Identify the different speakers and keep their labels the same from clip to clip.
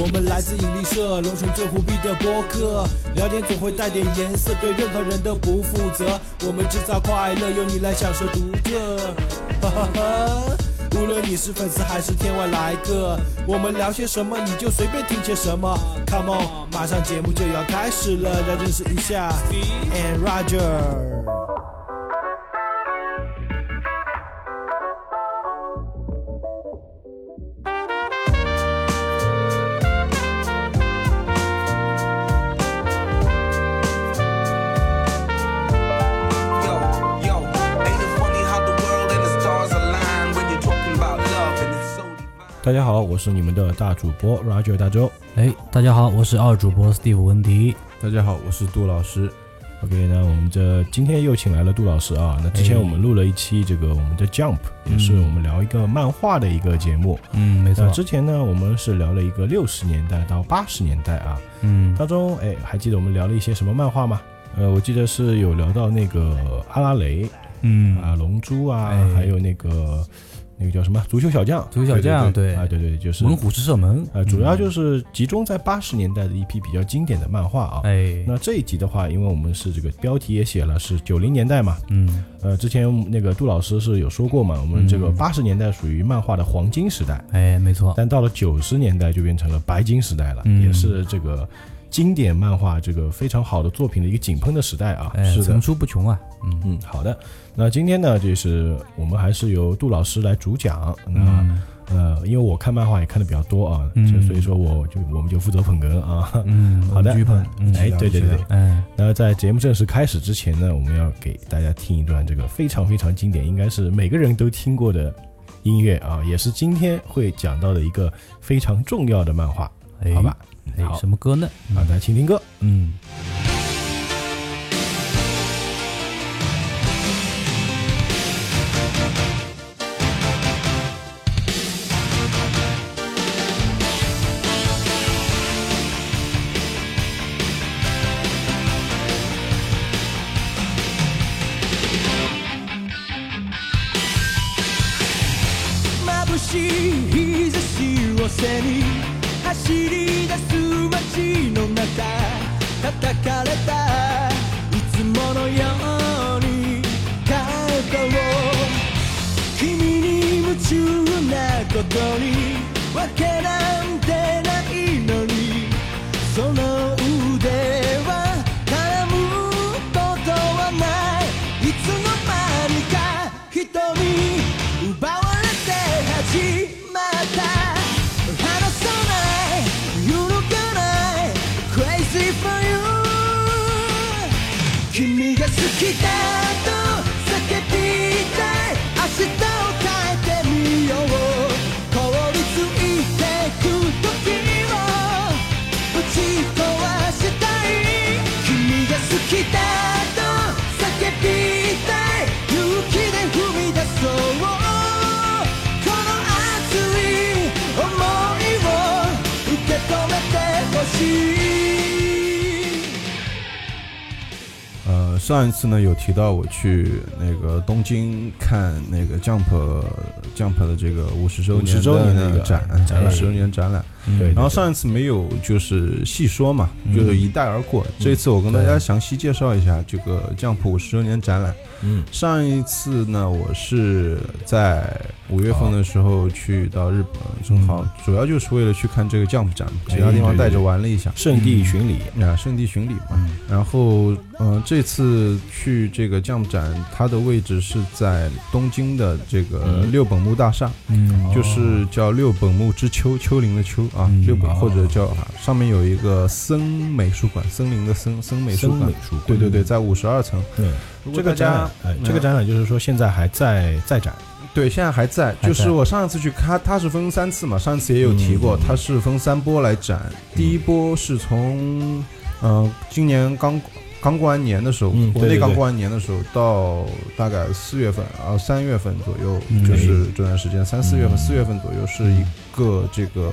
Speaker 1: 我们来自引力社，龙城最虎逼的播客，聊天总会带点颜色，对任何人都不负责。我们制造快乐，由你来享受独特。 哈哈哈！无论你是粉丝还是天外来客，我们聊些什么你就随便听些什么。Come on，马上节目就要开始了，来认识一下 Steve and Roger。
Speaker 2: Yo, yo, ain't it funny how the world and the stars align when you're talking about love and it's so divine?
Speaker 1: 大家好，我是你们的大主播 Roger 大周。
Speaker 3: 哎，大家好，我是二主播 Steve 文迪。
Speaker 1: 大家好，我是杜老师。OK，那我们这今天又请来了杜老师啊。那之前
Speaker 3: 哎
Speaker 1: 我们录了一期这个我们的 Jump，、也是我们聊一个漫画的一个节目。
Speaker 3: 嗯，没
Speaker 1: 呃那之前呢，我们是聊了一个六十年代到八十年代啊，
Speaker 3: 嗯，
Speaker 1: 当中哎，还记得我们聊了一些什么漫画吗？呃，我记得是有聊到那个阿拉蕾
Speaker 3: 嗯
Speaker 1: 啊、龙珠啊，
Speaker 3: 哎
Speaker 1: 还有那个那个叫什么足球小将，
Speaker 3: 足球小将
Speaker 1: 对
Speaker 3: 对嗯
Speaker 1: 啊，对对，就是
Speaker 3: 猛虎之射门，
Speaker 1: 呃，主要就是是集中在八十年代的一批比较经典的漫画啊。
Speaker 3: 哎，
Speaker 1: 那这一集的话，因为我们是这个标题也写了是九零年代嘛，
Speaker 3: 嗯，
Speaker 1: 呃，之前那个杜老师是有说过嘛，我们这个
Speaker 3: 嗯
Speaker 1: 八十年代属于漫画的黄金时代，
Speaker 3: 哎，没错，
Speaker 1: 但到了九十年代就变成了白金时代了，
Speaker 3: 嗯
Speaker 1: 也是这个经典漫画这个非常好的作品的一个井喷的时代啊。
Speaker 3: 哎，
Speaker 1: 是的
Speaker 3: 层，出不穷啊，嗯
Speaker 1: 嗯，好的。那今天呢，就是我们还是由杜老师来主讲，那、
Speaker 3: 嗯
Speaker 1: 呃，因为我看漫画也看的比较多啊，
Speaker 3: 嗯
Speaker 1: 就所以说我就我们就负责捧哏啊。
Speaker 3: 嗯，
Speaker 1: 好的
Speaker 3: 居鹏，嗯
Speaker 1: 哎，对对对对。
Speaker 3: 哎，
Speaker 1: 那在节目正式开始之前呢，我们要给大家听一段这个非常非常经典，应该是每个人都听过的音乐啊，也是今天会讲到的一个非常重要的漫画，
Speaker 3: 哎
Speaker 1: 好吧？
Speaker 3: 哎，
Speaker 1: 好
Speaker 3: 什么歌呢？
Speaker 1: 啊，大家请听歌。
Speaker 3: 嗯，
Speaker 4: 眩しい日差しを背に走り出す街の中叩かれたいつものように肩を君に夢中なことにわけなんてないのにその腕は絡むことはないいつの間にか瞳奪われて始まった離さない揺るがない Crazy for you 君が好きだと叫びたい明日を変えてみよう凍りついてく時をぶち壊したい君が好きだと叫びたい勇気で踏み出そうこの熱い想いを受け止めてほしい
Speaker 5: 呃，上一次呢有提到我去那个东京看那个 Jump Jump 的这个五十周年
Speaker 1: 50周年
Speaker 5: 的
Speaker 1: 那个
Speaker 5: 展哎
Speaker 1: 展览
Speaker 5: 五十周年展览，
Speaker 3: 嗯
Speaker 1: 对
Speaker 5: 然后上一次没有就是细说嘛，
Speaker 3: 嗯
Speaker 5: 就是一带而过。这次我跟大家详细介绍一下这个 Jump 五十周年展览。
Speaker 1: 嗯，
Speaker 5: 上一次呢，我是在五月份的时候去到日本，正好主要就是为了去看这个 Jump 展，其
Speaker 1: 嗯
Speaker 5: 他地
Speaker 1: 哎对
Speaker 5: 方
Speaker 1: 对
Speaker 5: 带着玩了一下。
Speaker 1: 圣地巡礼，
Speaker 5: 啊，圣地巡礼嘛，
Speaker 3: 嗯
Speaker 5: 然后，嗯、这次去这个 Jump 展，它的位置是在东京的这个
Speaker 1: 嗯哦
Speaker 5: 六本木大厦，
Speaker 3: 嗯，
Speaker 5: 就是叫六本木之丘，丘陵的丘啊，
Speaker 3: 嗯
Speaker 5: 六本
Speaker 1: 哦
Speaker 5: 或者叫、啊、上面有一个森美术馆，森林的森森美术
Speaker 1: 森
Speaker 5: 馆
Speaker 1: 美，嗯术馆。
Speaker 5: 对对对，在五十二层。
Speaker 1: 对，这个展览，哎，这个展览就是说现在还在在展，
Speaker 5: 对，现在还在，
Speaker 3: 在
Speaker 5: 就是我上一次去看，它是分三次嘛，上次也有提过，
Speaker 1: 嗯
Speaker 5: 它是分三波来展，第一波是从，呃，今年刚刚过完年的时候，
Speaker 1: 嗯
Speaker 5: 国
Speaker 1: 对对
Speaker 5: 内
Speaker 1: 对
Speaker 5: 刚过完年的时候，到大概四月份啊，三月份左右，
Speaker 3: 嗯
Speaker 5: 就是这段时间，三四月
Speaker 1: 嗯
Speaker 5: 份、四月份左右是一个这个。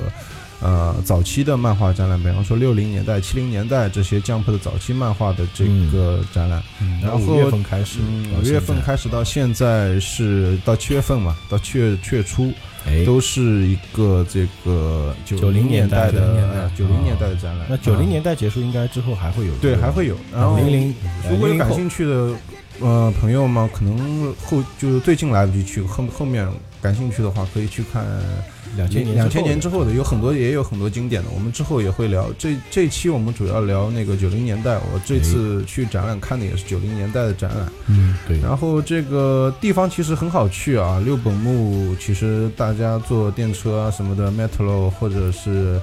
Speaker 5: 呃，早期的漫画展览，比方说六零年代、七零年代这些 Jump 的早期漫画的这个
Speaker 1: 嗯
Speaker 5: 展览，然后
Speaker 1: 五月份开始，
Speaker 5: 嗯，
Speaker 1: 到
Speaker 5: 五月份
Speaker 1: 现在
Speaker 5: 开始到现在是到七月份嘛，到七月七月初，
Speaker 1: 哎，
Speaker 5: 都是一个这个九
Speaker 1: 90
Speaker 5: 年
Speaker 1: 年代
Speaker 5: 的
Speaker 1: 90
Speaker 3: 年代
Speaker 5: 九零年代的展览。
Speaker 1: 哦那九
Speaker 5: 啊
Speaker 1: 零年代结束，应该之后还会有
Speaker 5: 对还会有，然后
Speaker 1: 零零，
Speaker 5: 如果有感
Speaker 1: 趣，
Speaker 5: 兴趣的呃朋友嘛，可能后就是最近来不及去，后后面感兴趣的话可以去看
Speaker 1: 两千年
Speaker 5: 两千年之
Speaker 1: 后
Speaker 5: 后的，有很多也有很多经典的，我们之后也会聊。这这期我们主要聊那个九零年代，我这次去展览看的也是九零年代的展览。
Speaker 3: 嗯
Speaker 1: 对，
Speaker 5: 然后这个地方其实很好去啊，六本木其实大家坐电车啊什么的，metro 或者是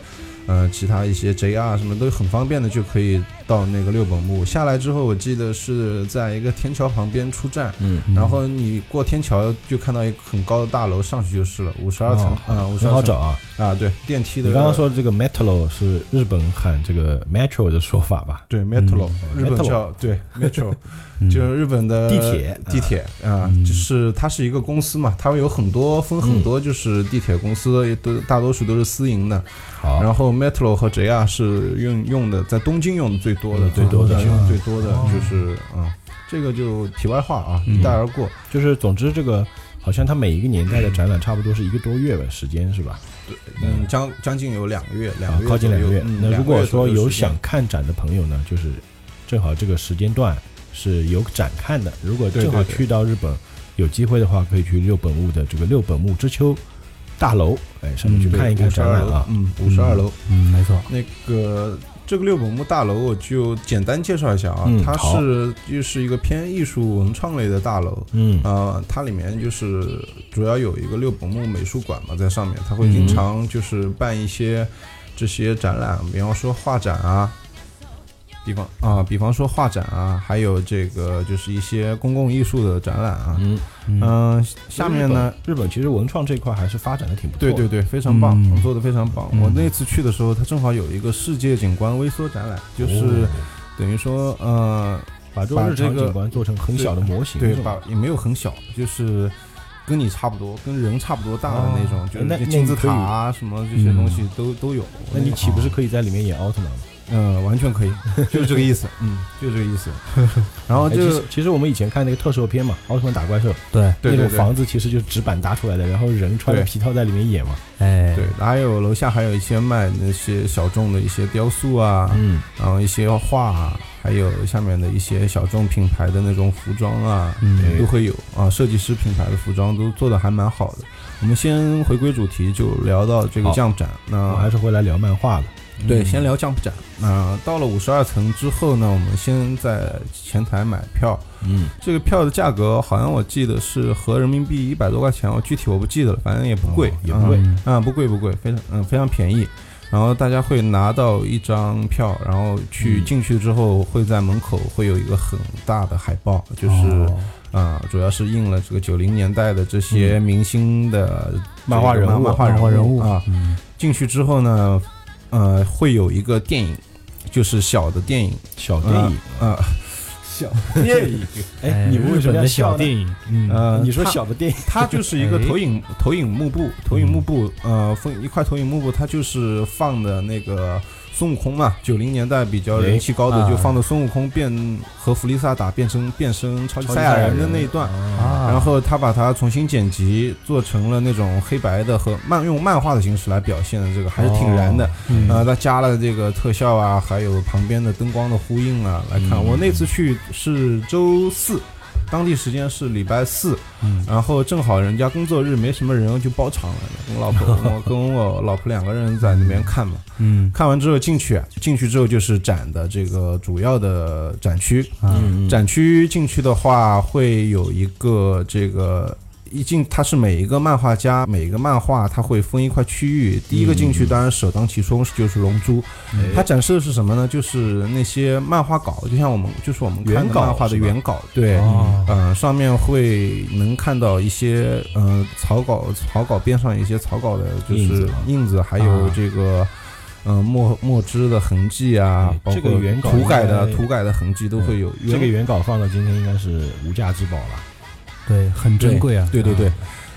Speaker 5: 呃其他一些 JR 什么都很方便的就可以到那个六本木。下来之后，我记得是在一个天桥旁边出站。
Speaker 1: 嗯，
Speaker 5: 然后你过天桥就看到一个很高的大楼，上去就是了，五十二层
Speaker 1: 哦
Speaker 5: 啊，五十
Speaker 1: 很
Speaker 5: 二
Speaker 1: 好
Speaker 5: 层
Speaker 1: 找啊。
Speaker 5: 啊，对，电梯的。
Speaker 1: 你刚刚说的这个 metro 是日本喊这个 metro 的说法吧？
Speaker 5: 对 metro，、日本
Speaker 1: metro
Speaker 5: 叫对 metro，
Speaker 3: 嗯
Speaker 5: 就是日本的
Speaker 1: 地铁
Speaker 5: 地铁啊、
Speaker 3: 嗯
Speaker 5: 就是它是一个公司嘛，它有很多分
Speaker 1: 嗯
Speaker 5: 很多，就是地铁公司也都大多数都是私营的，
Speaker 1: 好，
Speaker 5: 然后 metro 和 JR 是用用的，在东京用的最多的，
Speaker 1: 嗯最多的
Speaker 5: 啊
Speaker 1: 嗯
Speaker 5: 最多的就是啊、这个就题外话啊，一带
Speaker 1: 嗯
Speaker 5: 而过。
Speaker 1: 就是总之这个好像它每一个年代的展览差不多是一个多月的时间是吧？
Speaker 5: 嗯，将将近有两个月，两
Speaker 1: 啊
Speaker 5: 个，月
Speaker 1: 靠近
Speaker 5: 左
Speaker 1: 两
Speaker 5: 右
Speaker 1: 个月。
Speaker 5: 嗯
Speaker 1: 那如
Speaker 5: 两个
Speaker 1: 果
Speaker 5: 月左
Speaker 1: 说
Speaker 5: 右
Speaker 1: 有
Speaker 5: 时间
Speaker 1: 想看展的朋友呢，就是正好这个时间段是有展看的。如果
Speaker 5: 对
Speaker 1: 正好
Speaker 5: 对对
Speaker 1: 去到日本，有机会的话，可以去六本木的这个六本木之丘大楼，哎，上面去
Speaker 3: 嗯
Speaker 5: 对
Speaker 1: 看一看展览
Speaker 5: 52楼
Speaker 1: 啊。
Speaker 5: 嗯，五十二楼。
Speaker 3: 嗯，没错，
Speaker 5: 那个这个六本木大楼，我就简单介绍一下啊，
Speaker 1: 嗯
Speaker 5: 它
Speaker 1: 好
Speaker 5: 是就是一个偏艺术文创类的大楼。
Speaker 1: 嗯
Speaker 5: 呃，它里面就是主要有一个六本木美术馆嘛，在上面，它会
Speaker 1: 嗯
Speaker 5: 经常就是办一些这些展览，比方说画展啊，比方啊，比方说画展啊，还有这个就是一些公共艺术的展览啊。
Speaker 1: 嗯，
Speaker 3: 嗯
Speaker 5: 嗯、下面呢，
Speaker 1: 日本其实文创这块还是发展的挺不错
Speaker 5: 对
Speaker 1: 的。
Speaker 5: 对对，非常棒，
Speaker 3: 嗯
Speaker 5: 做的非常棒。我那次去的时候，它正好有一个世界景观微缩展览，就是
Speaker 1: 哦
Speaker 5: 等于说，呃，
Speaker 1: 把这
Speaker 5: 把
Speaker 1: 种日
Speaker 5: 这
Speaker 1: 常
Speaker 5: 个
Speaker 1: 景观做成很小的模型，
Speaker 5: 对
Speaker 1: 是，吧
Speaker 5: 把也没有很小，就是跟你差不多，跟人差不多大的那种，
Speaker 1: 哦
Speaker 5: 就是
Speaker 1: 那
Speaker 5: 这
Speaker 1: 那
Speaker 5: 金字
Speaker 1: 你可以嗯
Speaker 5: 塔啊什么这些东西都都有。
Speaker 1: 那你岂不是可以在里面演奥特曼吗？
Speaker 5: 嗯，完全 可以，就是这个意思，嗯，就是这个意思。然后
Speaker 1: 哎
Speaker 5: 啊就
Speaker 1: 其实其实我们以前看那个特摄片嘛，奥特曼打怪兽，
Speaker 3: 对，
Speaker 1: 那
Speaker 5: 对对
Speaker 1: 种
Speaker 5: 对。
Speaker 1: 房子其实就是纸板搭出来的，然后人穿着
Speaker 5: 对
Speaker 1: 皮套在里面演嘛。
Speaker 3: 哎，
Speaker 5: 对，还有楼下还有一些卖那些小众的一些雕塑啊，
Speaker 1: 嗯，
Speaker 5: 然后一些画啊，还有下面的一些小众品牌的那种服装啊，
Speaker 3: 嗯
Speaker 5: 都会有啊。设计师品牌的服装都做的还蛮好的。我们先回归主题，就聊到这个
Speaker 1: 好
Speaker 5: Jump 展。
Speaker 1: 我
Speaker 5: 那
Speaker 1: 还是回来聊漫画了。
Speaker 5: 对，先聊 Jump 展。那到了五十二层之后呢，我们先在前台买票。
Speaker 1: 嗯，
Speaker 5: 这个票的价格好像我记得是合人民币一百多块钱，我具体我不记得了，反正也不贵
Speaker 1: 哦，也不
Speaker 5: 嗯
Speaker 1: 贵
Speaker 3: 嗯
Speaker 5: 啊，不贵不贵，非常嗯非常便宜。然后大家会拿到一张票，然后去
Speaker 1: 嗯
Speaker 5: 进去之后会在门口会有一个很大的海报，就是
Speaker 3: 哦
Speaker 5: 啊、主要是印了这个九零年代的这些明星的这个
Speaker 1: 嗯漫画人物
Speaker 5: 漫
Speaker 3: 漫画
Speaker 5: 画
Speaker 3: 人
Speaker 5: 人
Speaker 3: 物
Speaker 5: 啊。，
Speaker 3: 嗯
Speaker 5: 进去之后呢，呃，会有一个电影，就是小的电影
Speaker 1: 小电影，
Speaker 5: 啊，小电影，
Speaker 1: 哎，你们为
Speaker 3: 日
Speaker 1: 什么
Speaker 3: 本
Speaker 1: 要
Speaker 3: 的
Speaker 1: 笑
Speaker 3: 小
Speaker 1: 呢
Speaker 3: 电？影？嗯，
Speaker 5: 呃，
Speaker 1: 你说
Speaker 5: 它
Speaker 1: 小的电影，
Speaker 5: 它就是一个
Speaker 3: 哎
Speaker 5: 投影投影幕布，投影幕布，
Speaker 1: 嗯
Speaker 5: 呃，分一块投影幕布，它就是放的那个孙悟空嘛，九零年代比较人气高的，
Speaker 1: 哎
Speaker 5: 就放的孙悟空变和弗利萨打变身变身超级
Speaker 1: 超级
Speaker 5: 赛
Speaker 1: 赛
Speaker 5: 亚
Speaker 1: 亚
Speaker 5: 人的
Speaker 1: 人
Speaker 5: 那一段。
Speaker 1: 啊
Speaker 5: 然后他把它重新剪辑，做成了那种黑白的和漫用漫画的形式来表现的这个，还是挺燃的。
Speaker 3: 嗯
Speaker 5: 呃，它加了这个特效啊，还有旁边的灯光的呼应啊，来看。
Speaker 1: 嗯
Speaker 5: 我那次去是周四，当地时间是礼拜四，
Speaker 3: 嗯
Speaker 5: 然后正好人家工作日没什么人，就包场了。跟我老婆，我跟我老婆两个人在那边看嘛。
Speaker 3: 嗯
Speaker 5: 看完之后进去，啊进去之后就是展的这个主要的展区。
Speaker 3: 啊
Speaker 1: 嗯
Speaker 5: 展区进去的话，会有一个这个。一进，它是每一个漫画家，每一个漫画，它会分一块区域。第一个进去，当然首当其冲就是《龙珠》，
Speaker 1: 嗯
Speaker 5: 它展示的是什么呢？就是那些漫画稿，就像我们就是我们看
Speaker 1: 原
Speaker 5: 的
Speaker 1: 稿
Speaker 5: 漫画的
Speaker 1: 是吧
Speaker 5: 原稿，对，
Speaker 3: 哦
Speaker 5: 呃，上面会能看到一些呃草稿，草稿边上一些草稿的就
Speaker 1: 印子
Speaker 5: 是
Speaker 1: 啊
Speaker 5: 印子，还有
Speaker 3: 啊
Speaker 5: 这个。嗯，墨墨汁的痕迹啊
Speaker 1: 哎，
Speaker 5: 包
Speaker 1: 这
Speaker 5: 括
Speaker 1: 个原稿
Speaker 5: 涂改的
Speaker 1: 应该
Speaker 5: 涂改的痕迹都会有。
Speaker 1: 这个原稿放到今天应该是无价之宝了。
Speaker 3: 对，很珍贵啊，
Speaker 5: 对对对，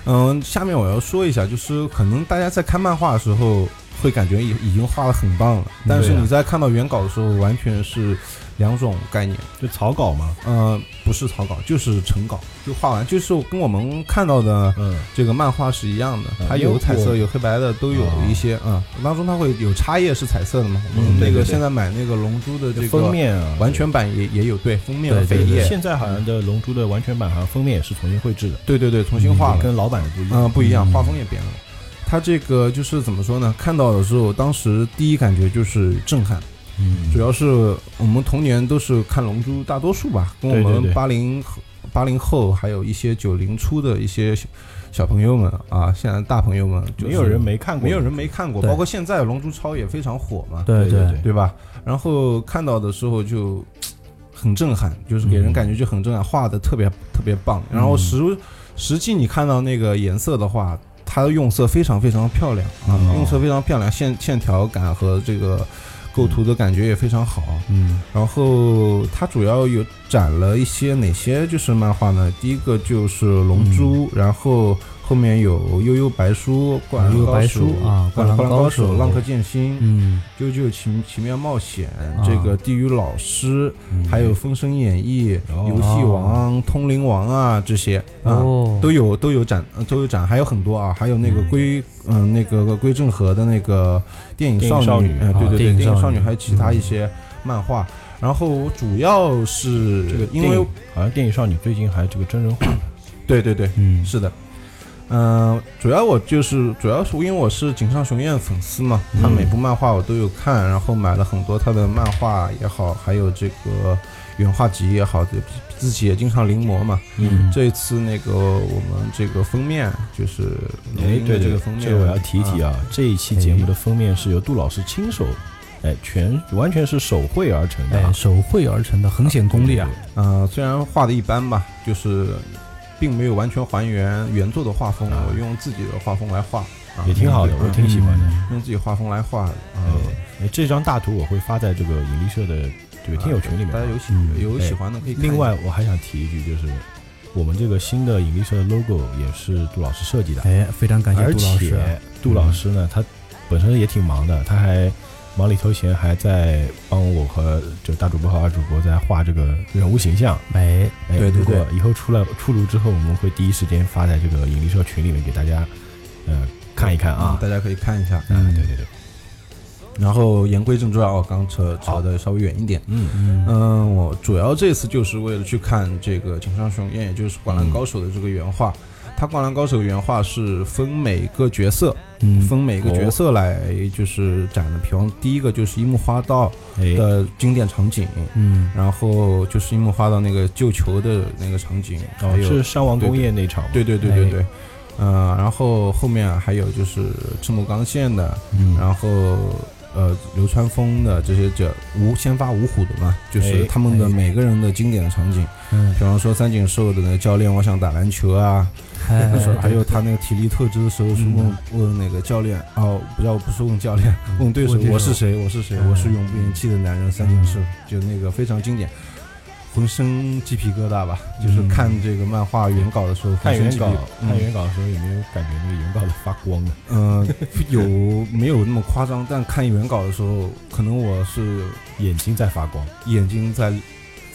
Speaker 5: 嗯，下面我要说一下，就是可能大家在看漫画的时候，会感觉已已经画的很棒了，但是你在看到原稿的时候，完全是两种概念。
Speaker 1: 嗯就草稿嘛，
Speaker 5: 呃，不是草稿，就是成稿，就画完，就是跟我们看到的
Speaker 1: 嗯，
Speaker 5: 这个漫画是一样的
Speaker 1: 嗯，
Speaker 5: 它有彩
Speaker 1: 因为我
Speaker 5: 色，有黑白的，都有一些啊。当中它会有插页是彩色的嘛？我
Speaker 1: 嗯
Speaker 5: 们
Speaker 1: 对
Speaker 5: 那
Speaker 1: 对
Speaker 5: 个
Speaker 1: 对
Speaker 5: 现在买那个《龙珠》的这个
Speaker 1: 封面啊，
Speaker 5: 完全版也也有对封面
Speaker 1: 对
Speaker 5: 和
Speaker 1: 对
Speaker 5: 扉
Speaker 1: 对
Speaker 5: 页，
Speaker 1: 现在好像的《龙珠》的完全版好像封面也是重新绘制的，
Speaker 5: 对对对，重新画了，
Speaker 1: 跟老版的不一样。
Speaker 5: 嗯，不一样，画风也变了。它这个就是怎么说呢？看到的时候，当时第一感觉就是震撼，
Speaker 1: 嗯，
Speaker 5: 主要是我们童年都是看《龙珠》，大多数吧，跟
Speaker 1: 对
Speaker 5: 我
Speaker 1: 对
Speaker 5: 们
Speaker 1: 对
Speaker 5: 八零八零后还有一些九零初的一些小小朋友们啊，现在大朋友们，就是
Speaker 1: 没有人没看过，
Speaker 5: 没有人没看过，
Speaker 3: 对
Speaker 5: 包括现在《龙珠超》也非常火嘛，
Speaker 3: 对
Speaker 1: 对
Speaker 3: 对
Speaker 5: 对吧？然后看到的时候就很震撼，就是
Speaker 3: 嗯
Speaker 5: 给人感觉就很震撼，画的特别特别棒。然后实实际你看到那个颜色的话，它的用色非常非常漂亮啊，
Speaker 3: 哦
Speaker 1: 嗯
Speaker 5: 用色非常漂亮，线线条感和这个构图的感觉也非常好。
Speaker 1: 嗯，
Speaker 5: 然后它主要有展了一些哪些就是漫画呢？第一个就是《龙
Speaker 3: 嗯
Speaker 5: 珠》然后后面有《悠悠白书》《灌篮
Speaker 3: 悠悠
Speaker 5: 高
Speaker 3: 白
Speaker 5: 手呃
Speaker 3: 书》啊灌
Speaker 5: 灌
Speaker 3: 篮
Speaker 5: 篮
Speaker 3: 高
Speaker 5: 高
Speaker 3: 手
Speaker 5: 浪客剑心》
Speaker 3: 嗯，
Speaker 5: 《啾啾奇奇妙冒险》
Speaker 3: 啊
Speaker 5: 这个《地狱老师》
Speaker 3: 嗯
Speaker 5: 还有《封神演义》
Speaker 1: 嗯哦
Speaker 5: 游戏王》《通灵王》啊这些啊。
Speaker 3: 哦，
Speaker 5: 都有都有展呃都有展，还有很多啊，还有那个归嗯、那个归正和的那个电影
Speaker 1: 电
Speaker 5: 少
Speaker 1: 影
Speaker 5: 女，
Speaker 1: 少女嗯
Speaker 5: 哎
Speaker 3: 啊
Speaker 5: 对对对，
Speaker 3: 电影
Speaker 5: 电影
Speaker 3: 少
Speaker 5: 少
Speaker 3: 女
Speaker 5: 女，还有其他一些漫画。然后主要是
Speaker 1: 这个
Speaker 5: 因
Speaker 1: 电
Speaker 5: 为
Speaker 1: 影好像电影少女最近还这个真人化，
Speaker 5: 对对对，
Speaker 3: 嗯
Speaker 5: 是的，嗯、主要我就是主要是因为我是井上雄彦粉丝嘛，他每
Speaker 1: 嗯
Speaker 5: 部漫画我都有看，然后买了很多他的漫画也好，还有这个原画集也好，自自己也经常临摹嘛。
Speaker 3: 嗯，
Speaker 5: 这一次那个我们这个封面就是龙
Speaker 1: 哎，
Speaker 5: 樱
Speaker 1: 对对
Speaker 5: 的这
Speaker 1: 对
Speaker 5: 个封面，
Speaker 1: 这个我要提一提
Speaker 5: 啊。
Speaker 1: 啊，这一期节目的封面是由杜老师亲手，哎，全完全是手绘而成的
Speaker 3: 哎，
Speaker 1: 啊，
Speaker 3: 手绘而成的，很显功力啊，
Speaker 5: 呃，虽然画的一般吧，就是并没有完全还原原作的画风，
Speaker 1: 啊
Speaker 5: 我用自己的画风来画，啊
Speaker 1: 也挺好的，
Speaker 5: 用
Speaker 1: 我
Speaker 5: 自己
Speaker 1: 挺喜欢的。
Speaker 3: 嗯
Speaker 5: 用自己画风来画，呃，
Speaker 1: 哎，这张大图我会发在这个引力社的这个听友群里面
Speaker 5: 大
Speaker 1: 啊
Speaker 5: 家。有喜
Speaker 3: 嗯
Speaker 5: 有喜欢的可以看一下。
Speaker 1: 另外，我还想提一句，就是我们这个新的引力社的 logo 也是杜老师设计的，
Speaker 3: 哎，非常感谢
Speaker 1: 而
Speaker 3: 杜老师，啊
Speaker 1: 且杜老师呢，他本身也挺忙的，他还忙里偷闲，还在帮我和就大主播和二主播在画这个人物形象。
Speaker 3: 哎，
Speaker 1: 哎，
Speaker 5: 对对
Speaker 1: 如果
Speaker 5: 对
Speaker 1: 以后出来出炉之后，我们会第一时间发在这个引力社群里面给大家，呃，看一看啊
Speaker 5: 嗯。大家可以看一下。
Speaker 1: 嗯，对对对，
Speaker 5: 然后言归正传，哦，刚扯扯的稍微远一点。
Speaker 1: 嗯，
Speaker 3: 嗯，
Speaker 5: 嗯，我主要这次就是为了去看这个井上雄彦，也就是《灌篮高手》的这个原画。他《灌篮高手》原画是分每个角色，
Speaker 3: 嗯，
Speaker 5: 分每个角
Speaker 1: 哦
Speaker 5: 色来就是展的。比方第一个就是樱木花道
Speaker 1: 哎，
Speaker 5: 的经典场景，
Speaker 3: 嗯，
Speaker 5: 然后就是樱木花道那个救球的那个场景，还
Speaker 1: 哦，
Speaker 5: 有
Speaker 1: 是山王工业那场吗？
Speaker 5: 对对对
Speaker 3: 哎
Speaker 5: 对对，呃，然后后面还有就是赤木刚宪的，
Speaker 1: 嗯，
Speaker 5: 然后呃流川枫的这些这五先发五虎的嘛，就是
Speaker 1: 哎
Speaker 5: 他们的
Speaker 3: 哎
Speaker 5: 每个人的经典的场景，
Speaker 3: 嗯
Speaker 5: 比，方说三井寿的那个教练我想打篮球啊，
Speaker 3: 哎嗯
Speaker 5: 就是还有他那个体力透支的时候是问、问那个教练哦，不要不是问教练，问对
Speaker 3: 嗯
Speaker 5: 手
Speaker 3: 问对手
Speaker 5: 我是谁我是谁
Speaker 3: 嗯
Speaker 5: 我是永不言弃的男人三井寿，就那个非常经典。浑身鸡皮疙瘩吧，就是
Speaker 3: 嗯
Speaker 5: 看这个漫画原稿的时候，浑
Speaker 1: 看
Speaker 5: 身
Speaker 1: 原
Speaker 5: 鸡皮
Speaker 1: 稿，
Speaker 5: 嗯
Speaker 1: 看原稿的时候有没有感觉那个原稿在发光呢？
Speaker 5: 嗯，有没有那么夸张？但看原稿的时候，可能我是
Speaker 1: 眼睛在发光。
Speaker 5: 眼睛在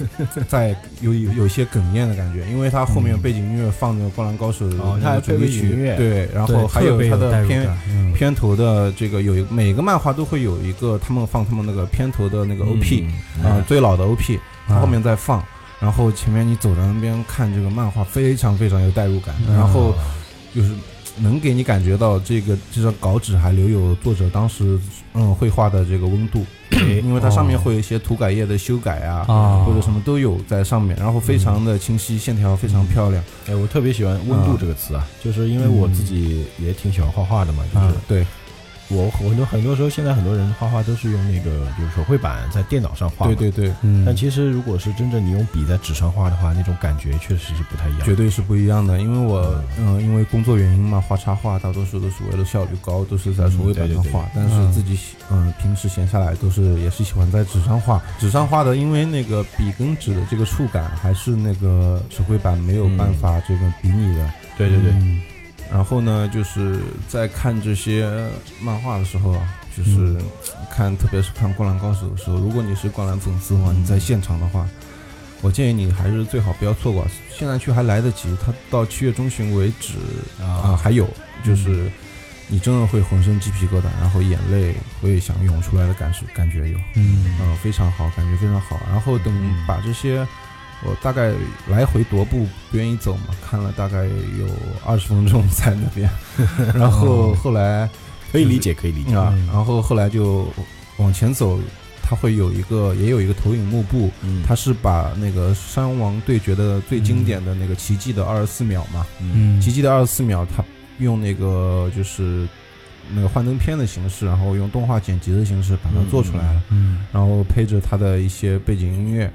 Speaker 5: 在有有有些哽咽的感觉，因为它后面背景音乐放着《灌篮高手》的
Speaker 1: 哦
Speaker 5: 那
Speaker 1: 它还
Speaker 5: 个
Speaker 1: 配
Speaker 5: 主题
Speaker 1: 背景音
Speaker 5: 曲
Speaker 1: 乐，
Speaker 5: 对，然
Speaker 3: 对
Speaker 5: 后还有
Speaker 3: 特别
Speaker 5: 它
Speaker 3: 代
Speaker 5: 的
Speaker 3: 入
Speaker 5: 片
Speaker 3: 感嗯
Speaker 5: 片头的这个有一每个漫画都会有一个他们放他们那个片头的那个 OP
Speaker 1: 嗯
Speaker 5: 啊，最老的 OP，它
Speaker 3: 啊
Speaker 5: 后面再放，然后前面你走到那边看这个漫画，非常非常有代入感，然后就是能给你感觉到这个这张稿纸还留有作者当时嗯绘画的这个温度，因为它上面会有一些涂改液的修改啊，
Speaker 3: 啊
Speaker 5: 或者什么都有在上面，然后非常的清晰，线条非常漂亮
Speaker 1: 哎，我特别喜欢“温度”这个词啊，就是因为我自己也挺喜欢画画的嘛，就是
Speaker 5: 对，
Speaker 1: 我很多很多时候，现在很多人画画都是用那个就是手绘板在电脑上画，
Speaker 5: 对。对对，
Speaker 3: 嗯
Speaker 1: 但其实如果是真正你用笔在纸上画的话，那种感觉确实是不太一样。
Speaker 5: 绝对是不一样的。因为我嗯、因为工作原因嘛，画插画大多数都是为了效率高，都是在手
Speaker 1: 嗯
Speaker 5: 绘板上画，但是自己喜嗯、平时闲下来都是也是喜欢在纸上画。纸上画的，因为那个笔跟纸的这个触感还是那个手绘板没有办法这个比拟的。
Speaker 1: 嗯对对对，
Speaker 5: 嗯然后呢，就是在看这些漫画的时候啊，就是看，特别是看《灌篮高手》的时候，如果你是灌篮粉丝的话，你在现场的话，我建议你还是最好不要错过，啊现在去还来得及，它到七月中旬为止啊、还有就是。你真的会浑身鸡皮疙瘩，然后眼泪会想涌出来的感受感觉有，
Speaker 3: 嗯
Speaker 5: 嗯，非常好，感觉非常好。然后等把这些，我大概来回踱步，不愿意走嘛，看了大概有二十分钟 在那边，然后后来
Speaker 1: 可以理解，可以理解。
Speaker 5: 啊，然后后来就往前走，它会有一个也有一个投影幕布，
Speaker 1: 嗯
Speaker 5: 它是把那个山王对决的最经典的那个奇迹的二十四秒嘛，
Speaker 1: 嗯
Speaker 3: 嗯
Speaker 5: 奇迹的二十四秒，它用那个就是那个幻灯片的形式，然后用动画剪辑的形式把它做出来了。
Speaker 3: 嗯
Speaker 5: 然后配着它的一些背景音乐，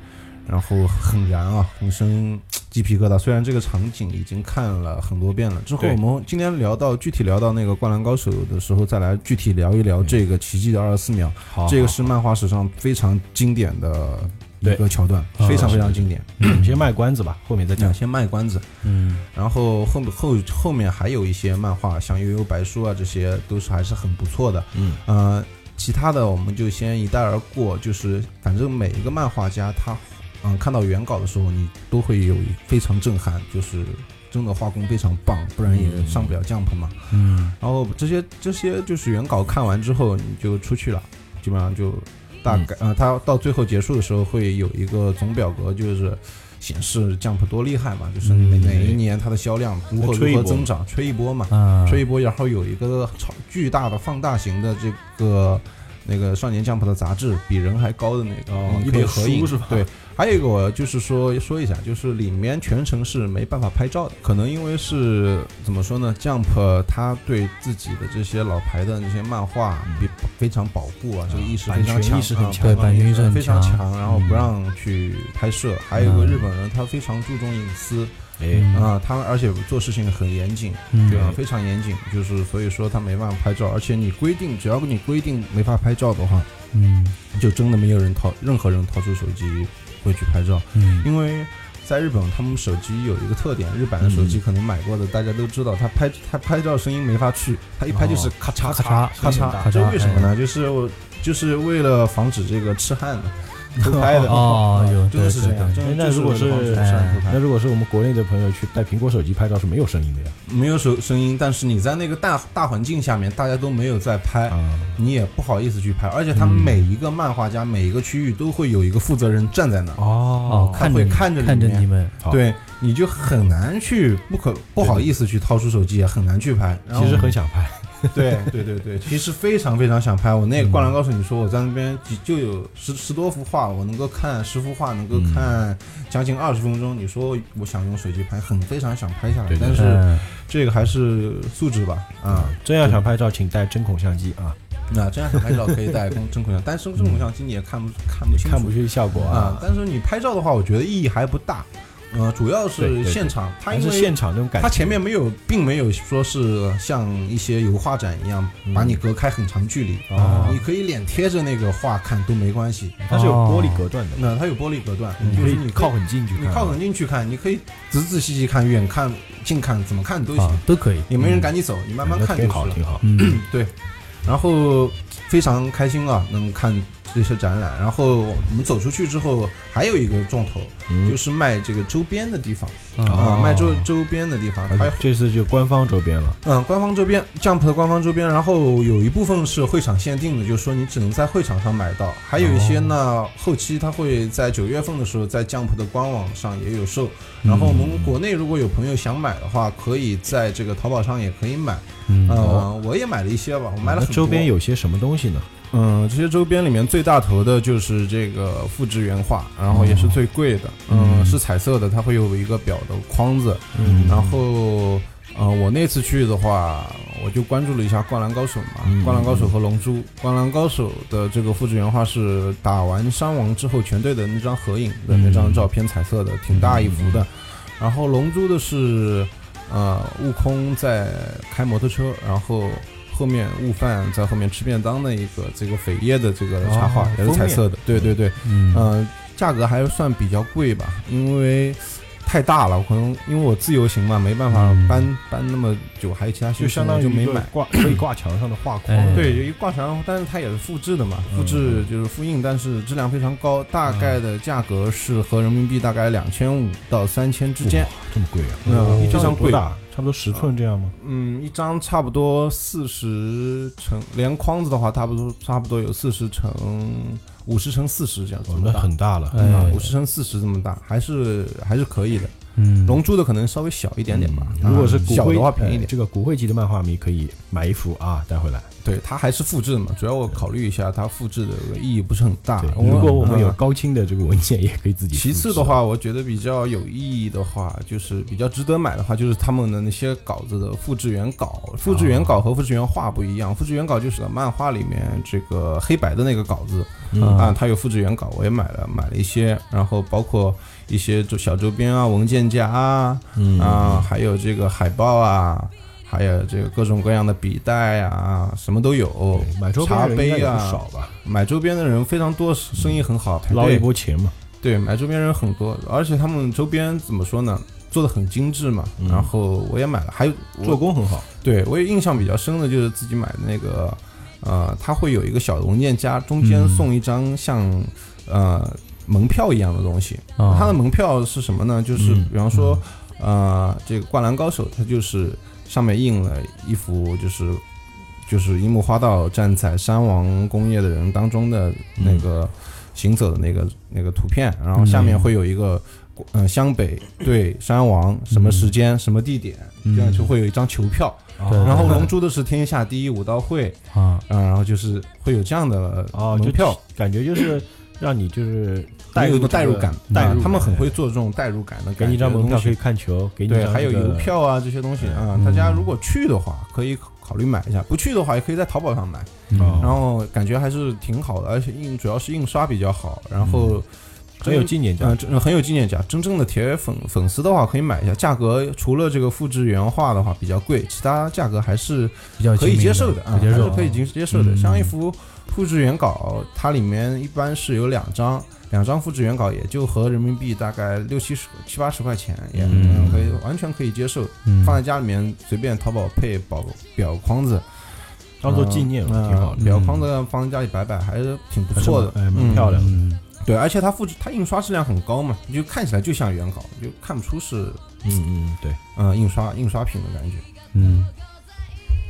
Speaker 5: 然后很燃啊，浑身鸡皮疙瘩。虽然这个场景已经看了很多遍了，之后
Speaker 1: 对
Speaker 5: 我们今天聊到具体聊到那个《灌篮高手》的时候，再来具体聊一聊这个奇迹的二十四秒，
Speaker 1: 嗯好，
Speaker 5: 这个是漫画史上非常经典的一个
Speaker 1: 对
Speaker 5: 桥段，
Speaker 3: 啊
Speaker 5: 非常非
Speaker 1: 是
Speaker 5: 常经典。
Speaker 1: 嗯先卖关子吧，后面再
Speaker 5: 两
Speaker 1: 讲。
Speaker 5: 先卖关子，
Speaker 3: 嗯
Speaker 5: 然后后后后面还有一些漫画，像《悠悠白书》啊，这些都是还是很不错的。
Speaker 1: 嗯
Speaker 5: 呃，其他的我们就先一带而过，就是反正每一个漫画家他，嗯，看到原稿的时候，你都会有一非常震撼，就是真的画工非常棒，不然也上不了 Jump 嘛。
Speaker 3: 嗯
Speaker 5: 然后这些这些就是原稿看完之后，你就出去了，基本上就大
Speaker 1: 嗯
Speaker 5: 概、呃，他到最后结束的时候会有一个总表格，就是。显示 Jump 多厉害嘛，就是每哪一年它的销量如何
Speaker 1: 嗯吹一
Speaker 5: 如何
Speaker 1: 波
Speaker 5: 增长，吹一波嘛。
Speaker 3: 啊，
Speaker 5: 吹一波，然后有一个超巨大的放大型的这个那个《少年 Jump》的杂志，比人还高的那个，
Speaker 1: 哦
Speaker 5: 你
Speaker 1: 可
Speaker 5: 可
Speaker 1: 以
Speaker 5: 以合影
Speaker 1: 书是吧
Speaker 5: 对，还有一个我就是说说一下，就是里面全程是没办法拍照的，可能因为是怎么说呢，Jump 他对自己的这些老牌的那些漫画比非常保护啊，这个意识非常
Speaker 1: 版权
Speaker 5: 强，
Speaker 1: 意识很
Speaker 5: 啊
Speaker 1: 强
Speaker 3: 对版权意识很
Speaker 5: 非常
Speaker 3: 强
Speaker 5: 强，然后不
Speaker 3: 嗯
Speaker 5: 让去拍摄。还有一个
Speaker 3: 嗯
Speaker 5: 日本人，他非常注重隐私
Speaker 1: 哎，
Speaker 5: 啊，他而且做事情很严谨。对啊，
Speaker 3: 嗯
Speaker 5: 非常严谨，就是所以说他没办法拍照，而且你规定，只要你规定没法拍照的话，
Speaker 3: 嗯
Speaker 5: 就真的没有人掏，任何人掏出手机会去拍照，
Speaker 3: 嗯
Speaker 5: 因为在日本他们手机有一个特点，日版的手机可能买过的大家都知道，它拍它拍照声音没法去，它一拍就是咔嚓
Speaker 3: 咔
Speaker 5: 咔
Speaker 3: 嚓
Speaker 5: 嚓
Speaker 3: 咔嚓哎
Speaker 5: 这为什么呢？就是我就是为了防止这个痴汉的偷拍的
Speaker 3: 哦有
Speaker 5: 真的是这样，
Speaker 3: 对
Speaker 5: 真的
Speaker 1: 那
Speaker 5: 就是
Speaker 1: 如果
Speaker 5: 为了防止
Speaker 1: 是哎
Speaker 5: 痴汉偷拍
Speaker 1: 那如果是我们国内的朋友去带苹果手机拍照是没有声音的呀。
Speaker 5: 没有手声音，但是你在那个大大环境下面，大家都没有在拍。
Speaker 1: 啊，
Speaker 5: 你也不好意思去拍，而且他们
Speaker 3: 嗯
Speaker 5: 每一个漫画家、每一个区域都会有一个负责人站在那儿，
Speaker 3: 哦，
Speaker 5: 他
Speaker 3: 看着
Speaker 5: 会
Speaker 3: 你
Speaker 5: 看着里
Speaker 3: 看着
Speaker 5: 面
Speaker 3: 你们，
Speaker 1: 好
Speaker 5: 对，你就很难去不可不好意思去掏出手机，也很难去拍。然后
Speaker 1: 啊其实很想拍。
Speaker 5: 对对 对对，其实非常非常想拍。我那个《灌篮高手》，你说我在那边
Speaker 3: 嗯
Speaker 5: 几就有十十多幅画，我能够看十幅画，能够看将近二十分钟。你说我想用手机拍，很非常想拍下来
Speaker 1: 对，对
Speaker 5: 但是
Speaker 3: 嗯
Speaker 5: 这个还是素质吧，啊，
Speaker 1: 真要想拍照，请带针孔相机啊，
Speaker 5: 那这样想拍照可以带跟真孔相，但是真
Speaker 3: 嗯
Speaker 5: 孔相机你也看不看不清
Speaker 1: 看
Speaker 5: 楚
Speaker 1: 不出效果
Speaker 5: 啊
Speaker 1: 啊，。
Speaker 5: 但是你拍照的话，我觉得意义还不大。呃，主要
Speaker 1: 对
Speaker 5: 是
Speaker 1: 对对
Speaker 5: 现场，它
Speaker 1: 还
Speaker 5: 因
Speaker 1: 是
Speaker 5: 为
Speaker 1: 现场那种感
Speaker 5: 它
Speaker 1: 觉。
Speaker 5: 前面没有，并没有说是像一些油画展一样把你隔开很长距离，
Speaker 1: 嗯
Speaker 5: 啊
Speaker 1: 哦
Speaker 5: 你可以脸贴着那个画看都没关系。
Speaker 1: 它是有玻璃隔断的，
Speaker 5: 那它有玻璃隔断，
Speaker 1: 你嗯
Speaker 5: 就
Speaker 1: 可
Speaker 5: 是你
Speaker 1: 以靠，很近去
Speaker 5: 你
Speaker 1: 看啊
Speaker 5: 靠很近去看，你可以仔仔细细看，远看、近看，怎么看都行
Speaker 3: 啊。都可以，
Speaker 5: 也没人赶你走，你慢慢
Speaker 1: 嗯那
Speaker 5: 看就
Speaker 1: 挺
Speaker 5: 好
Speaker 1: 好，
Speaker 5: 了。
Speaker 1: 挺好。
Speaker 3: 嗯
Speaker 5: 对，然后非常开心啊，能看这些展览。然后我们走出去之后，还有一个重头，
Speaker 1: 嗯
Speaker 5: 就是卖这个周边的地方啊、
Speaker 1: 哦
Speaker 5: 卖周周边的地方，还有
Speaker 1: 嗯这次就官方周边了，
Speaker 5: 嗯，官方周边 Jump 的官方周边，然后有一部分是会场限定的，就是说你只能在会场上买到，还有一些呢，
Speaker 1: 哦
Speaker 5: 后期它会在九月份的时候在 Jump 的官网上也有
Speaker 1: 嗯
Speaker 5: 售。然后我们国内如果有朋友想买的话，可以在这个淘宝上也可以买。
Speaker 3: 嗯
Speaker 5: 呃，我也买了一些吧，我买了
Speaker 1: 嗯那
Speaker 5: 很多。
Speaker 1: 周边有些什么东西呢？
Speaker 5: 嗯，这些周边里面最大头的就是这个复制原画，然后也是最贵的。嗯，是彩色的，它会有一个表的框子。
Speaker 1: 嗯
Speaker 5: 然后，呃，我那次去的话，我就关注了一下《灌篮高手》嘛，灌篮高手》和《龙珠》。《灌篮高手》的这个复制原画是打完山王之后全队的那张合影的那张照片，彩色的，挺大一幅的。然后《龙珠》的是，呃，悟空在开摩托车，然后后面悟饭在后面吃便当的一个这个扉页的这个插画
Speaker 1: 哦，
Speaker 5: 也是彩色的。对对对，
Speaker 3: 嗯
Speaker 5: 呃，价格还算比较贵吧，因为太大了，我可能因为我自由行嘛，没办法
Speaker 1: 嗯
Speaker 5: 搬搬那么久，还有其他需
Speaker 1: 就
Speaker 5: 求
Speaker 1: 相当于
Speaker 5: 我就没
Speaker 1: 一个
Speaker 5: 买。
Speaker 1: 挂可以挂墙上的画框
Speaker 3: 哎，
Speaker 5: 对，有一挂墙，但是它也是复制的嘛，复制
Speaker 1: 嗯
Speaker 5: 就是复印，但是质量非常高，大概的价格是合人民币大概两千五到三千之间
Speaker 1: 哇。这么贵啊？
Speaker 5: 嗯
Speaker 1: 一张
Speaker 5: 非常
Speaker 1: 有多
Speaker 5: 贵
Speaker 1: 大？差不多十寸这样吗？
Speaker 5: 嗯，一张差不多四十乘，连框子的话，差不多差不多有四十乘五十乘四十这样子
Speaker 1: 哦
Speaker 5: 这，么
Speaker 1: 那
Speaker 5: 大。嗯
Speaker 1: 很大了，
Speaker 3: 哎
Speaker 5: 五十乘四十这么大，还是还是可以的。
Speaker 3: 嗯，
Speaker 5: 龙珠的可能稍微小一点点吧，
Speaker 1: 嗯如果是
Speaker 5: 啊
Speaker 1: 骨
Speaker 5: 小
Speaker 1: 灰
Speaker 5: 的话便宜一
Speaker 1: 呃
Speaker 5: 点。
Speaker 1: 这个骨灰级的漫画迷可以买一幅啊带回来。
Speaker 5: 对，它还是复制的嘛，主要我考虑一下它复制的意义不是很大
Speaker 1: 对。，
Speaker 5: 们
Speaker 1: 如啊果我们有
Speaker 5: 嗯
Speaker 1: 高清的这个文件，也可以自己。
Speaker 5: 其次的，话，我觉得比较有意义的话，就是比较值得买的话，就是他们的那些稿子的复制原稿。复制原
Speaker 1: 啊
Speaker 5: 稿和复制原画不一样，复制原稿就是漫画里面这个黑白的那个稿子
Speaker 1: 嗯
Speaker 5: 啊，它有复制原稿，我也买了，买了一些，然后包括一些就小周边啊、文件夹啊，
Speaker 1: 嗯
Speaker 5: 啊，还有这个海报啊。还有这个各种各样的笔袋啊，什么都有
Speaker 1: 对，买周边
Speaker 5: 茶
Speaker 1: 的人应该
Speaker 5: 杯
Speaker 1: 也不
Speaker 5: 啊，
Speaker 1: 少吧？
Speaker 5: 买周边的人非常多，生意很好，排
Speaker 1: 捞
Speaker 5: 队
Speaker 1: 一波钱嘛。
Speaker 5: 对，买周边人很多，而且他们周边怎么说呢，做的很精致嘛。然后我也买了，还有做
Speaker 1: 做工很好，
Speaker 5: 对我也印象比较深的就是自己买的那个，呃，它会有一个小文件夹，中间送一张像、呃门票一样的东西。
Speaker 3: 啊
Speaker 5: 它的门票是什么呢？就是
Speaker 1: 嗯
Speaker 5: 比方说，呃，这个《灌篮高手》，它就是上面印了一幅就是。就是樱木花道站在山王工业的人当中的那
Speaker 1: 嗯
Speaker 5: 个行走的那个那个图片，然后下面会有一个，嗯，湘北对山王什么时
Speaker 1: 嗯
Speaker 5: 间什么地点，这样就会有一张球票。
Speaker 3: 嗯对
Speaker 5: 然后龙珠的是天下第一武道会，
Speaker 3: 啊，
Speaker 5: 嗯，然后就是会有这样的呃
Speaker 1: 哦，就
Speaker 5: 门票，
Speaker 1: 感觉就是让你就是带
Speaker 5: 带
Speaker 1: 入
Speaker 5: 有个代入感，
Speaker 1: 代
Speaker 5: 啊
Speaker 1: 入
Speaker 5: 他们很
Speaker 1: 感
Speaker 5: 会做这种代入感的
Speaker 1: 给
Speaker 5: 感
Speaker 1: 你
Speaker 5: 觉的东西，
Speaker 1: 一张门票可以看球，给你一
Speaker 5: 对，
Speaker 1: 张
Speaker 5: 还有
Speaker 1: 这个
Speaker 5: 邮票啊这些东西啊，大家如果去的话，可以考虑买一下；不去的话，也可以在淘宝上买。
Speaker 3: 嗯
Speaker 1: 哦
Speaker 5: 然后感觉还是挺好的，而且印主要是印刷比较好，然后
Speaker 1: 很有纪念价
Speaker 5: 嗯、
Speaker 1: 值。
Speaker 5: 这很有纪念价。真正的铁粉粉丝的话，可以买一下，价格除了这个复制原画的话比较贵，其他价格还是
Speaker 3: 比较
Speaker 5: 可以接受的啊，
Speaker 3: 可接
Speaker 5: 还
Speaker 3: 受
Speaker 5: 是可以接接受的。像一幅复制原稿，它里面一般是有两张，两张复制原稿也就合人民币大概六七十、七八十块钱，也
Speaker 3: 嗯
Speaker 5: 可以完全可以接受，
Speaker 3: 嗯
Speaker 5: 放在家里面随便淘宝配保表框子，
Speaker 1: 当做纪念嘛，
Speaker 5: 嗯
Speaker 1: 挺好的，
Speaker 5: 表框子放在家里摆摆还是挺不错的，
Speaker 1: 哎，蛮
Speaker 5: 嗯
Speaker 1: 漂亮的。
Speaker 3: 嗯
Speaker 5: 对，而且它复制它印刷质量很高嘛，你就看起来就像原稿，你就看不出是
Speaker 1: 嗯嗯，对。
Speaker 5: 嗯、呃印刷印刷品的感觉。
Speaker 3: 嗯，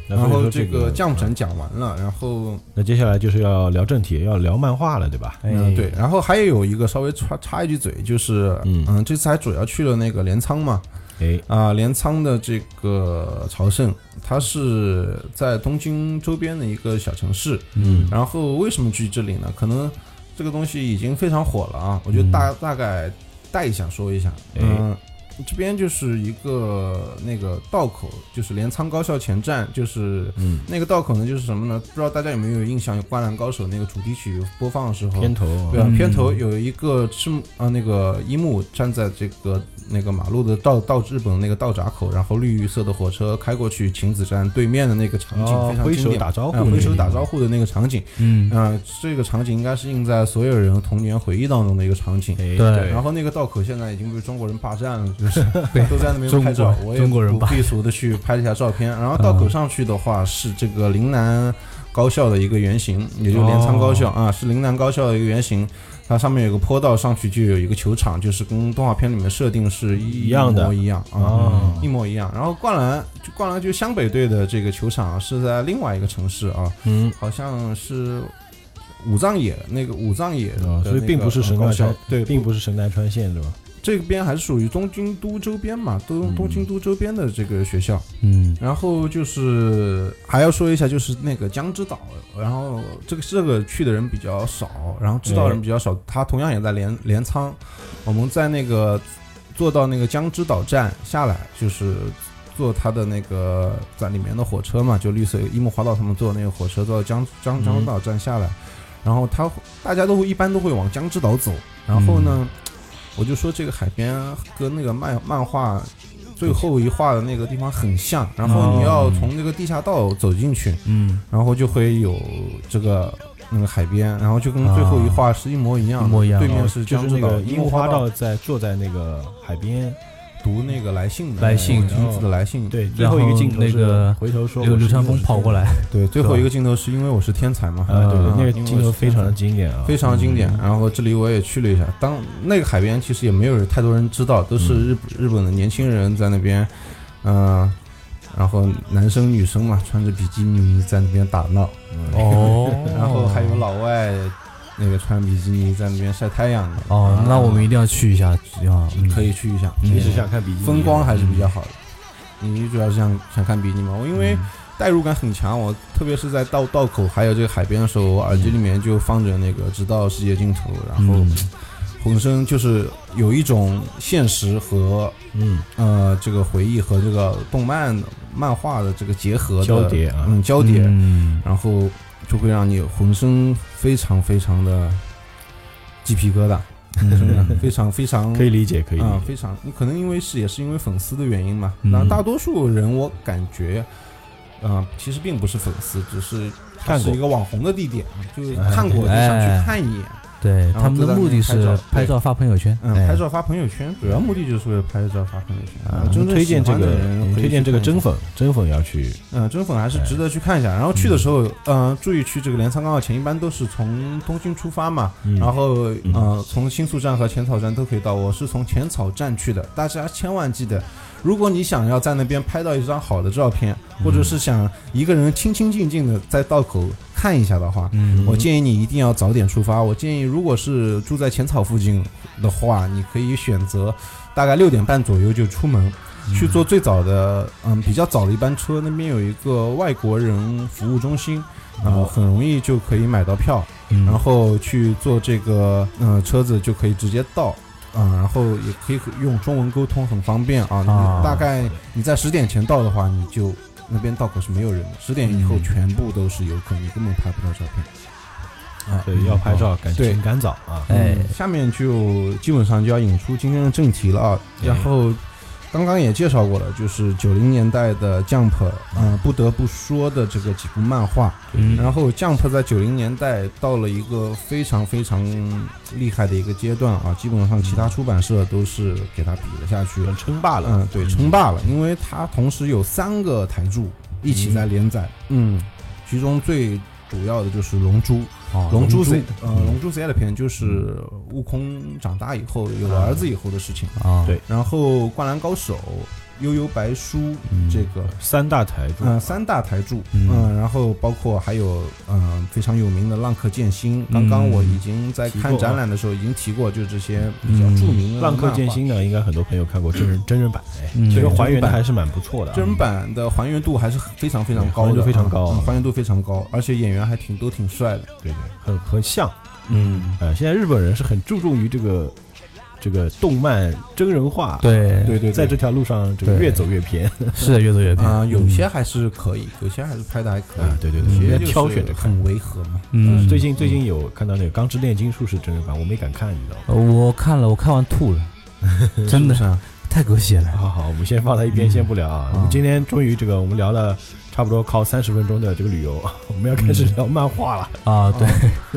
Speaker 1: 那
Speaker 5: 然
Speaker 1: 所以
Speaker 5: 后
Speaker 1: 说
Speaker 5: 这
Speaker 1: 个啊嗯
Speaker 5: 个降展讲完了，然后
Speaker 1: 那接下来就是要聊正题，要聊漫画了，对吧？
Speaker 3: 哎
Speaker 5: 嗯，对，然后还有一个稍微插插一句嘴，就是
Speaker 1: 嗯
Speaker 5: 嗯这次还主要去了那个镰仓嘛，
Speaker 1: 哎，
Speaker 5: 啊、镰仓的这个朝圣，它是在东京周边的一个小城市。
Speaker 1: 嗯，
Speaker 5: 然后为什么去这里呢？可能这个东西已经非常火了啊，我觉得大、大概带一下说一下，
Speaker 1: 嗯哎
Speaker 5: 嗯、这边就是一个那个道口，就是镰仓高校前站，就是
Speaker 1: 嗯
Speaker 5: 那个道口呢，就是什么呢？不知道大家有没有印象？有《灌篮高手》那个主题曲播放的时候，
Speaker 1: 片头
Speaker 5: 对啊
Speaker 3: 嗯，
Speaker 5: 片头有一个赤木啊，那个樱木站在这个那个马路的道道日本的那个道闸口，然后绿色的火车开过去，晴子站对面的那个场景
Speaker 1: 哦
Speaker 5: 非常
Speaker 1: 挥
Speaker 5: 经
Speaker 1: 手
Speaker 5: 典，
Speaker 1: 打招
Speaker 5: 啊
Speaker 1: 呼，
Speaker 5: 挥手打招呼的那个场景，
Speaker 3: 嗯
Speaker 5: 啊、这个场景应该是印在所有人童年回忆当中的一个场景。
Speaker 1: 哎，
Speaker 3: 对
Speaker 5: 然后那个道口现在已经被中国人霸占了，就是都在那边
Speaker 3: 中
Speaker 5: 拍照，
Speaker 3: 国
Speaker 5: 我也
Speaker 3: 中国人
Speaker 5: 不
Speaker 3: 霸
Speaker 5: 避俗的去拍了一下照片。然后道口上去的话是这个陵南高校的一个原型，也就是镰仓高校、啊，是陵南高校的一个原型。它上面有个坡道，上去就有一个球场，就是跟动画片里面设定是一
Speaker 1: 一样的
Speaker 5: 一模一样啊、
Speaker 1: 哦
Speaker 5: 一模一样。然后灌篮，就灌篮就湘北队的这个球场啊是在另外一个城市啊，
Speaker 1: 嗯，
Speaker 5: 好像是武藏野那个武藏野的呃那
Speaker 1: 啊
Speaker 5: 个、呃
Speaker 1: 所以并不是神
Speaker 5: 高
Speaker 1: 奈
Speaker 5: 校
Speaker 1: 川，，
Speaker 5: 对，
Speaker 1: 并不是神奈川县，对吧？
Speaker 5: 这边还是属于东京都周边嘛，东东京都周边的这个学校。
Speaker 3: 嗯
Speaker 5: 然后就是还要说一下，就是那个江之岛，然后这个这个去的人比较少，然后知道人比较少。它同样也在镰镰仓，我们在那个坐到那个江之岛站下来，就是坐它的那个在里面的火车嘛，就绿色樱木花道他们坐那个火车坐到江江江之岛站下来，然后他大家都会一般都会往江之岛走，然后呢，我就说这个海边跟那个漫漫画最后一画的那个地方很像，
Speaker 1: 嗯
Speaker 5: 然后你要从那个地下道走进去，
Speaker 3: 嗯
Speaker 5: 然后就会有这个那个海边，然后就跟最后一画是一模一样的，
Speaker 1: 一模一样
Speaker 5: 对面
Speaker 1: 哦
Speaker 5: 是
Speaker 1: 就
Speaker 5: 江
Speaker 1: 是那
Speaker 5: 之岛
Speaker 1: 个
Speaker 5: 樱
Speaker 1: 樱木花
Speaker 5: 道
Speaker 1: 道在坐在那个海边，
Speaker 5: 读那个来信的
Speaker 3: 来信
Speaker 5: 那个晴子的来信，
Speaker 1: 对，最
Speaker 3: 然
Speaker 1: 一个
Speaker 3: 后
Speaker 1: 镜头
Speaker 3: 那
Speaker 1: 是
Speaker 3: 个
Speaker 1: 嗯回头说
Speaker 3: 刘
Speaker 1: 我是
Speaker 3: 刘长
Speaker 1: 樱木
Speaker 3: 风
Speaker 1: 是
Speaker 3: 跑
Speaker 1: 天
Speaker 3: 过
Speaker 1: 才
Speaker 3: 来，
Speaker 5: 对，最后一个镜头是因为我是天才嘛，
Speaker 1: 啊，对对，那个
Speaker 5: 因为
Speaker 1: 镜
Speaker 5: 我
Speaker 1: 头
Speaker 5: 是
Speaker 1: 非常的经典啊，
Speaker 5: 非常经典。然后这里我也去了一下，当那个海边其实也没有太多人知道，都
Speaker 1: 嗯
Speaker 5: 是日日本的年轻人在那边，嗯，然后男生女生嘛，穿着比基尼在那边打闹，
Speaker 3: 哦
Speaker 5: 然后还有老外那个穿比基尼在那边晒太阳的。
Speaker 3: 哦，那我们一定要去一下啊，嗯
Speaker 5: 可以去一下，
Speaker 1: 一直想看比基尼啊
Speaker 5: 风光还是比较好的。你主要是想想看比基尼嘛，我因为代入感很强，我特别是在道道口还有这个海边的时候，我耳机里面就放着那个《直到世界尽头》，然后
Speaker 3: 嗯
Speaker 5: 浑身就是有一种现实和
Speaker 1: 嗯
Speaker 5: 呃这个回忆和这个动漫漫画的这个结合的
Speaker 1: 交叠啊
Speaker 5: 嗯，交叠，
Speaker 3: 嗯
Speaker 5: 然后就会让你浑身非常非常的鸡皮疙瘩，真的非常非常
Speaker 1: 嗯可以理解，可以理
Speaker 5: 啊、
Speaker 1: 解，
Speaker 5: 非常，你可能因为是也是因为粉丝的原因嘛。
Speaker 3: 嗯
Speaker 5: 那大多数人我感觉，啊、其实并不是粉丝，只是它
Speaker 1: 看
Speaker 5: 是
Speaker 1: 过
Speaker 5: 一个网红的地点，就是
Speaker 1: 哎
Speaker 5: 看过就
Speaker 3: 哎
Speaker 5: 想去看一眼。
Speaker 3: 对，
Speaker 5: 后
Speaker 3: 他们的目的
Speaker 5: 就在那
Speaker 3: 是
Speaker 5: 边
Speaker 3: 拍
Speaker 5: 拍照
Speaker 3: 照发朋友圈，
Speaker 5: 嗯，
Speaker 3: 哎
Speaker 5: 拍照发朋友圈，主要目的就是为了拍照发朋友圈。
Speaker 1: 啊
Speaker 5: 真正
Speaker 1: 推荐
Speaker 5: 喜
Speaker 1: 这
Speaker 5: 欢
Speaker 1: 个
Speaker 5: 的人，可以
Speaker 1: 推荐这个
Speaker 5: 去看
Speaker 1: 真
Speaker 5: 一下，
Speaker 1: 粉，真粉要去
Speaker 5: 嗯，真粉还
Speaker 1: 哎
Speaker 5: 是值得去看一下。然后去的时候，嗯，注意去这个镰仓港澳前，一般都是从东京出发嘛，
Speaker 1: 嗯
Speaker 5: 然后呃，从新宿站和浅草站都可以到。我是从浅草站去的，大家千万记得，如果你想要在那边拍到一张好的照片，或者
Speaker 1: 嗯
Speaker 5: 是想一个人清清静静的在道口看一下的话，
Speaker 3: 嗯，
Speaker 5: 我建议你一定要早点出发。我建议，如果是住在浅草附近的话，你可以选择大概六点半左右就出门，去坐最早的，嗯，比较早的一班车。那边有一个外国人服务中心，啊、很容易就可以买到票，
Speaker 3: 嗯
Speaker 5: 然后去坐这个，嗯、车子就可以直接到。啊、然后也可以用中文沟通，很方便啊。
Speaker 3: 啊
Speaker 5: 你大概你在十点前到的话，你就那边道口是没有人的，十点以后
Speaker 3: 嗯
Speaker 5: 全部都是游客，你根本拍不到照片。啊
Speaker 1: 嗯对，要拍照赶
Speaker 5: 对
Speaker 1: 紧赶早啊，
Speaker 3: 哎
Speaker 5: 嗯下面就基本上就要引出今天的正题了啊。
Speaker 1: 哎
Speaker 5: 然后刚刚也介绍过了，就是九零年代的 Jump，嗯、不得不说的这个几部漫画。
Speaker 3: 嗯
Speaker 5: 然后 Jump 在九零年代到了一个非常非常厉害的一个阶段啊，基本上其他出版社都是给他比了下去了。
Speaker 1: 称霸了，
Speaker 5: 嗯，对，称霸了，因为它同时有三个台柱一起在连载，嗯，其中最主要的就是《龙珠》，
Speaker 3: 哦
Speaker 5: 龙珠
Speaker 3: 珠
Speaker 5: Z，呃，嗯龙珠 Z 的片就是悟空长大以后有了儿子以后的事情，
Speaker 3: 啊，
Speaker 1: 对
Speaker 5: 然后《灌篮高手》、《悠悠白书》这个。
Speaker 1: 三大台柱，
Speaker 5: 嗯，三大台柱，
Speaker 3: 嗯
Speaker 5: 嗯，然后包括还有嗯非常有名的浪客剑心，刚刚我已经在
Speaker 1: 嗯提
Speaker 5: 看
Speaker 1: 过啊嗯
Speaker 5: 展览的时候已经提过，就是这些比较著名的
Speaker 1: 浪客
Speaker 5: 漫画
Speaker 1: 剑心呢，应该很多朋友看过真人真人版，哎
Speaker 3: 嗯
Speaker 1: 其
Speaker 5: 对
Speaker 1: 实还
Speaker 5: 真人
Speaker 1: 原的
Speaker 5: 版
Speaker 1: 还是蛮不错的啊，
Speaker 5: 真人版的还原度还是非常非常高
Speaker 1: 还
Speaker 5: 的，
Speaker 1: 原度非常高啊
Speaker 5: 嗯还原度非常高，而且演员还挺都挺帅的。
Speaker 1: 对对，很很像，
Speaker 5: 嗯，
Speaker 1: 呃，现在日本人是很注重于这个这个动漫真人化，，
Speaker 3: 对
Speaker 5: 对对，
Speaker 1: 在这条路上这个
Speaker 3: 对
Speaker 1: 越走越偏，
Speaker 3: 是的，越走越偏
Speaker 5: 啊，有些还是可以，有些还是拍的还可
Speaker 1: 嗯啊
Speaker 5: 以，，
Speaker 1: 对对
Speaker 5: 有
Speaker 1: 对，
Speaker 5: 些
Speaker 1: 要
Speaker 5: 就是
Speaker 1: 挑选着看。
Speaker 5: 很违和嘛。
Speaker 3: 嗯，
Speaker 1: 最近最近有看到那个《钢之炼金术士》真人版，我没敢看，你知道吗？
Speaker 3: 呃我看了，我看完吐 了，真的
Speaker 5: 是啊，
Speaker 3: 太狗血了，
Speaker 1: 好好，我们先放在一边，先不聊啊。我们今天终于这个，我们聊了差不多靠三十分钟的这个旅游，我们要开始聊漫画了。
Speaker 3: 啊，对，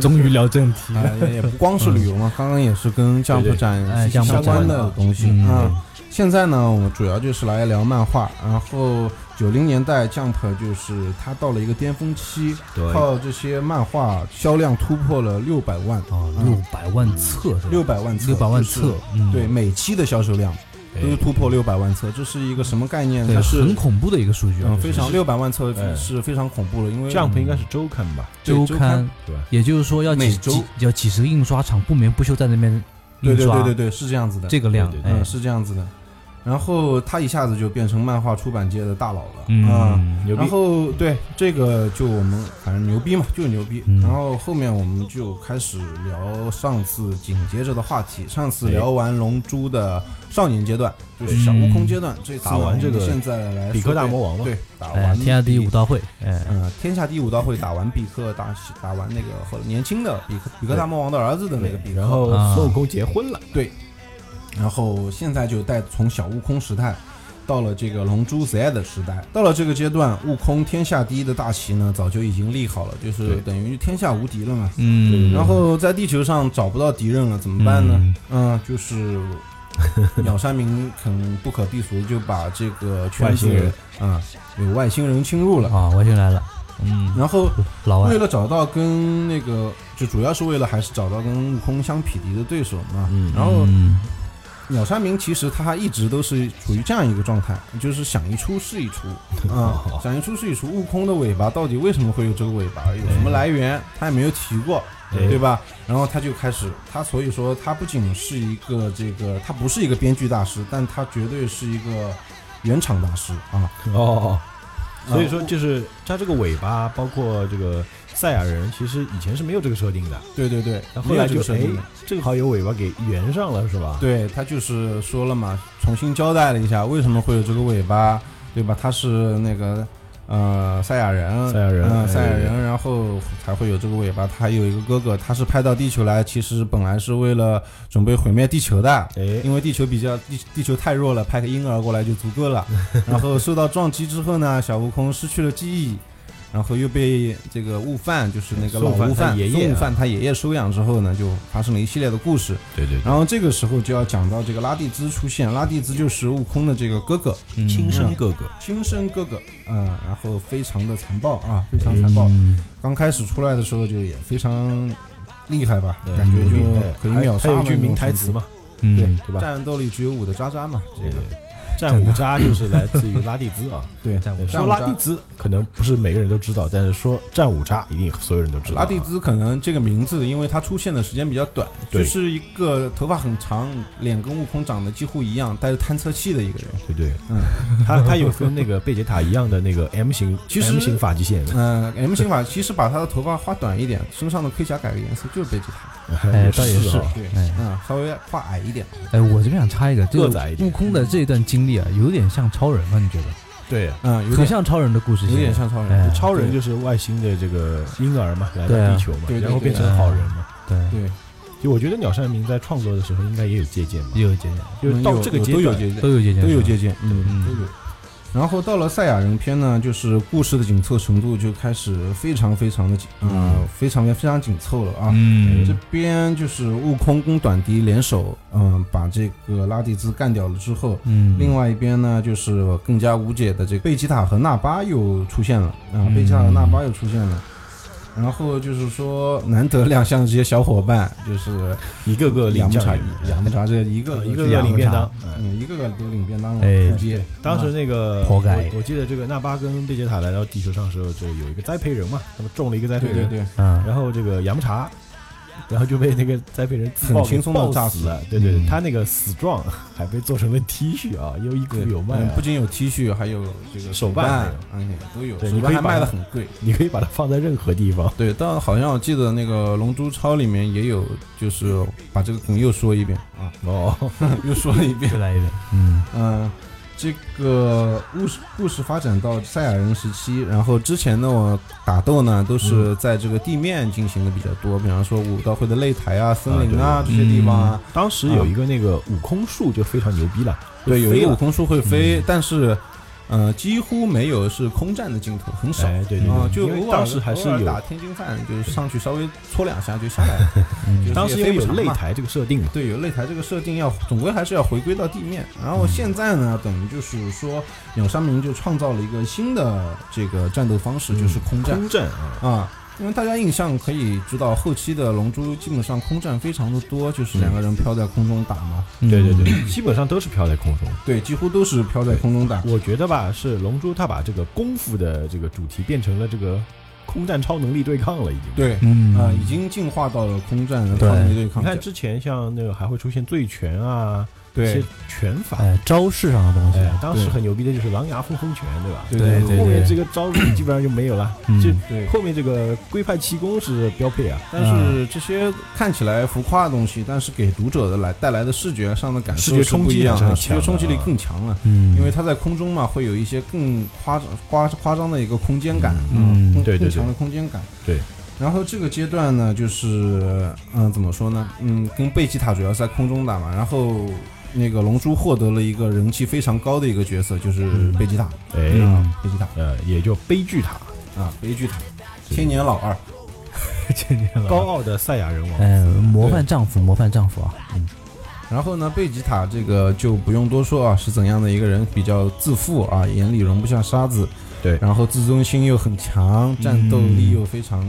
Speaker 3: 终于聊正题了。
Speaker 5: 啊也也不光是旅游嘛，刚刚也是跟 Jump
Speaker 1: 对
Speaker 5: 展
Speaker 3: 哎
Speaker 5: 息息
Speaker 3: Jump
Speaker 5: 相关的东西
Speaker 1: 嗯
Speaker 3: 展
Speaker 5: 啊。现在呢，我们主要就是来聊漫画。然后九零年代 Jump 就是它到了一个巅峰期，
Speaker 1: 对
Speaker 5: 靠这些漫画销量突破了六百万，
Speaker 3: 哦，六百万册是吧？
Speaker 5: 嗯六百万册，
Speaker 3: 六百万
Speaker 5: 就是
Speaker 3: 册，嗯，
Speaker 5: 对，每期的销售量
Speaker 1: 哎
Speaker 5: 都是突破六百万册，这是一个什么概念呢？
Speaker 3: 哎对，
Speaker 5: 它是
Speaker 3: 很恐怖的一个数据啊
Speaker 5: 嗯，，非常六百万册
Speaker 1: 哎
Speaker 5: 是非常恐怖的，因为
Speaker 1: Jump 应该是周刊吧？
Speaker 5: 对
Speaker 3: 周
Speaker 5: 周
Speaker 3: 刊，
Speaker 1: 对吧？
Speaker 3: 也就是说要
Speaker 5: 每
Speaker 3: 几
Speaker 5: 周
Speaker 3: 几要几十个印刷厂不眠不休在那边印
Speaker 5: 对嗯对对
Speaker 3: 刷
Speaker 5: 对对，是这样子的，
Speaker 3: 这个量
Speaker 1: 对，对对
Speaker 3: 哎
Speaker 5: 嗯，是这样子的。然后他一下子就变成漫画出版界的大佬了，啊。
Speaker 3: 嗯，
Speaker 1: 牛逼
Speaker 5: 然！后对这个就我们反正牛逼嘛，就是牛逼。
Speaker 3: 嗯
Speaker 5: 然后后面我们就开始聊上次紧接着的话题，上
Speaker 1: 哎
Speaker 5: 次聊完《龙珠》的少年阶段，就是小悟空阶段，这次呢
Speaker 1: 嗯打完这个
Speaker 5: 我们现在来说
Speaker 1: 比克大
Speaker 5: 对
Speaker 1: 魔王嘛
Speaker 5: 对，打
Speaker 3: 哎，
Speaker 5: 完
Speaker 3: 天下第一武道会，哎，
Speaker 5: 嗯，天下第五道会打完比克，打打完那个后来年轻的比克比克大魔王的儿子的那个比克，
Speaker 1: 然后
Speaker 3: 啊
Speaker 1: 孙悟空结婚了，
Speaker 5: 对，然后现在就带从小悟空时代到了这个《龙珠 Z》的时代，到了这个阶段，悟空天下第一的大旗呢，早就已经立好了，就是
Speaker 1: 对
Speaker 5: 等于天下无敌了嘛。
Speaker 3: 嗯，
Speaker 5: 然后在地球上找不到敌人了，怎么办呢？嗯，就是 鸟山明很不可避俗，就把这个圈
Speaker 1: 外
Speaker 5: 子
Speaker 1: 星人
Speaker 5: 啊、有外星人侵入了。
Speaker 3: 啊，外星来了，嗯，
Speaker 5: 然后
Speaker 3: 老
Speaker 1: 哦
Speaker 3: 外
Speaker 5: 为，了找到跟那个，就主要是为了还是找到跟悟空相匹敌的对手嘛。
Speaker 1: 嗯
Speaker 5: 然后
Speaker 3: 嗯
Speaker 5: 鸟山明其实他一直都是处于这样一个状态，就是想一出是一 出啊、想一出是一出。悟空的尾巴到底为什么会有这个尾巴，有什么来源，他也没有提过。对吧？然后他就开始，他所以说他不仅是一个这个，他不是一个编剧大师，但他绝对是一个原厂大师啊。
Speaker 1: 哦，所以
Speaker 5: 啊
Speaker 1: 说就是它这个尾巴，包括这个赛亚人，其实以前是没有这个设定的，
Speaker 5: 对对对，
Speaker 1: 但后来
Speaker 5: 没有这
Speaker 1: 就
Speaker 5: 个设
Speaker 1: 哎
Speaker 5: 定的，
Speaker 1: 正好有尾巴给圆上了，是吧？，
Speaker 5: 对他就是说了嘛，重新交代了一下为什么会有这个尾巴，对吧？他是那个呃赛亚人，
Speaker 1: 赛亚人
Speaker 5: 嗯、
Speaker 1: 哎
Speaker 5: 赛亚
Speaker 1: 对
Speaker 5: 人，然后才会有这个尾巴。他还有一个哥哥，他是派到地球来，其实本来是为了准备毁灭地球的。
Speaker 1: 哎，
Speaker 5: 因为地球比较地地球太弱了，派个婴儿过来就足够了。然后受到撞击之后呢，小悟空失去了记忆，然后又被这个悟饭，就是那个老
Speaker 1: 孙悟饭
Speaker 5: 悟
Speaker 1: 他
Speaker 5: 饭，
Speaker 1: 爷爷
Speaker 5: 孙悟
Speaker 1: 啊
Speaker 5: 饭他爷爷收养之后呢，就发生了一系列的故事。
Speaker 1: 对对
Speaker 5: 然后这个时候就要讲到这个拉蒂兹出现，拉蒂兹就是悟空的这个哥哥，
Speaker 1: 对，
Speaker 3: 嗯
Speaker 1: 亲生哥哥，
Speaker 5: 亲生哥哥，嗯，然后非常的残暴啊，非常残暴。刚开始出来的时候就也非常厉害吧，
Speaker 1: 对
Speaker 5: 感觉就
Speaker 1: 对
Speaker 5: 可以秒
Speaker 1: 还
Speaker 5: 杀
Speaker 1: 有
Speaker 5: 了
Speaker 1: 一句
Speaker 5: 那种
Speaker 1: 名台
Speaker 5: 程
Speaker 1: 词
Speaker 5: 度，
Speaker 1: 嘛，
Speaker 5: 对
Speaker 3: 嗯，
Speaker 1: 对吧？
Speaker 5: 战斗力只有五的渣渣嘛，这个
Speaker 1: 战五 渣就是来自于拉蒂兹啊。
Speaker 5: 对，
Speaker 3: 战五
Speaker 5: 战
Speaker 1: 说
Speaker 5: 五
Speaker 1: 拉
Speaker 5: 渣
Speaker 1: 蒂兹可能不是每个人都知道，但是说战五渣一定所有人都知道啊。
Speaker 5: 拉蒂兹可能这个名字，因为他出现的时间比较短，就
Speaker 1: 对
Speaker 5: 是一个头发很长、脸跟悟空长得几乎一样、带着探测器的一个人。
Speaker 1: 对对，
Speaker 5: 嗯，
Speaker 1: 他他有跟那个贝吉塔一样的那个 M 型
Speaker 5: 其实
Speaker 1: M 型发际线，
Speaker 5: 嗯、m 型法其实把他的头发画短一点，身上的盔甲改个颜色，就是贝吉塔。
Speaker 3: 哎，倒也
Speaker 1: 是
Speaker 3: 是
Speaker 1: 啊，
Speaker 5: 对，
Speaker 3: 哎
Speaker 5: 嗯，稍微画矮一点。
Speaker 3: 哎，我这边想插一个，这
Speaker 1: 个子矮一
Speaker 3: 个
Speaker 1: 点
Speaker 3: 悟空的这一段经历啊，有点像超人吗？你觉得？
Speaker 1: 对，
Speaker 5: 嗯，有
Speaker 3: 很
Speaker 5: 点
Speaker 3: 像超人的故事线，
Speaker 5: 有点像超人。
Speaker 3: 哎
Speaker 1: 超人
Speaker 5: 对
Speaker 1: 就是外星的这个婴儿嘛，来到
Speaker 3: 对啊
Speaker 1: 地球嘛
Speaker 5: 对对，
Speaker 1: 然后变成
Speaker 3: 对
Speaker 1: 好人嘛。
Speaker 3: 对，
Speaker 5: 对，
Speaker 1: 就我觉得鸟山明在创作的时候应该也有借鉴嘛，
Speaker 3: 也有借鉴，
Speaker 1: 就是到
Speaker 5: 嗯有
Speaker 1: 这个
Speaker 5: 有
Speaker 1: 阶
Speaker 5: 都有
Speaker 1: 段，
Speaker 5: 借鉴，
Speaker 3: 都有借鉴，
Speaker 5: 都有
Speaker 3: 鉴，
Speaker 5: 借鉴，嗯，
Speaker 3: 嗯
Speaker 5: 都有。然后到了赛亚人篇呢，就是故事的紧凑程度就开始非常非常的紧，啊，非常非常紧凑了啊。这
Speaker 3: 嗯，
Speaker 5: 边就是悟空跟短笛联手，嗯，把这个拉蒂兹干掉了之后，
Speaker 3: 嗯，
Speaker 5: 另外一边呢，就是更加无解的这个贝吉塔和纳巴又出现了啊、
Speaker 3: 嗯
Speaker 5: 贝吉塔和纳巴又出现了。然后就是说，难得亮相的这些小伙伴，就是
Speaker 1: 一个个领
Speaker 5: 养不
Speaker 1: 教
Speaker 5: 察
Speaker 1: 育，
Speaker 5: 养不察这呃一个
Speaker 1: 一个
Speaker 5: 个去
Speaker 1: 个
Speaker 5: 养
Speaker 1: 领
Speaker 5: 不
Speaker 1: 便
Speaker 5: 察
Speaker 1: 当，
Speaker 5: 嗯，一个个都领便当了，
Speaker 3: 哎
Speaker 5: 直接。
Speaker 1: 当时那个
Speaker 3: 活该
Speaker 1: 我我记得这个纳巴跟贝吉塔来到地球上的时候，就有一个栽培人嘛，他们种了一个栽培
Speaker 5: 对对
Speaker 1: 人，
Speaker 5: 对，
Speaker 3: 啊，
Speaker 1: 然后这个杨茶，然后就被那个栽培人自爆
Speaker 5: 很轻松地
Speaker 1: 爆
Speaker 5: 炸
Speaker 1: 死
Speaker 5: 死
Speaker 1: 了。对对，对
Speaker 3: 嗯
Speaker 1: 他那个死状还被做成了 T 恤啊，优衣库
Speaker 5: 对
Speaker 1: 有卖
Speaker 5: 嗯
Speaker 1: 啊
Speaker 5: 不，仅有 T 恤，还有这个
Speaker 1: 手
Speaker 5: 办
Speaker 1: 办，
Speaker 5: 哎，都有，
Speaker 1: 对
Speaker 5: 手
Speaker 1: 你可
Speaker 5: 办
Speaker 1: 以
Speaker 5: 还
Speaker 1: 把
Speaker 5: 卖
Speaker 1: 它
Speaker 5: 的很贵。
Speaker 1: 你可以把它放在任何地方。
Speaker 5: 对，但好像我记得那个《龙珠超》里面也有，就是把这个梗又说一遍啊，
Speaker 1: 哦，
Speaker 5: 又说了一遍
Speaker 3: 又。来一遍，嗯，
Speaker 5: 嗯，这个故事故事发展到赛亚人时期，然后之前的我打斗呢都是在这个地面进行的比较多，比方说武道会的擂台啊、森林啊
Speaker 1: 啊
Speaker 5: 这些地方 啊。
Speaker 1: 当时有一个那个悟空术就非常牛逼了，
Speaker 5: 对，有一
Speaker 1: 飞
Speaker 5: 个
Speaker 1: 了嗯
Speaker 5: 悟空术会飞，但是呃几乎没有是空战的镜头，很少。
Speaker 1: 哎，对对
Speaker 5: 啊，
Speaker 1: 对，
Speaker 5: 就
Speaker 1: 因为
Speaker 5: 偶尔
Speaker 1: 当时还是
Speaker 5: 偶尔
Speaker 1: 有
Speaker 5: 打，天津饭，就是上去稍微搓两下就下来 了。就是
Speaker 1: 嗯当时
Speaker 5: 也
Speaker 1: 因为
Speaker 5: 飞不
Speaker 1: 有
Speaker 5: 长
Speaker 1: 擂
Speaker 5: 嘛
Speaker 1: 台这个设定嘛，
Speaker 5: 对，有擂台这个设定要总归还是要回归到地面。然
Speaker 1: 嗯
Speaker 5: 后现在呢，等于就是说，鸟山明就创造了一个新的这个战斗方式，就是空战
Speaker 1: 嗯空战啊，
Speaker 5: 啊。因为大家印象可以知道，后期的《龙珠》基本上空战非常的多，就是两个人飘在空中打嘛。
Speaker 1: 对对对，基本上都是飘在空中。
Speaker 5: 对，几乎都是飘在空中打。
Speaker 1: 我觉得吧，是《龙珠》它把这个功夫的这个主题变成了这个空战超能力对抗了，已经。
Speaker 5: 对，
Speaker 3: 嗯
Speaker 5: 啊，已经进化到了空战的
Speaker 3: 对
Speaker 5: 超能力对抗
Speaker 1: 你
Speaker 5: 者
Speaker 1: 看。之前像那个还会出现醉拳啊，一
Speaker 5: 对
Speaker 1: 些拳法。
Speaker 3: 哎，招式上的东西
Speaker 1: 哎，，当时
Speaker 5: 对
Speaker 1: 很牛逼的就是狼牙风风拳，对吧？
Speaker 5: 对
Speaker 3: 对对
Speaker 1: 后
Speaker 5: 对
Speaker 1: 面这个招式基本上就没有 了，
Speaker 3: 嗯
Speaker 1: 就
Speaker 5: 对。
Speaker 1: 后面这个龟派气功是标配啊，
Speaker 5: 但是这些看起来浮夸的东西，但是给读者的来带来的视觉上的感
Speaker 1: 视觉
Speaker 5: 受是
Speaker 1: 冲
Speaker 5: 不
Speaker 1: 击
Speaker 5: 一样
Speaker 1: 还是
Speaker 5: 的，
Speaker 1: 很
Speaker 5: 视觉
Speaker 1: 强
Speaker 5: 冲击
Speaker 1: 的
Speaker 5: 力
Speaker 1: 啊
Speaker 5: 更强了。
Speaker 3: 嗯，
Speaker 5: 因为它在空中嘛，会有一些更夸张、夸夸张的一个空间感，
Speaker 3: 嗯
Speaker 5: 更
Speaker 1: 对对
Speaker 5: 更
Speaker 1: 对
Speaker 5: 强的空间感。
Speaker 1: 对。
Speaker 5: 然后这个阶段呢，就是嗯、怎么说呢？嗯，跟贝吉塔主要是在空中打嘛，然后那个龙珠获得了一个人气非常高的一个角色，
Speaker 1: 嗯
Speaker 5: 就是贝吉塔，
Speaker 1: 哎，
Speaker 5: 啊贝吉塔
Speaker 1: 呃，也就悲剧塔，
Speaker 5: 啊，悲剧塔，千年老二，嗯
Speaker 1: 高傲的赛亚人王，
Speaker 3: 哎，模范丈夫，模范丈夫啊，
Speaker 5: 然后呢，贝吉塔这个就不用多说啊，是怎样的一个人，比较自负啊，眼里容不下沙子，
Speaker 1: 对嗯
Speaker 5: 然后自尊心又很强，战斗力又非常、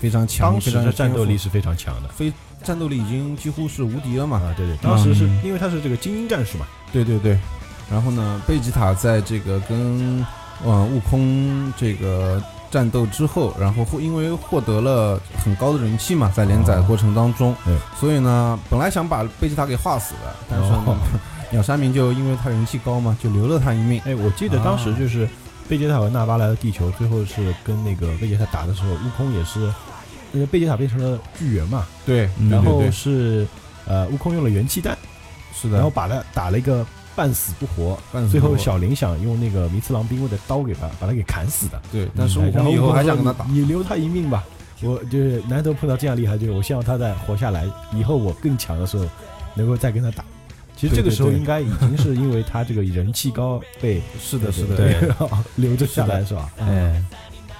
Speaker 5: 非常强，
Speaker 1: 当时的
Speaker 5: 非常
Speaker 1: 战
Speaker 5: 有天赋
Speaker 1: 斗力是非常强的
Speaker 5: 非战斗力已经几乎是无敌了嘛，
Speaker 1: 啊，对对，当时是因为他是这个精英战士嘛，
Speaker 5: 对对对。然后呢，贝吉塔在这个跟呃悟空这个战斗之后，然后获因为获得了很高的人气嘛，在连载过程当中，
Speaker 1: 哦对
Speaker 5: 所以呢，本来想把贝吉塔给画死的，但是呢
Speaker 1: 哦
Speaker 5: 鸟山明就因为他人气高嘛，就留了他一命。
Speaker 1: 哎，我记得当时就是贝吉塔和纳巴来到地球，最后是跟那个贝吉塔打的时候，悟空也是，因为贝吉塔变成了巨猿嘛，
Speaker 5: 对，对
Speaker 1: 然
Speaker 5: 对
Speaker 1: 后
Speaker 5: 对
Speaker 1: 是呃，悟空用了元气弹，
Speaker 5: 是的，
Speaker 1: 然后把他打了一个半死嗯不活，
Speaker 5: 半死
Speaker 1: 最
Speaker 5: 不
Speaker 1: 后
Speaker 5: 活
Speaker 1: 小林想用那个弥次郎兵卫的刀给他把他给砍死的。
Speaker 5: 对，但是
Speaker 1: 哎
Speaker 5: 悟
Speaker 1: 然
Speaker 5: 空以
Speaker 1: 悟
Speaker 5: 后
Speaker 1: 空
Speaker 5: 还想
Speaker 1: 说
Speaker 5: 跟他打，
Speaker 1: 你，你留他一命吧。我就是难得碰到这样厉害的队友，我希望他在活下来以后，我更强的时候能够再跟他打。其实这个时候
Speaker 5: 对对对
Speaker 1: 应该已经是因为他这个人气 高被
Speaker 5: 是的，是
Speaker 1: 嗯
Speaker 5: 的，
Speaker 1: 对，然后 留着下来是吧？
Speaker 5: 嗯
Speaker 3: 哎，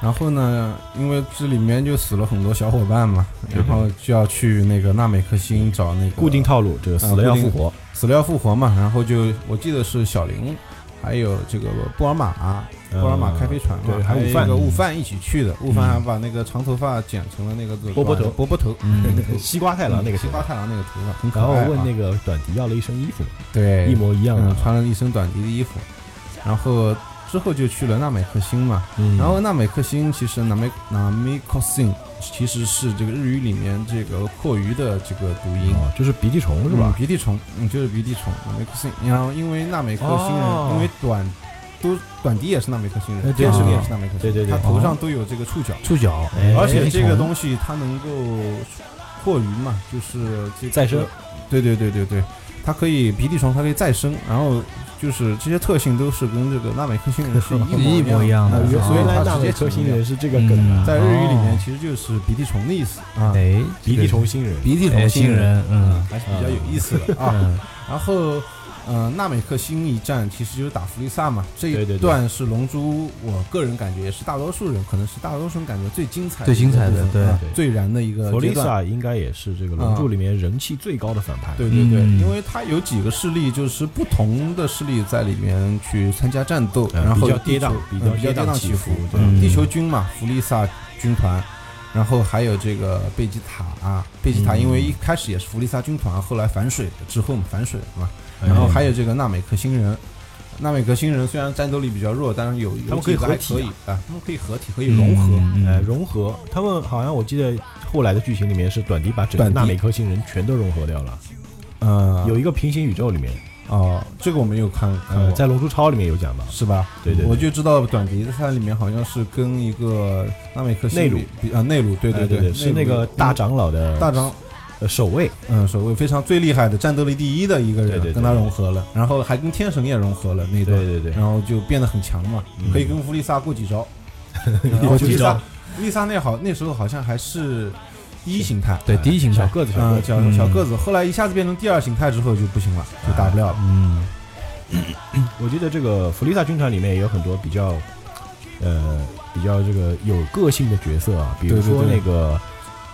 Speaker 5: 然后呢，因为这里面就死了很多小伙伴嘛，然后就要去那个纳美克星找那个
Speaker 1: 固定套路，这个死了要复活，
Speaker 5: 死了要复活嘛，然后就我记得是小林，还有这个布尔玛，布尔玛开飞船嘛，
Speaker 1: 对还有
Speaker 5: 有
Speaker 1: 悟饭
Speaker 5: 一个悟饭一起去的，悟饭还把那个长头发剪成了那个
Speaker 1: 波波头
Speaker 5: 波波头，
Speaker 1: 嗯西瓜太郎那个
Speaker 5: 西
Speaker 1: 情
Speaker 5: 瓜
Speaker 1: 况。
Speaker 5: 太郎那个头发，很可
Speaker 1: 嗯然后
Speaker 5: 爱啊
Speaker 1: 问那个短笛要了一身衣服嘛，
Speaker 5: 对
Speaker 1: 一模一样
Speaker 5: 嗯
Speaker 1: 的，
Speaker 5: 穿了一身短笛的衣服，然后之后就去了纳美克星嘛，
Speaker 1: 嗯
Speaker 5: 然后纳美克星其实纳美纳美克星其实是这个日语里面这个阔鱼的这个读音。
Speaker 1: 哦，就是鼻涕虫是
Speaker 5: 嗯
Speaker 1: 吧？
Speaker 5: 鼻涕虫，嗯，就是鼻涕虫，纳美克星。然后因为纳美克星人，
Speaker 1: 哦
Speaker 5: 因为短都短笛也是纳美克星
Speaker 1: 哎
Speaker 5: 人，
Speaker 1: 对
Speaker 5: 天使
Speaker 1: 对
Speaker 5: 也是纳美克星人，
Speaker 1: 对对对
Speaker 5: 他头上都有这个触角，
Speaker 3: 触 角，
Speaker 1: 哎
Speaker 5: 而且这个
Speaker 3: 西
Speaker 5: 东西它能够阔鱼嘛，就是这个
Speaker 1: 再生。
Speaker 5: 对对对对对，它可以鼻涕虫，它可以再生，然后就是这些特性都是跟这个纳美克星人 是一
Speaker 3: 一模一样的
Speaker 5: 的，呃
Speaker 3: 啊
Speaker 5: 所以
Speaker 1: 原来
Speaker 5: 它
Speaker 1: 纳
Speaker 5: 直
Speaker 1: 美
Speaker 5: 接
Speaker 1: 克星
Speaker 5: 成
Speaker 1: 人是这个梗啊，
Speaker 5: 在日语里面
Speaker 3: 哦
Speaker 5: 其实就是鼻涕虫的意思啊，
Speaker 3: 哎，
Speaker 1: 鼻涕虫星人。
Speaker 5: 鼻涕
Speaker 3: 哎
Speaker 5: 虫
Speaker 3: 新
Speaker 5: 星人，
Speaker 3: 人，嗯
Speaker 5: 还是比较有意思的 啊。
Speaker 3: 嗯，
Speaker 5: 然后，呃，纳美克星一战其实就是打弗利萨嘛，这
Speaker 1: 对
Speaker 5: 一
Speaker 1: 对对
Speaker 5: 段是《龙珠》，我个人感觉也是大多数人，可能是大多数人感觉最精彩的
Speaker 3: 最
Speaker 5: 一个
Speaker 3: 精彩的
Speaker 5: 部分
Speaker 3: 对
Speaker 5: 啊
Speaker 1: 对嗯
Speaker 5: 最燃的一个
Speaker 1: 弗
Speaker 5: 阶
Speaker 1: 利
Speaker 5: 段。
Speaker 1: 萨应该也是这个龙珠里面人气最高的反派。
Speaker 5: 对对对，
Speaker 3: 嗯
Speaker 5: 因为它有几个势力，就是不同的势力在里面去参加战斗，
Speaker 1: 嗯
Speaker 5: 然后
Speaker 1: 比较
Speaker 5: 地
Speaker 1: 跌宕
Speaker 5: 球
Speaker 1: 比
Speaker 5: 嗯
Speaker 1: 较
Speaker 5: 比较
Speaker 1: 跌宕
Speaker 5: 宕
Speaker 1: 起
Speaker 5: 起
Speaker 1: 伏对
Speaker 5: 嗯
Speaker 3: 嗯
Speaker 5: 地球军嘛，弗利萨军团。然后还有这个贝吉塔啊，贝
Speaker 1: 嗯
Speaker 5: 吉塔因为一开始也是弗利萨军团，后来反水了之后嘛，反水了嘛。
Speaker 1: 哎
Speaker 5: 然后还有这个纳美克星人，纳美克星人虽然战斗力比较弱，但是有有
Speaker 1: 他们可以
Speaker 5: 几个还
Speaker 1: 合体啊
Speaker 5: 可以啊，他们可以合体，可以融合。
Speaker 3: 嗯
Speaker 1: 呃，融合，他们好像我记得后来的剧情里面是短笛把整个
Speaker 5: 短笛
Speaker 1: 纳美克星人全都融合掉了。
Speaker 5: 呃，
Speaker 1: 有一个平行宇宙里面，
Speaker 5: 哦，这个我没有看看
Speaker 1: 呃，
Speaker 5: 过，
Speaker 1: 在《龙珠超》里面有讲吧？
Speaker 5: 是吧？
Speaker 1: 对对对
Speaker 5: 我就知道短笛它里面好像是跟一个纳美克星
Speaker 1: 内陆
Speaker 5: 比比啊内陆，对
Speaker 1: 呃对
Speaker 5: 对，
Speaker 1: 是那
Speaker 5: 内陆
Speaker 1: 个大长老的
Speaker 5: 大张，
Speaker 1: 呃守卫，
Speaker 5: 嗯，守卫非常最厉害的战斗力第一的一个
Speaker 1: 对对
Speaker 5: 人，
Speaker 1: 对
Speaker 5: 跟他融合了，然后还跟天神也融合了那一段，
Speaker 1: 对对对
Speaker 5: 然后就变得很强嘛，可以跟弗利萨过几 招，然后
Speaker 1: 过几
Speaker 5: 弗利萨
Speaker 1: 招，
Speaker 5: 弗利萨那好那时候好像还是第一形态，
Speaker 3: 对，第一形
Speaker 1: 小
Speaker 3: 象，
Speaker 1: 个子小
Speaker 5: 嗯，
Speaker 1: 个子，
Speaker 5: 小小个子，后来一下子变成第二形态之后就不行了，就打不了了。
Speaker 3: 嗯，
Speaker 1: 我记得这个弗利萨军团里面也有很多比较，呃，比较这个有个性的角色啊，比如
Speaker 5: 对对
Speaker 1: 说
Speaker 5: 对
Speaker 1: 那个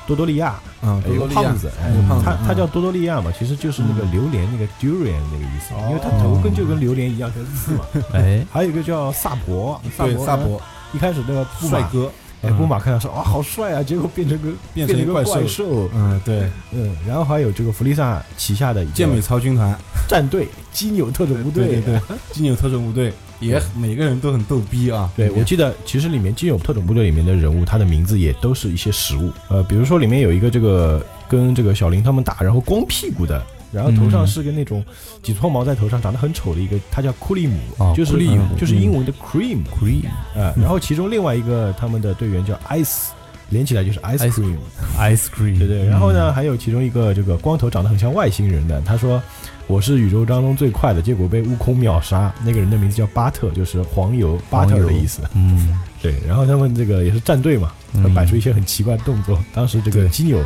Speaker 1: 多多利亚，
Speaker 5: 嗯，
Speaker 1: 有个
Speaker 5: 多多利亚
Speaker 1: 胖子，哎
Speaker 5: 有个胖子
Speaker 1: 他他
Speaker 5: 嗯
Speaker 1: 叫多多利亚嘛，其实就是那个榴莲那个 durian 那个意
Speaker 5: 哦
Speaker 1: 思，因为他头跟就跟榴莲一样，全是刺嘛。
Speaker 3: 哎，
Speaker 1: 还有一个叫萨博，
Speaker 5: 嗯对萨
Speaker 1: 呢，
Speaker 5: 博嗯
Speaker 1: 一开始那个布
Speaker 5: 帅
Speaker 1: 马，
Speaker 5: 哥，
Speaker 1: 哎，布马看到说哇好帅啊，结果变成个
Speaker 5: 变成
Speaker 1: 成
Speaker 5: 一
Speaker 1: 个
Speaker 5: 怪兽
Speaker 1: 怪兽，
Speaker 5: 嗯，对，
Speaker 1: 嗯，然后还有这个弗利萨旗下的一个
Speaker 5: 健美操军团，
Speaker 1: 战队基纽特种部队，
Speaker 5: 对对，金牛特种部队也每个人都很逗逼啊。
Speaker 1: 对，我记得其实里面《基友特种部队》里面的人物，他的名字也都是一些食物，呃，比如说里面有一个这个跟这个小林他们打，然后光屁股的，然后头上是个那种几撮毛在头上，长得很丑的一个，他叫库利姆，
Speaker 3: 哦
Speaker 1: 就是呃
Speaker 3: 库利姆
Speaker 1: 就是英文的 cream，
Speaker 3: cream 嗯
Speaker 1: 呃，然后其中另外一个他们的队员叫 ice，连起来就是 ice
Speaker 3: Ice 嗯
Speaker 1: cream，
Speaker 3: ice cream，
Speaker 1: 对对，然后呢，还有其中一个这个光头长得很像外星人的，他说我是宇宙当中最快的，结果被悟空秒杀。那个人的名字叫巴特，就是黄油巴特的意思。
Speaker 3: 嗯，
Speaker 1: 对，然后他们这个也是战队嘛，
Speaker 3: 嗯
Speaker 1: 摆出一些很奇怪的动作。当时这个基纽，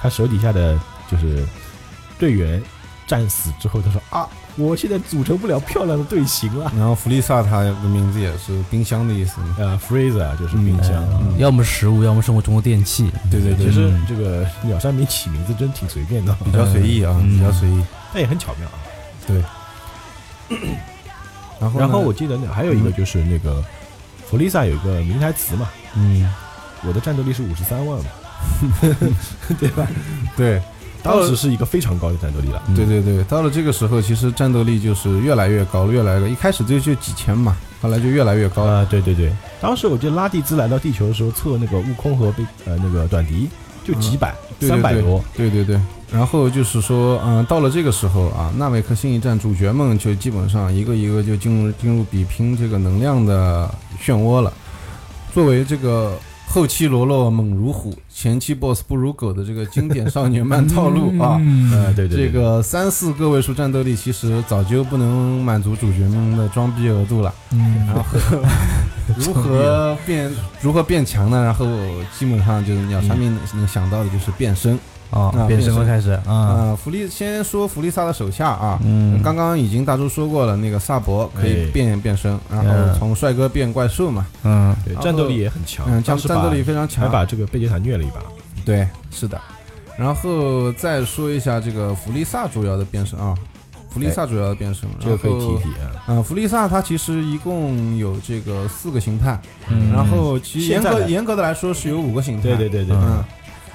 Speaker 1: 他手底下的就是队员战死之后，他说啊，我现在组成不了漂亮的队形了。
Speaker 5: 然后弗利萨他的名字也是冰箱的意思嘛，
Speaker 1: 呃，freezer 就是冰箱。嗯
Speaker 3: 要么食物，要么生活中的电器。
Speaker 1: 对对对，其实
Speaker 3: 嗯
Speaker 1: 这个鸟山明起名字真挺随便的，呃
Speaker 5: 比较随意啊，
Speaker 3: 嗯
Speaker 5: 比较随意。
Speaker 1: 但也很巧妙啊。
Speaker 5: 然后呢
Speaker 1: 然后我记得那还有一个就是那个弗利萨有一个名台词嘛，
Speaker 5: 嗯，
Speaker 1: 我的战斗力是五十三万嘛，对吧？
Speaker 5: 对，到
Speaker 1: 当
Speaker 5: 了
Speaker 1: 时是一个非常高的战斗力了。
Speaker 5: 对对对，到了这个时候，其实战斗力就是越来越高，越来越高。一开始就就几千嘛，后来就越来越高。
Speaker 1: 啊，对对对，当时我记得拉蒂兹来到地球的时候测那个悟空和被呃那个短笛就几百
Speaker 5: 对
Speaker 1: 三百多，，
Speaker 5: 对对对对。然后就是说，嗯、到了这个时候啊，纳美克星一战主角们就基本上一个一个就进入进入比拼这个能量的漩涡了。作为这个后期罗洛猛如虎，前期 BOSS 不如狗的这个经典少年漫套路 啊，
Speaker 3: 嗯
Speaker 1: 呃，对对
Speaker 5: 这
Speaker 1: 对，
Speaker 5: 个三四个位数战斗力其实早就不能满足主角们的装逼额度了。
Speaker 3: 嗯，
Speaker 5: 然 后如何 变如何变强呢？然后基本上就是鸟山明
Speaker 1: 嗯
Speaker 5: 能想到的就是变身
Speaker 3: 哦
Speaker 5: 啊，
Speaker 3: 变身了
Speaker 5: 变身
Speaker 3: 开始啊，
Speaker 5: 啊。弗利先说弗利萨的手下啊，
Speaker 3: 嗯
Speaker 5: 刚刚已经大叔说过了，那个萨博可以
Speaker 1: 哎
Speaker 5: 变变身，然后
Speaker 3: 嗯
Speaker 5: 从帅哥变怪兽嘛，
Speaker 3: 嗯，
Speaker 1: 对
Speaker 5: 然后
Speaker 1: 战斗力也很强
Speaker 5: 嗯，，
Speaker 1: 哦当
Speaker 5: 战
Speaker 1: 时
Speaker 5: 战斗力非常
Speaker 1: 把还
Speaker 5: 强，
Speaker 1: 把这个贝吉塔虐了一把，
Speaker 5: 对，是的。然后再说一下这个弗利萨主要的变身啊，弗利萨主要的变身，
Speaker 1: 哎这个可以
Speaker 5: 然后
Speaker 1: 提一提啊。
Speaker 5: 嗯，弗利萨它其实一共有这个四个形态，
Speaker 3: 嗯
Speaker 5: 然后其实
Speaker 1: 现
Speaker 5: 严
Speaker 1: 在
Speaker 5: 格
Speaker 1: 的
Speaker 5: 严格的来说是有五个形态。
Speaker 1: 对对对对，
Speaker 5: 嗯。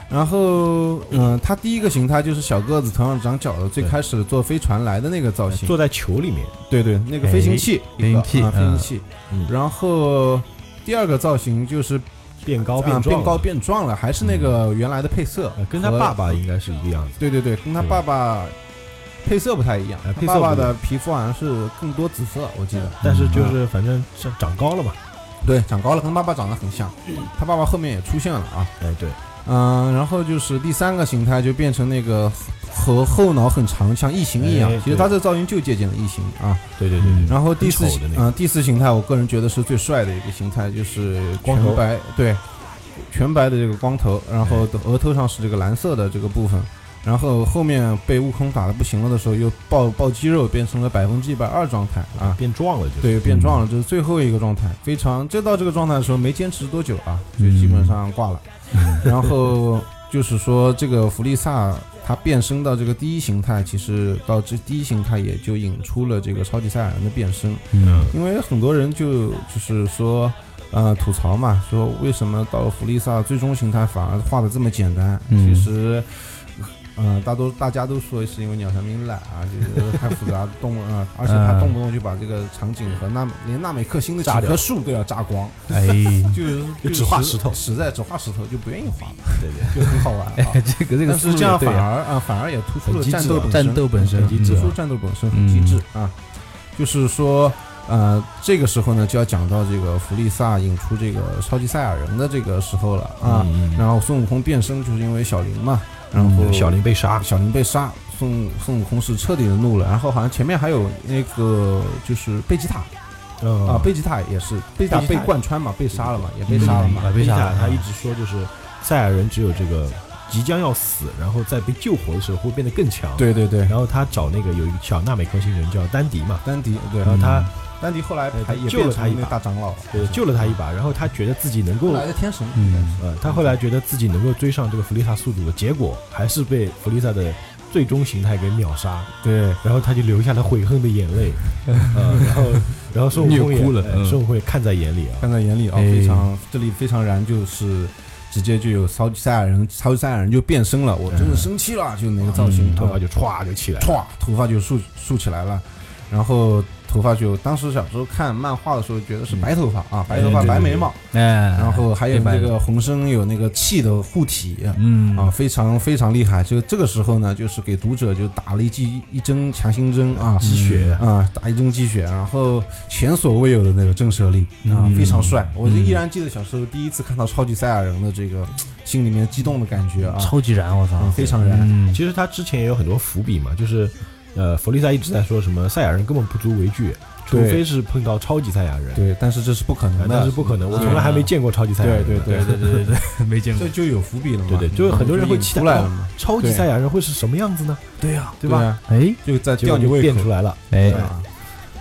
Speaker 5: 然后，嗯、它第一个形态就是小个子、头上长角的，最
Speaker 1: 对
Speaker 5: 开始坐飞船来的那个造型。
Speaker 1: 嗯坐在球里面，
Speaker 5: 对对，那个飞行器，
Speaker 3: 哎
Speaker 5: 一个
Speaker 3: 飞行器
Speaker 5: 啊，飞
Speaker 3: 嗯
Speaker 5: 行器。
Speaker 1: 嗯
Speaker 5: 然后第二个造型就是
Speaker 1: 变高
Speaker 5: 啊
Speaker 1: 变壮
Speaker 5: 变高，变壮了，还是那个原来的配色
Speaker 1: 呃，跟他
Speaker 5: 和
Speaker 1: 爸爸应该是一个样子。
Speaker 5: 对对对，跟他
Speaker 1: 对
Speaker 5: 爸爸配色不太一样
Speaker 1: 哎。
Speaker 5: 他
Speaker 1: 配色
Speaker 5: 爸爸
Speaker 1: 不一样
Speaker 5: 的皮肤好像是更多紫色，我记得。
Speaker 1: 但是就是反正长长高了嘛，
Speaker 5: 对，长高了，跟爸爸长得很像。他爸爸后面也出现了啊，
Speaker 1: 哎对，
Speaker 5: 嗯、然后就是第三个形态就变成那个和后脑很长，像异形一样
Speaker 1: 哎。
Speaker 5: 其
Speaker 1: 对
Speaker 5: 实他这个造型就借鉴了异形啊。
Speaker 1: 对对对对，
Speaker 5: 然后第四
Speaker 1: 很丑的那个
Speaker 5: 啊、第四形态，我个人觉得是最帅的一个形态，就是
Speaker 1: 光头
Speaker 5: 全白，对，全白的这个光头，然后额头上是这个蓝色的这个部分。然后后面被悟空打的不行了的时候，又爆爆肌肉，变成了百分之一百二状态啊！
Speaker 1: 变壮了就是。嗯
Speaker 5: 对，变壮了，这是最后一个状态，非常。就到这个状态的时候，没坚持多久啊，就基
Speaker 1: 嗯
Speaker 5: 本上挂了。然后就是说，这个弗利萨他变身到这个第一形态，其实到这第一形态也就引出了这个超级赛亚人的变身，
Speaker 1: 嗯，
Speaker 5: 因为很多人就就是说。呃，吐槽嘛，说为什么到了弗利萨最终形态反而画的这么简单？
Speaker 3: 嗯
Speaker 5: 其实，呃，大多大家都说是因为鸟山明懒啊，就是太复杂，动不啊、而且他
Speaker 3: 嗯
Speaker 5: 动不动就把这个场景和纳连纳美克星的
Speaker 1: 嗯
Speaker 5: 几
Speaker 1: 炸掉
Speaker 5: 棵树都要炸光，
Speaker 3: 哎，
Speaker 5: 就是
Speaker 1: 就
Speaker 5: 就
Speaker 1: 只画
Speaker 5: 实
Speaker 1: 石头
Speaker 5: 实在只画石头就不愿意画了，
Speaker 1: 对对，
Speaker 5: 就很好玩啊。
Speaker 3: 这个这个
Speaker 5: 但
Speaker 3: 思
Speaker 5: 是
Speaker 3: 路
Speaker 5: 这样
Speaker 3: 也对
Speaker 5: 反
Speaker 3: 啊
Speaker 5: 而啊，反而也突出
Speaker 1: 很
Speaker 5: 了
Speaker 1: 机
Speaker 5: 战
Speaker 1: 智
Speaker 5: 斗
Speaker 1: 啊
Speaker 5: 本身，
Speaker 3: 战斗本身
Speaker 5: 很机智，
Speaker 3: 嗯
Speaker 5: 突出战斗本身很机智
Speaker 1: 嗯
Speaker 5: 啊。就是说，呃，这个时候呢，就要讲到这个弗利萨引出这个超级赛亚人的这个时候了啊。
Speaker 1: 嗯嗯
Speaker 5: 然后孙悟空变身就是因为小林嘛，然后、
Speaker 1: 嗯小林被杀，
Speaker 5: 小林被杀，孙悟孙悟空是彻底的怒了。然后好像前面还有那个就是贝吉塔啊，
Speaker 1: 啊
Speaker 5: 贝吉塔也是贝吉塔
Speaker 1: 贝吉
Speaker 5: 被
Speaker 1: 塔嗯
Speaker 5: 贯穿嘛，被杀了嘛，也被杀了嘛。
Speaker 3: 被杀了
Speaker 1: 塔他啊一直说就是赛亚人只有这个即将要死，然后在被救活的时候会变得更强。，
Speaker 5: 对对对，
Speaker 1: 然后他找那个有一个小纳美克星人叫丹迪嘛，
Speaker 5: 丹迪对，
Speaker 1: 然后他
Speaker 5: 丹迪后来
Speaker 1: 呃
Speaker 5: 还也
Speaker 1: 救了
Speaker 5: 变
Speaker 1: 嗯他一
Speaker 5: 成那
Speaker 1: 把
Speaker 5: 大长老了，
Speaker 1: 呃救了他一把，然后他觉得自己能
Speaker 5: 后
Speaker 1: 够
Speaker 5: 来的天神。
Speaker 3: 嗯
Speaker 1: 呃，他后来觉得自己能够追上这个弗利萨速度的，结果还是被弗利萨的最终形态给秒杀。
Speaker 5: 对，
Speaker 1: 然后他就流下了悔恨的眼泪，呃，然后然后孙悟空也
Speaker 3: 虐哭了
Speaker 1: 呃
Speaker 3: 嗯
Speaker 1: 孙悟空也看在眼里啊，
Speaker 5: 看在眼里啊，
Speaker 3: 哎
Speaker 5: 非常这里非常燃，就是直接就有超级赛亚人，超级赛亚人就变身了，我真的生气了，就那个造型，
Speaker 1: 嗯头
Speaker 5: 头
Speaker 1: 发
Speaker 5: 发就
Speaker 1: 就歘就起来了。
Speaker 5: 歘，头发就竖竖起来了，然后头发就当时小时候看漫画的时候觉得是白头发啊，白头发
Speaker 1: 对对
Speaker 5: 白眉毛，
Speaker 3: 哎，
Speaker 5: 然后还有
Speaker 3: 明白
Speaker 5: 这
Speaker 3: 了
Speaker 5: 个红参有那个气的护体，
Speaker 3: 嗯
Speaker 5: 啊，非常非常厉害。就这个时候呢，就是给读者就打了一剂一针强心针啊，
Speaker 1: 鸡血
Speaker 5: 啊，打一针鸡血，然后前所未有的那个震慑力啊，非
Speaker 1: 嗯
Speaker 5: 常帅。我就依然记得小时候第一次看到超级赛亚人的这个，心里面激动的感觉啊，
Speaker 3: 超级燃，我操
Speaker 5: 啊，非常燃。
Speaker 3: 嗯
Speaker 1: 其实他之前也有很多伏笔嘛，就是呃，弗利萨一直在说什么赛亚人根本不足为惧，除
Speaker 5: 对
Speaker 1: 非是碰到超级赛亚人。
Speaker 5: 对，但是这是不可
Speaker 1: 哎
Speaker 5: 能的，
Speaker 1: 但是不可能，我从来还没见过超级赛亚人。
Speaker 5: 对对
Speaker 3: 对对对对，没见过
Speaker 5: 这。就有伏笔了嘛？
Speaker 1: 对对，就是很多人会期
Speaker 5: 出
Speaker 1: 待
Speaker 5: 来了
Speaker 1: 哦
Speaker 5: 嘛，
Speaker 1: 超级
Speaker 5: 对
Speaker 1: 赛亚人会是什么样子呢？对呀，对
Speaker 5: 对
Speaker 1: 吧？
Speaker 5: 吧？
Speaker 3: 哎
Speaker 5: 就在
Speaker 1: 结
Speaker 5: 吊
Speaker 1: 果
Speaker 5: 你
Speaker 1: 就
Speaker 5: 胃
Speaker 1: 变
Speaker 5: 口
Speaker 1: 出。来了。
Speaker 3: 哎
Speaker 5: 对，啊。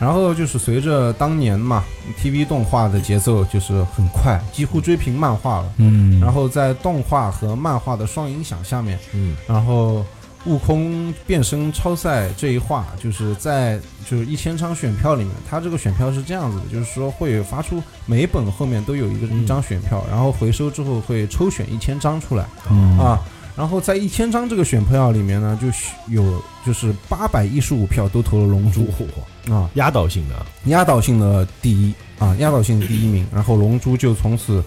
Speaker 5: 然后就是随着当年嘛，TV 动画的节奏就是很快，几乎追平漫画了。
Speaker 3: 嗯，
Speaker 5: 然后在动画和漫画的双影响下面，
Speaker 1: 嗯，
Speaker 5: 然后悟空变身超赛这一话，就是在就是一千张选票里面，他这个选票是这样子的，就是说会发出每本后面都有一个一张选票，然后回收之后会抽选一千张出来
Speaker 3: 嗯
Speaker 5: 啊。然后在一千张这个选票里面呢，就有就是八百一十五票都投了龙珠啊，
Speaker 1: 压倒性的啊，
Speaker 5: 压倒性的第一啊，压倒性的第一名。然后龙珠就从此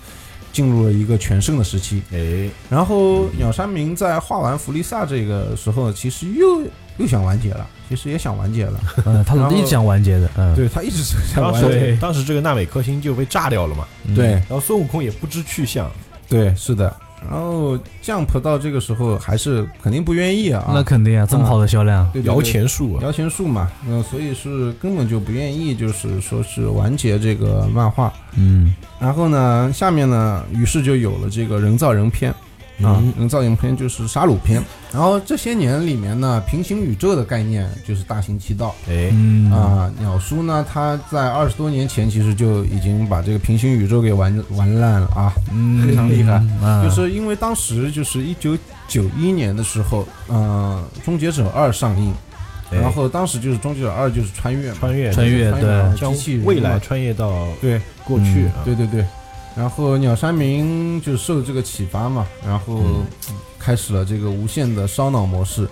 Speaker 5: 进入了一个全盛的时期。
Speaker 1: 哎，
Speaker 5: 然后鸟山明在画完弗利萨这个时候，其实又又想完结了，其实也想完结了。
Speaker 3: 嗯，他老一直想完结的，嗯，
Speaker 5: 对他一直是想
Speaker 1: 当
Speaker 5: 完结
Speaker 1: 时。当时这个纳美克星就被炸掉了嘛，
Speaker 3: 嗯
Speaker 5: 对
Speaker 1: 然后孙悟空也不知去向，
Speaker 5: 对，是的。然后 Jump 到这个时候还是肯定不愿意啊，
Speaker 3: 那肯定啊，这么好的销量，
Speaker 5: 对对对
Speaker 1: 摇钱树啊，
Speaker 5: 摇钱树嘛，嗯，所以是根本就不愿意，就是说是完结这个漫画。
Speaker 3: 嗯
Speaker 5: 然后呢，下面呢，于是就有了这个人造人篇啊，人造人篇就是杀戮篇。然后这些年里面呢，平行宇宙的概念就是大行其道。
Speaker 1: 哎，
Speaker 3: 嗯，
Speaker 5: 啊，鸟叔呢，他在二十多年前其实就已经把这个平行宇宙给玩玩烂了啊，
Speaker 3: 嗯
Speaker 5: 非常厉害。
Speaker 3: 啊，
Speaker 5: 就是因为当时就是一九九一年的时候，呃，《终结者二》上映，
Speaker 1: 哎
Speaker 5: 然后当时就是《终结者二》就是穿越嘛，
Speaker 1: 穿越
Speaker 3: 穿越
Speaker 5: 穿越嗯嘛
Speaker 1: 将
Speaker 5: 机器人嘛
Speaker 1: 未来穿越到
Speaker 5: 对
Speaker 1: 过去啊，
Speaker 5: 对对对。然后鸟山明就受这个启发嘛，然后开始了这个无限的烧脑模式。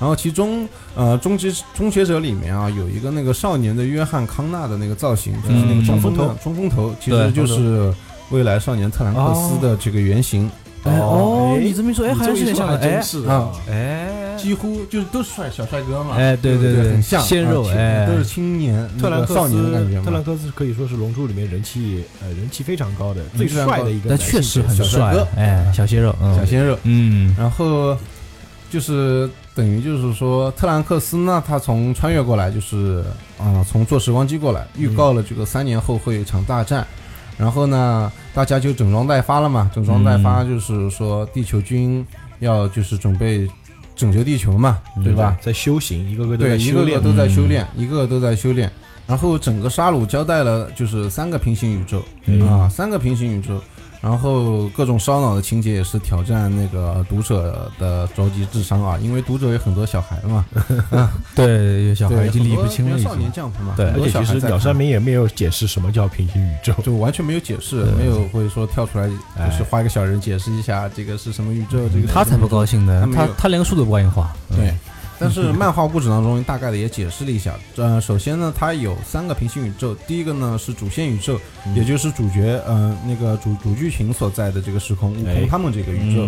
Speaker 5: 然后其中，呃，终结终结者里面啊，有一个那个少年的约翰康纳的那个造型，就是那
Speaker 3: 嗯
Speaker 5: 个冲
Speaker 1: 冲
Speaker 5: 锋头
Speaker 1: 锋，
Speaker 5: 冲锋头其
Speaker 3: 对
Speaker 5: 实就是未来少年特兰克斯的这个原型，
Speaker 3: 哎哦，你这么一说，哎，
Speaker 1: 你
Speaker 3: 好像
Speaker 1: 这
Speaker 3: 是有
Speaker 1: 么一
Speaker 3: 点
Speaker 1: 说
Speaker 3: 像
Speaker 1: 还
Speaker 3: 的，哎
Speaker 1: 真是
Speaker 5: 啊
Speaker 1: 的，
Speaker 3: 哎，
Speaker 5: 几乎就是都是帅小帅哥嘛，
Speaker 3: 哎对
Speaker 5: 对
Speaker 3: 对对
Speaker 5: 很像
Speaker 3: 鲜肉
Speaker 5: 啊青
Speaker 3: 哎
Speaker 5: 都是青年
Speaker 1: 特兰
Speaker 5: 那
Speaker 1: 克斯
Speaker 5: 个少年的感觉
Speaker 1: 特兰
Speaker 5: 嘛，
Speaker 1: 克斯可以说是《龙珠》里面人气呃人气非常高的最
Speaker 5: 嗯非常高
Speaker 1: 帅的一个
Speaker 3: 但
Speaker 1: 男
Speaker 3: 确
Speaker 1: 性角色，
Speaker 3: 实很
Speaker 5: 小帅
Speaker 3: 帅
Speaker 5: 哥，
Speaker 3: 哎，小鲜肉，嗯
Speaker 5: 小鲜肉。
Speaker 3: 嗯
Speaker 5: 然后就是等于就是说，特兰克斯呢，他从穿越过来，就是啊、从坐时光机过来，预告了这个三年后会有一场大战。然后呢，大家就整装待发了嘛，整装待发就是说，地球军要就是准备拯救地球嘛，对吧？
Speaker 1: 在修行，一个个都
Speaker 5: 对，
Speaker 1: 在
Speaker 5: 一
Speaker 1: 修
Speaker 5: 个个
Speaker 1: 炼。
Speaker 5: 都
Speaker 3: 嗯
Speaker 5: 在修炼，一个个都在修炼。然后整个沙鲁交代了就是三个平行宇宙
Speaker 3: 嗯
Speaker 5: 啊，三个平行宇宙，然后各种烧脑的情节也是挑战那个读者的着急智商啊，因为读者有很多小孩嘛，
Speaker 3: 对，有小孩
Speaker 5: 对，
Speaker 3: 已经理不清了，
Speaker 5: 很
Speaker 3: 已
Speaker 5: 多少年
Speaker 3: 经，
Speaker 5: 降谱嘛，
Speaker 3: 对
Speaker 5: 很
Speaker 1: 而
Speaker 5: 多
Speaker 1: 且
Speaker 5: 小
Speaker 1: 其
Speaker 5: 孩
Speaker 1: 实
Speaker 5: 在
Speaker 1: 鸟
Speaker 5: 看
Speaker 1: 山明也没有解释什么叫平行宇宙，
Speaker 5: 就完全没有解释，没有会说跳出来就是画一个小人解释一下这个是什么宇宙，这个是
Speaker 3: 哎他
Speaker 5: 什
Speaker 3: 才
Speaker 5: 么
Speaker 3: 不高兴呢
Speaker 5: 他，没
Speaker 3: 他
Speaker 5: 有
Speaker 3: 他连个树都不愿意画，嗯
Speaker 5: 对，但是漫画故事当中大概的也解释了一下。呃，首先呢，它有三个平行宇宙，第一个呢是主线宇宙，
Speaker 1: 嗯
Speaker 5: 也就是主角呃那个主主剧情所在的这个时空，悟
Speaker 1: 哎
Speaker 5: 空他们这个宇宙。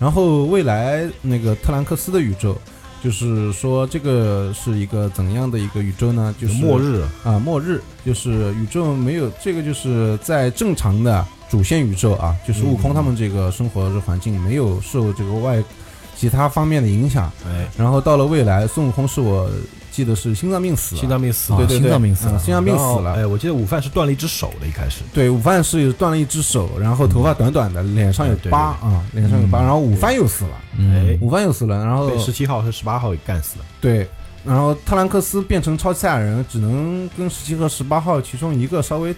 Speaker 5: 然后未来那个特兰克斯的宇宙，就是说这个是一个怎样的一个宇宙呢？就是
Speaker 1: 末日
Speaker 5: 啊，末日就是宇宙没有这个，就是在正常的主线宇宙啊，就是
Speaker 1: 嗯
Speaker 5: 悟空他们这个生活的环境没有受这个外其他方面的影响。
Speaker 1: 哎，
Speaker 5: 然后到了未来，孙悟空是我记得是心脏病死了，
Speaker 1: 心脏病死
Speaker 3: 啊
Speaker 5: 对对对，
Speaker 3: 心脏病死
Speaker 5: 嗯
Speaker 3: 了
Speaker 5: 心脏病死
Speaker 1: 然后
Speaker 5: 了。
Speaker 1: 哎，我记得午饭是断了一只手的，一开始
Speaker 5: 对，午饭是断了一只手，然后头发短短的，脸上有
Speaker 1: 对对嗯
Speaker 5: 疤啊，脸上有疤，然后午饭又死了，
Speaker 3: 嗯，
Speaker 5: 午饭又死了，然后
Speaker 1: 被哎十七号和十八号给干死了。
Speaker 5: 对，然后特兰克斯变成超赛亚人，只能跟十七和十八号其中一个稍微呃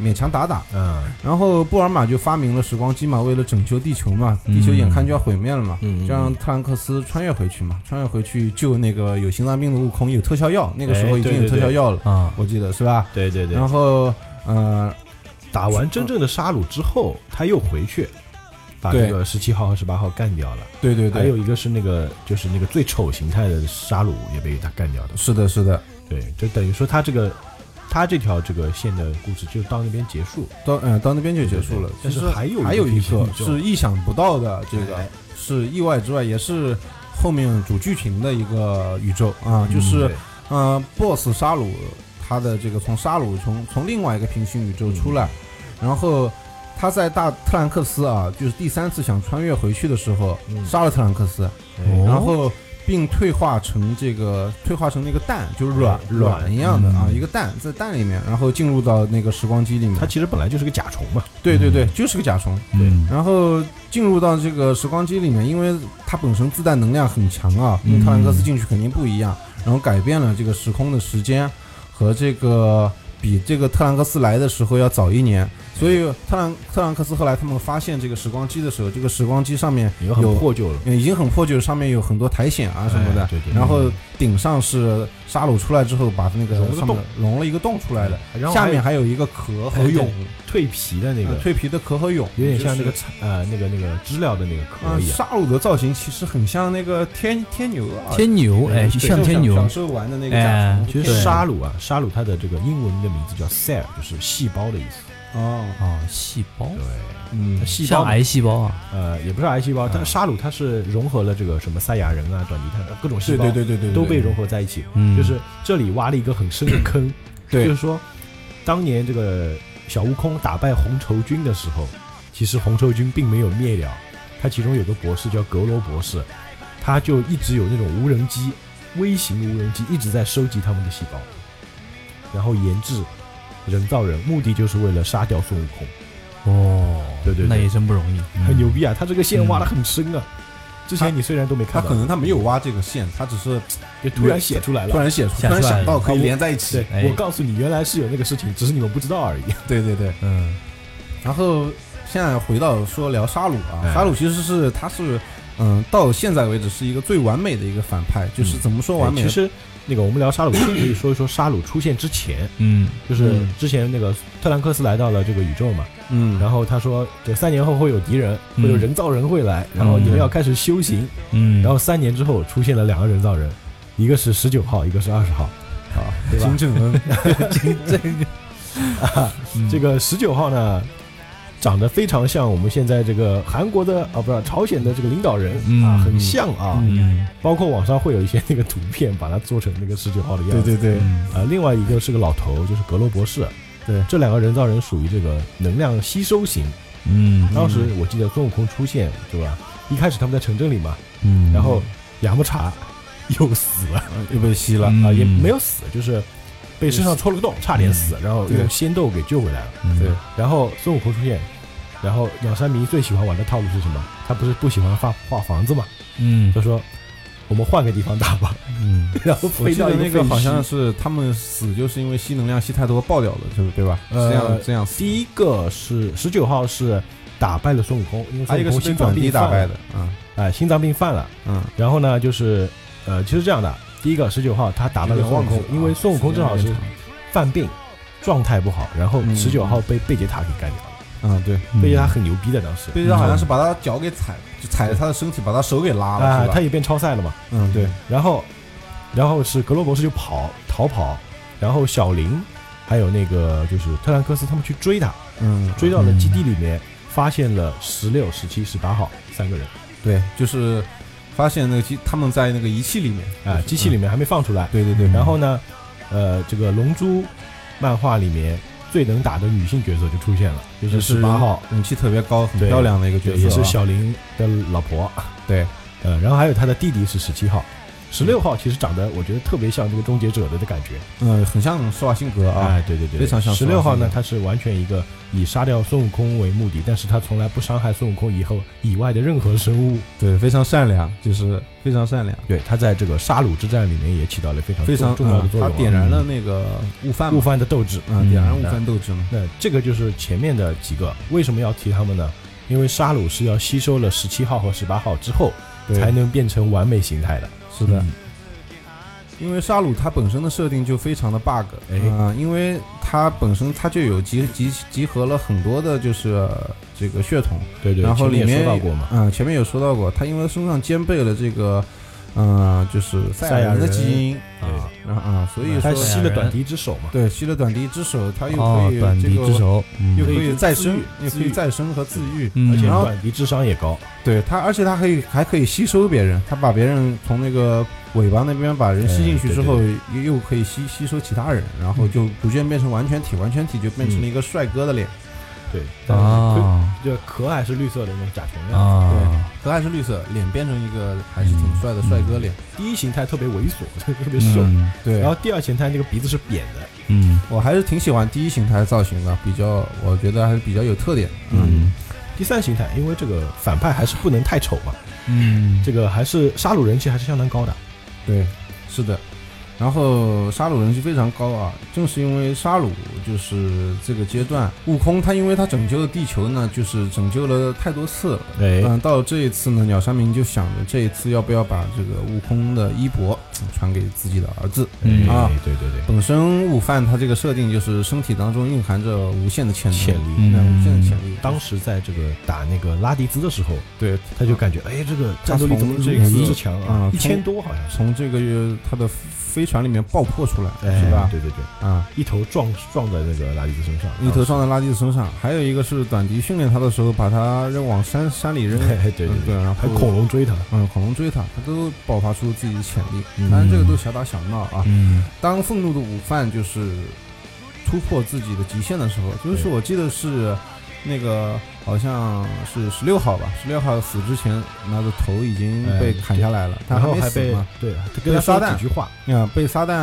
Speaker 5: 勉强打打，
Speaker 1: 嗯
Speaker 5: 然后布尔玛就发明了时光机嘛，为了拯救地球嘛，地球眼看就要毁灭了嘛，
Speaker 1: 嗯
Speaker 5: 就让特兰克斯穿越回去嘛，穿越回去救那个有心脏病的悟空，有特效药，那个时
Speaker 1: 哎
Speaker 5: 候已经有特效药了，
Speaker 3: 啊，
Speaker 5: 我记得是吧？
Speaker 1: 对对对，
Speaker 5: 然后，呃，
Speaker 1: 打完真正的杀戮之后，他又回去把
Speaker 5: 对
Speaker 1: 那个十七号和十八号干掉了。
Speaker 5: 对对
Speaker 1: 还
Speaker 5: 对
Speaker 1: 有，一个是那个就是那个最丑形态的沙鲁也被他干掉的。
Speaker 5: 是的，是的，
Speaker 1: 对，就等于说他这个他这条这个线的故事就到那边结束。
Speaker 5: 到嗯、到那边就结束了。
Speaker 1: 但是
Speaker 5: 其实
Speaker 1: 还有一个
Speaker 5: 还有一
Speaker 1: 平行
Speaker 5: 个
Speaker 1: 宇宙
Speaker 5: 是意想不到的，这个
Speaker 1: 哎
Speaker 5: 是意外之外，也是后面主剧情的一个宇宙啊，就是。
Speaker 1: 嗯对
Speaker 5: 呃，BOSS 沙鲁他的这个从沙鲁从从另外一个平行宇宙出来，
Speaker 1: 嗯
Speaker 5: 然后他在大特兰克斯啊，就是第三次想穿越回去的时候，
Speaker 1: 嗯
Speaker 5: 杀了特兰克斯，
Speaker 1: 哎
Speaker 5: 然后并退化成这个退化成那个蛋，就是卵
Speaker 1: 卵
Speaker 5: 卵一样的啊，一个蛋在蛋里面，然后进入到那个时光机里面
Speaker 1: 它。其实本来就是个甲虫嘛，
Speaker 5: 对对对，就是个甲虫。
Speaker 3: 嗯
Speaker 5: 然后进入到这个时光机里面，因为它本身自带能量很强啊，
Speaker 3: 嗯
Speaker 5: 跟特兰克斯进去肯定不一样，然后改变了这个时空的时间和这个比这个特兰克斯来的时候要早一年，所以特兰特兰克斯后来他们发现这个时光机的时候，这个时光机上面
Speaker 1: 已经很
Speaker 5: 有
Speaker 1: 破旧了。
Speaker 5: 已经很破旧，上面有很多苔藓啊什么的，
Speaker 1: 哎对对对
Speaker 5: 然后顶上是沙漏出来之后把那个
Speaker 1: 融了个
Speaker 5: 上面
Speaker 1: 洞哎
Speaker 5: 融了一个洞出来的，
Speaker 1: 然后
Speaker 5: 下
Speaker 1: 还有
Speaker 5: 面还有一个壳和
Speaker 1: 哎对
Speaker 5: 蛹，
Speaker 1: 蜕皮的那
Speaker 5: 呃
Speaker 1: 个，
Speaker 5: 蜕皮的壳和蛹，
Speaker 1: 有点像那
Speaker 5: 就是
Speaker 1: 个菜啊呃那个那个知了的那个壳
Speaker 5: 嗯，
Speaker 1: 一样。
Speaker 5: 沙鲁的造型其实很像那个天天牛啊，
Speaker 3: 天牛，哎，
Speaker 5: 对
Speaker 3: 像
Speaker 5: 就
Speaker 3: 天牛，
Speaker 5: 小时候玩的那个甲
Speaker 3: 哎
Speaker 5: 虫，
Speaker 1: 其
Speaker 5: 天
Speaker 1: 实
Speaker 3: 对
Speaker 1: 沙鲁啊，沙鲁它的这个英文的名字叫 cell，就是细胞的意思。
Speaker 5: 哦，
Speaker 3: 哦，细胞，
Speaker 1: 对，
Speaker 5: 嗯，
Speaker 1: 细
Speaker 3: 像
Speaker 1: 胞
Speaker 3: 癌细胞啊，
Speaker 1: 呃也不是癌细胞，但沙鲁它是融合了这个什么赛亚人啊、短笛炭各种细
Speaker 5: 对
Speaker 1: 胞，
Speaker 5: 对对对对，对
Speaker 1: 都被融合在一起。
Speaker 3: 嗯，
Speaker 1: 就是这里挖了一个很深的坑，
Speaker 5: 对
Speaker 1: 就是说当年这个小悟空打败红绸军的时候，其实红绸军并没有灭了，他其中有个博士叫阁楼博士，他就一直有那种无人机，微型无人机一直在收集他们的细胞，然后研制人造人，目的就是为了杀掉孙悟空。
Speaker 3: 哦，
Speaker 1: 对对对
Speaker 3: 那也真不容易，
Speaker 1: 很牛
Speaker 3: 嗯，
Speaker 1: 逼啊！他这个线挖的很深啊。之前你虽然都没
Speaker 5: 嗯他
Speaker 1: 看到，
Speaker 5: 可能他没有挖这个线，他只是
Speaker 1: 就突然写出来了。
Speaker 5: 突然写出，突
Speaker 3: 想出来
Speaker 5: 然想到
Speaker 3: 了
Speaker 5: 可以连在一起
Speaker 1: 对，，
Speaker 3: 哎
Speaker 1: 我告诉你，原来是有那个事情，只是你们不知道而已。
Speaker 5: 对对对。
Speaker 3: 嗯，
Speaker 5: 然后现在回到说聊沙鲁
Speaker 1: 哎
Speaker 5: 啊，沙鲁其实是他是嗯到现在为止是一个最完美的一个反派，就是怎么说完美
Speaker 1: 哎其
Speaker 5: 呢？
Speaker 1: 实，那个我们聊沙鲁，先可以说一说沙鲁出现之前，
Speaker 3: 嗯，
Speaker 1: 就是
Speaker 5: 嗯
Speaker 1: 之前那个特兰克斯来到了这个宇宙嘛，
Speaker 5: 嗯，
Speaker 1: 然后他说，这三年后会有敌人，
Speaker 3: 嗯
Speaker 1: 会有人造人会来，然后你们要开始修行。
Speaker 3: 嗯，
Speaker 1: 然后三年之后出现了两个人造人，一个是十九号，一个是二十号。
Speaker 5: 好，
Speaker 1: 对吧
Speaker 5: 金正 恩， 啊
Speaker 3: 嗯
Speaker 1: 这个十九号呢，长得非常像我们现在这个韩国的啊，不是朝鲜的这个领导人
Speaker 3: 嗯
Speaker 1: 啊，很像啊。
Speaker 3: 嗯，
Speaker 1: 包括网上会有一些那个图片，把它做成那个十九号的样子
Speaker 5: 对。对对，
Speaker 3: 嗯，
Speaker 1: 啊，另外一个是个老头，就是格罗博士。
Speaker 5: 对
Speaker 1: 这两个人造人属于这个能量吸收型。
Speaker 3: 嗯，
Speaker 1: 当时我记得孙悟空出现，对吧？一开始他们在城镇里嘛，
Speaker 3: 嗯，
Speaker 1: 然后雅木茶又死了
Speaker 5: 嗯又被吸了，
Speaker 3: 嗯
Speaker 1: 啊，也没有死，就是被身上戳了个洞，差点死，然后
Speaker 5: 对
Speaker 1: 用仙豆给救回来了。
Speaker 3: 嗯
Speaker 5: 对
Speaker 1: 然后孙悟空出现，然后鸟山明最喜欢玩的套路是什么？他不是不喜欢画画房子嘛？
Speaker 3: 嗯
Speaker 1: 他说我们换个地方打吧，
Speaker 3: 嗯，
Speaker 1: 然后
Speaker 5: 我
Speaker 1: 飞
Speaker 5: 记
Speaker 1: 到
Speaker 5: 得
Speaker 1: 一
Speaker 5: 那
Speaker 1: 个
Speaker 5: 个好
Speaker 1: 废墟
Speaker 5: 像是他们死就是因为吸能量吸太多爆掉了，对不对吧？是
Speaker 1: 呃
Speaker 5: 这样这样死。
Speaker 1: 第一个是十九号是打败了孙悟空，因为
Speaker 5: 还
Speaker 1: 孙
Speaker 5: 有一
Speaker 1: 悟
Speaker 5: 个
Speaker 1: 空
Speaker 5: 是被
Speaker 1: 心脏
Speaker 5: 转
Speaker 1: 病
Speaker 5: 低打
Speaker 1: 犯
Speaker 5: 败
Speaker 1: 了，
Speaker 5: 的，嗯
Speaker 1: 哎、心脏病犯了。
Speaker 5: 嗯，
Speaker 1: 然后呢，就是呃，其实这样的，第一个十九号他打败了
Speaker 5: 有点
Speaker 1: 孙悟空
Speaker 5: 忘记，了
Speaker 1: 因为孙悟空正好是犯病，状态不好，然后
Speaker 5: 嗯
Speaker 1: 十九号被贝吉塔给干掉了。
Speaker 5: 嗯对，
Speaker 1: 贝吉塔很牛逼的，当时
Speaker 5: 贝吉塔好像是把他脚给踩，就踩着他的身体，把他手给拉了，
Speaker 1: 啊，
Speaker 5: 是吧
Speaker 1: 他？也变超赛了嘛。
Speaker 5: 嗯对，
Speaker 1: 然后，然后是格罗博士就跑逃跑，然后小林还有那个就是特兰克斯他们去追他，
Speaker 5: 嗯
Speaker 1: 追到了基地里面，发现了十六、十七、十八号三个人。
Speaker 5: 对，就是发现那个机他们在那个仪哎器里面
Speaker 1: 啊，机器里，面还没放出来。
Speaker 5: 就是嗯对对对，
Speaker 1: 然后呢，呃，这个《龙珠》漫画里面最能打的女性角色就出现了，就
Speaker 5: 也
Speaker 1: 是十八号，
Speaker 5: 人气特别高，很
Speaker 1: 对
Speaker 5: 漂亮的一个角
Speaker 1: 对，
Speaker 5: 色
Speaker 1: 也
Speaker 5: 啊，
Speaker 1: 是小林的老婆。
Speaker 5: 对，
Speaker 1: 呃，然后还有他的弟弟是十七号，十六号其实长得我觉得特别像这个终结者的的感觉。
Speaker 5: 嗯，很像施瓦辛格啊，
Speaker 1: 哎，对对对，
Speaker 5: 非常像
Speaker 1: 十六号
Speaker 5: 是
Speaker 1: 呢
Speaker 5: 吧，
Speaker 1: 他是完全一个以杀掉孙悟空为目的，但是他从来不伤害孙悟空以后以外的任何生物。
Speaker 5: 对，非常善良，就是非常善良。
Speaker 1: 对他在这个杀戮之战里面也起到了非常
Speaker 5: 非常
Speaker 1: 重重要的
Speaker 5: 嗯
Speaker 1: 作
Speaker 5: 他
Speaker 1: 用啊。
Speaker 5: 点燃了那个悟饭
Speaker 1: 悟
Speaker 5: 嘛，
Speaker 1: 饭的斗志。
Speaker 5: 嗯，点燃
Speaker 1: 嗯
Speaker 5: 悟饭斗志嘛，
Speaker 1: 那这个就是前面的几个，为什么要提他们呢？因为沙鲁是要吸收了十七号和十八号之后，
Speaker 5: 对
Speaker 1: 才能变成完美形态的。
Speaker 5: 是的，因为沙鲁它本身的设定就非常的 bug，
Speaker 1: 哎
Speaker 5: 啊、因为它本身它就有集集集合了很多的就是呃这个血统，
Speaker 1: 对对，
Speaker 5: 然后
Speaker 1: 前面
Speaker 5: 里
Speaker 1: 也
Speaker 5: 面
Speaker 1: 说到过嘛，
Speaker 5: 嗯、前面有说到过，它因为身上兼备了这个，嗯、就是赛亚人的
Speaker 1: 赛亚人
Speaker 5: 基因
Speaker 1: 对
Speaker 5: 啊，然后啊、所以
Speaker 1: 他
Speaker 5: 说
Speaker 1: 吸了短笛之手嘛，
Speaker 5: 对吸了短笛之手，它又
Speaker 3: 哦
Speaker 5: 可以，
Speaker 3: 短
Speaker 5: 这
Speaker 3: 笛
Speaker 5: 个
Speaker 3: 之手，嗯
Speaker 5: 又可以再
Speaker 1: 自愈
Speaker 5: 生，又
Speaker 1: 自
Speaker 5: 可以
Speaker 1: 愈
Speaker 5: 再生和自愈，
Speaker 3: 嗯
Speaker 1: 而且
Speaker 5: 然后
Speaker 1: 短笛智商也高。
Speaker 5: 对它，而且它可以还可以吸收别人，它把别人从那个尾巴那边把人吸进去之后，又又可以吸吸收其他人，然
Speaker 3: 嗯
Speaker 5: 后就逐渐变成完全体，完全体就变成了一个帅哥的脸。
Speaker 1: 对，但是
Speaker 3: 啊
Speaker 1: 这壳还是绿色的那种甲虫样。
Speaker 3: 啊，
Speaker 5: 可汗是绿色，脸变成一个还是挺
Speaker 3: 嗯
Speaker 5: 帅的帅哥脸。
Speaker 1: 第一形态特别猥琐， 特别瘦，
Speaker 5: 对，
Speaker 1: 然后第二形态那个鼻子是扁的，
Speaker 3: 嗯
Speaker 5: 我还是挺喜欢第一形态造型的，比较我觉得还是比较有特点。
Speaker 3: 嗯
Speaker 1: 第三形态因为这个反派还是不能太丑嘛，
Speaker 3: 嗯，
Speaker 1: 这个还是杀戮人气还是相当高的，
Speaker 5: 对，是的。然后杀戮人气非常高啊，正是因为杀戮就是这个阶段，悟空他因为他拯救了地球呢，就是拯救了太多次了。
Speaker 1: 哎
Speaker 5: 嗯，到这一次呢，鸟山明就想着这一次要不要把这个悟空的衣钵嗯传给自己的儿子。
Speaker 3: 嗯
Speaker 5: 啊，
Speaker 1: 对对对，
Speaker 5: 本身悟饭他这个设定就是身体当中蕴含着无限的潜能，
Speaker 1: 潜力
Speaker 5: 嗯无限的潜力。
Speaker 1: 当时在这个打那个拉迪兹的时候，
Speaker 5: 对，
Speaker 1: 他就感觉哎这个战斗力怎么
Speaker 5: 他从
Speaker 1: 如
Speaker 5: 这个
Speaker 1: 此之强啊
Speaker 5: 啊，
Speaker 1: 一
Speaker 5: 从
Speaker 1: 千多好像是，
Speaker 5: 从这个呃他的飞船里面爆破出来，
Speaker 1: 哎
Speaker 5: 是吧？
Speaker 1: 对对对，
Speaker 5: 啊，
Speaker 1: 一头撞撞在那个拉迪兹身上，
Speaker 5: 一头撞在垃圾身上，还有一个是短笛训练他的时候，把他扔往山山里扔，
Speaker 1: 哎 对对
Speaker 5: 嗯
Speaker 1: 对，
Speaker 5: 对，然后
Speaker 1: 还有恐龙追他，
Speaker 5: 嗯恐龙追他，他都爆发出自己的潜力。
Speaker 1: 嗯
Speaker 5: 当然这个都小打小闹啊。
Speaker 3: 嗯
Speaker 5: 当愤怒的午饭就是突破自己的极限的时候，就是
Speaker 1: 对
Speaker 5: 我记得是那个好像是十六号吧，十六号死之前，他的头已经被
Speaker 1: 哎
Speaker 5: 砍下来了，他
Speaker 1: 然后
Speaker 5: 没
Speaker 1: 还
Speaker 5: 死
Speaker 1: 被
Speaker 5: 嘛，
Speaker 1: 对，他跟他说
Speaker 5: 被撒
Speaker 1: 了
Speaker 5: 旦
Speaker 1: 几句话，
Speaker 5: 啊，被撒旦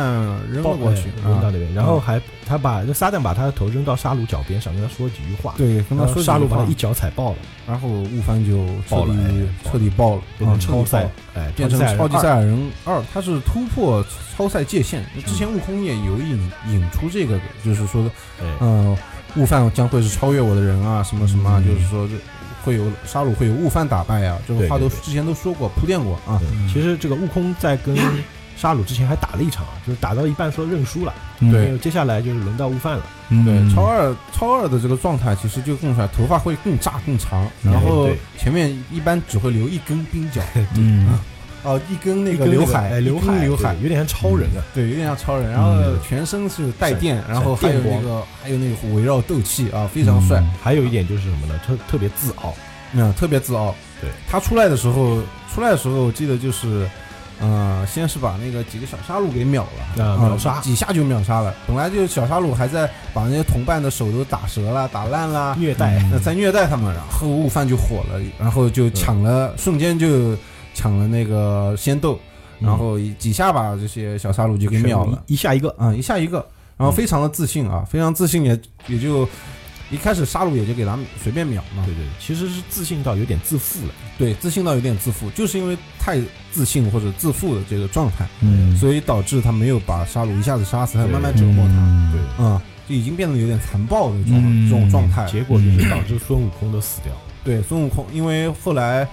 Speaker 5: 扔了过去
Speaker 1: 哎，
Speaker 5: 啊
Speaker 1: 扔到那边，然后还他把这撒旦把他的头扔到沙鲁脚边上，跟他说几句话，，
Speaker 5: 对，跟他
Speaker 1: 然
Speaker 5: 说
Speaker 1: 后沙鲁
Speaker 5: 鲁
Speaker 1: 把他一脚踩爆了，
Speaker 5: 然后悟饭就彻
Speaker 1: 爆了
Speaker 5: 底
Speaker 1: 哎
Speaker 5: 彻底爆了，
Speaker 1: 变成
Speaker 5: 啊
Speaker 1: 超赛，，哎，
Speaker 5: 变成超级
Speaker 1: 赛人
Speaker 5: 赛亚人二，嗯他是突破超赛界限。之前悟空也有引引出这个，就是说，
Speaker 1: 二，哎，
Speaker 5: 嗯，悟饭将会是超越我的人啊，什么什么啊，
Speaker 3: 嗯
Speaker 5: 就是说这会有杀戮会有悟饭打败啊，这个
Speaker 1: 对
Speaker 5: 话都
Speaker 1: 对对
Speaker 5: 之前都说过铺垫过啊。
Speaker 1: 对其实这个悟空在跟沙鲁之前还打了一场，就是打到一半说认输了，因
Speaker 5: 对
Speaker 1: 为接下来就是轮到悟饭了，
Speaker 3: 嗯
Speaker 5: 对，超
Speaker 3: 超
Speaker 5: 二超二的这个状态其实就更帅，头发会更炸更长，然后
Speaker 1: 对对
Speaker 5: 前面一般只会留一根鬓 角，
Speaker 3: 嗯
Speaker 5: 哦，一根那个
Speaker 1: 跟
Speaker 5: 刘
Speaker 1: 那
Speaker 5: 海，
Speaker 1: 哎
Speaker 5: 一
Speaker 1: 刘
Speaker 5: 根
Speaker 1: 海
Speaker 5: 刘海
Speaker 1: 对，有点像超人啊，
Speaker 5: 对，有点像超人，然后
Speaker 3: 嗯
Speaker 5: 全身是带
Speaker 1: 闪
Speaker 5: 电，然后还有
Speaker 1: 闪电
Speaker 5: 那个还有那个围绕斗气啊，
Speaker 1: 嗯
Speaker 5: 非常帅，
Speaker 1: 还有一点就是什么呢？特特别自傲，
Speaker 5: 嗯，特别自傲。
Speaker 1: 对
Speaker 5: 他出来的时候，出来的时候我记得就是，呃，先是把那个几个小杀戮给秒了，
Speaker 1: 啊秒杀
Speaker 5: 几下就秒杀了。本来就小杀戮还在把那些同伴的手都打折了、打烂了，
Speaker 1: 虐待，
Speaker 5: 那在虐待他们，然后悟饭就火了，然后就抢了，瞬间就抢了那个仙豆，
Speaker 1: 嗯
Speaker 5: 然后一几下把这些小杀戮就给秒了。
Speaker 1: 一下一个，
Speaker 5: 啊、一下一个，然后非常的自信啊，非常自信也也就一开始杀戮也就给他们随便秒嘛，
Speaker 1: 对对，对其实是自信到有点自负了，
Speaker 5: 对，自信到有点自负，就是因为太自信或者自负的这个状态，
Speaker 3: 嗯，
Speaker 5: 所以导致他没有把杀戮一下子杀死，他
Speaker 1: 对
Speaker 5: 慢慢
Speaker 3: 折
Speaker 5: 折
Speaker 3: 磨
Speaker 5: 磨
Speaker 3: 他，
Speaker 1: 对。
Speaker 5: 他，啊、就已经变得有点残暴的这种、
Speaker 3: 嗯
Speaker 5: 这种状态了。
Speaker 1: 结果就是导致孙悟空都死掉。
Speaker 5: 对，孙悟空因为后来。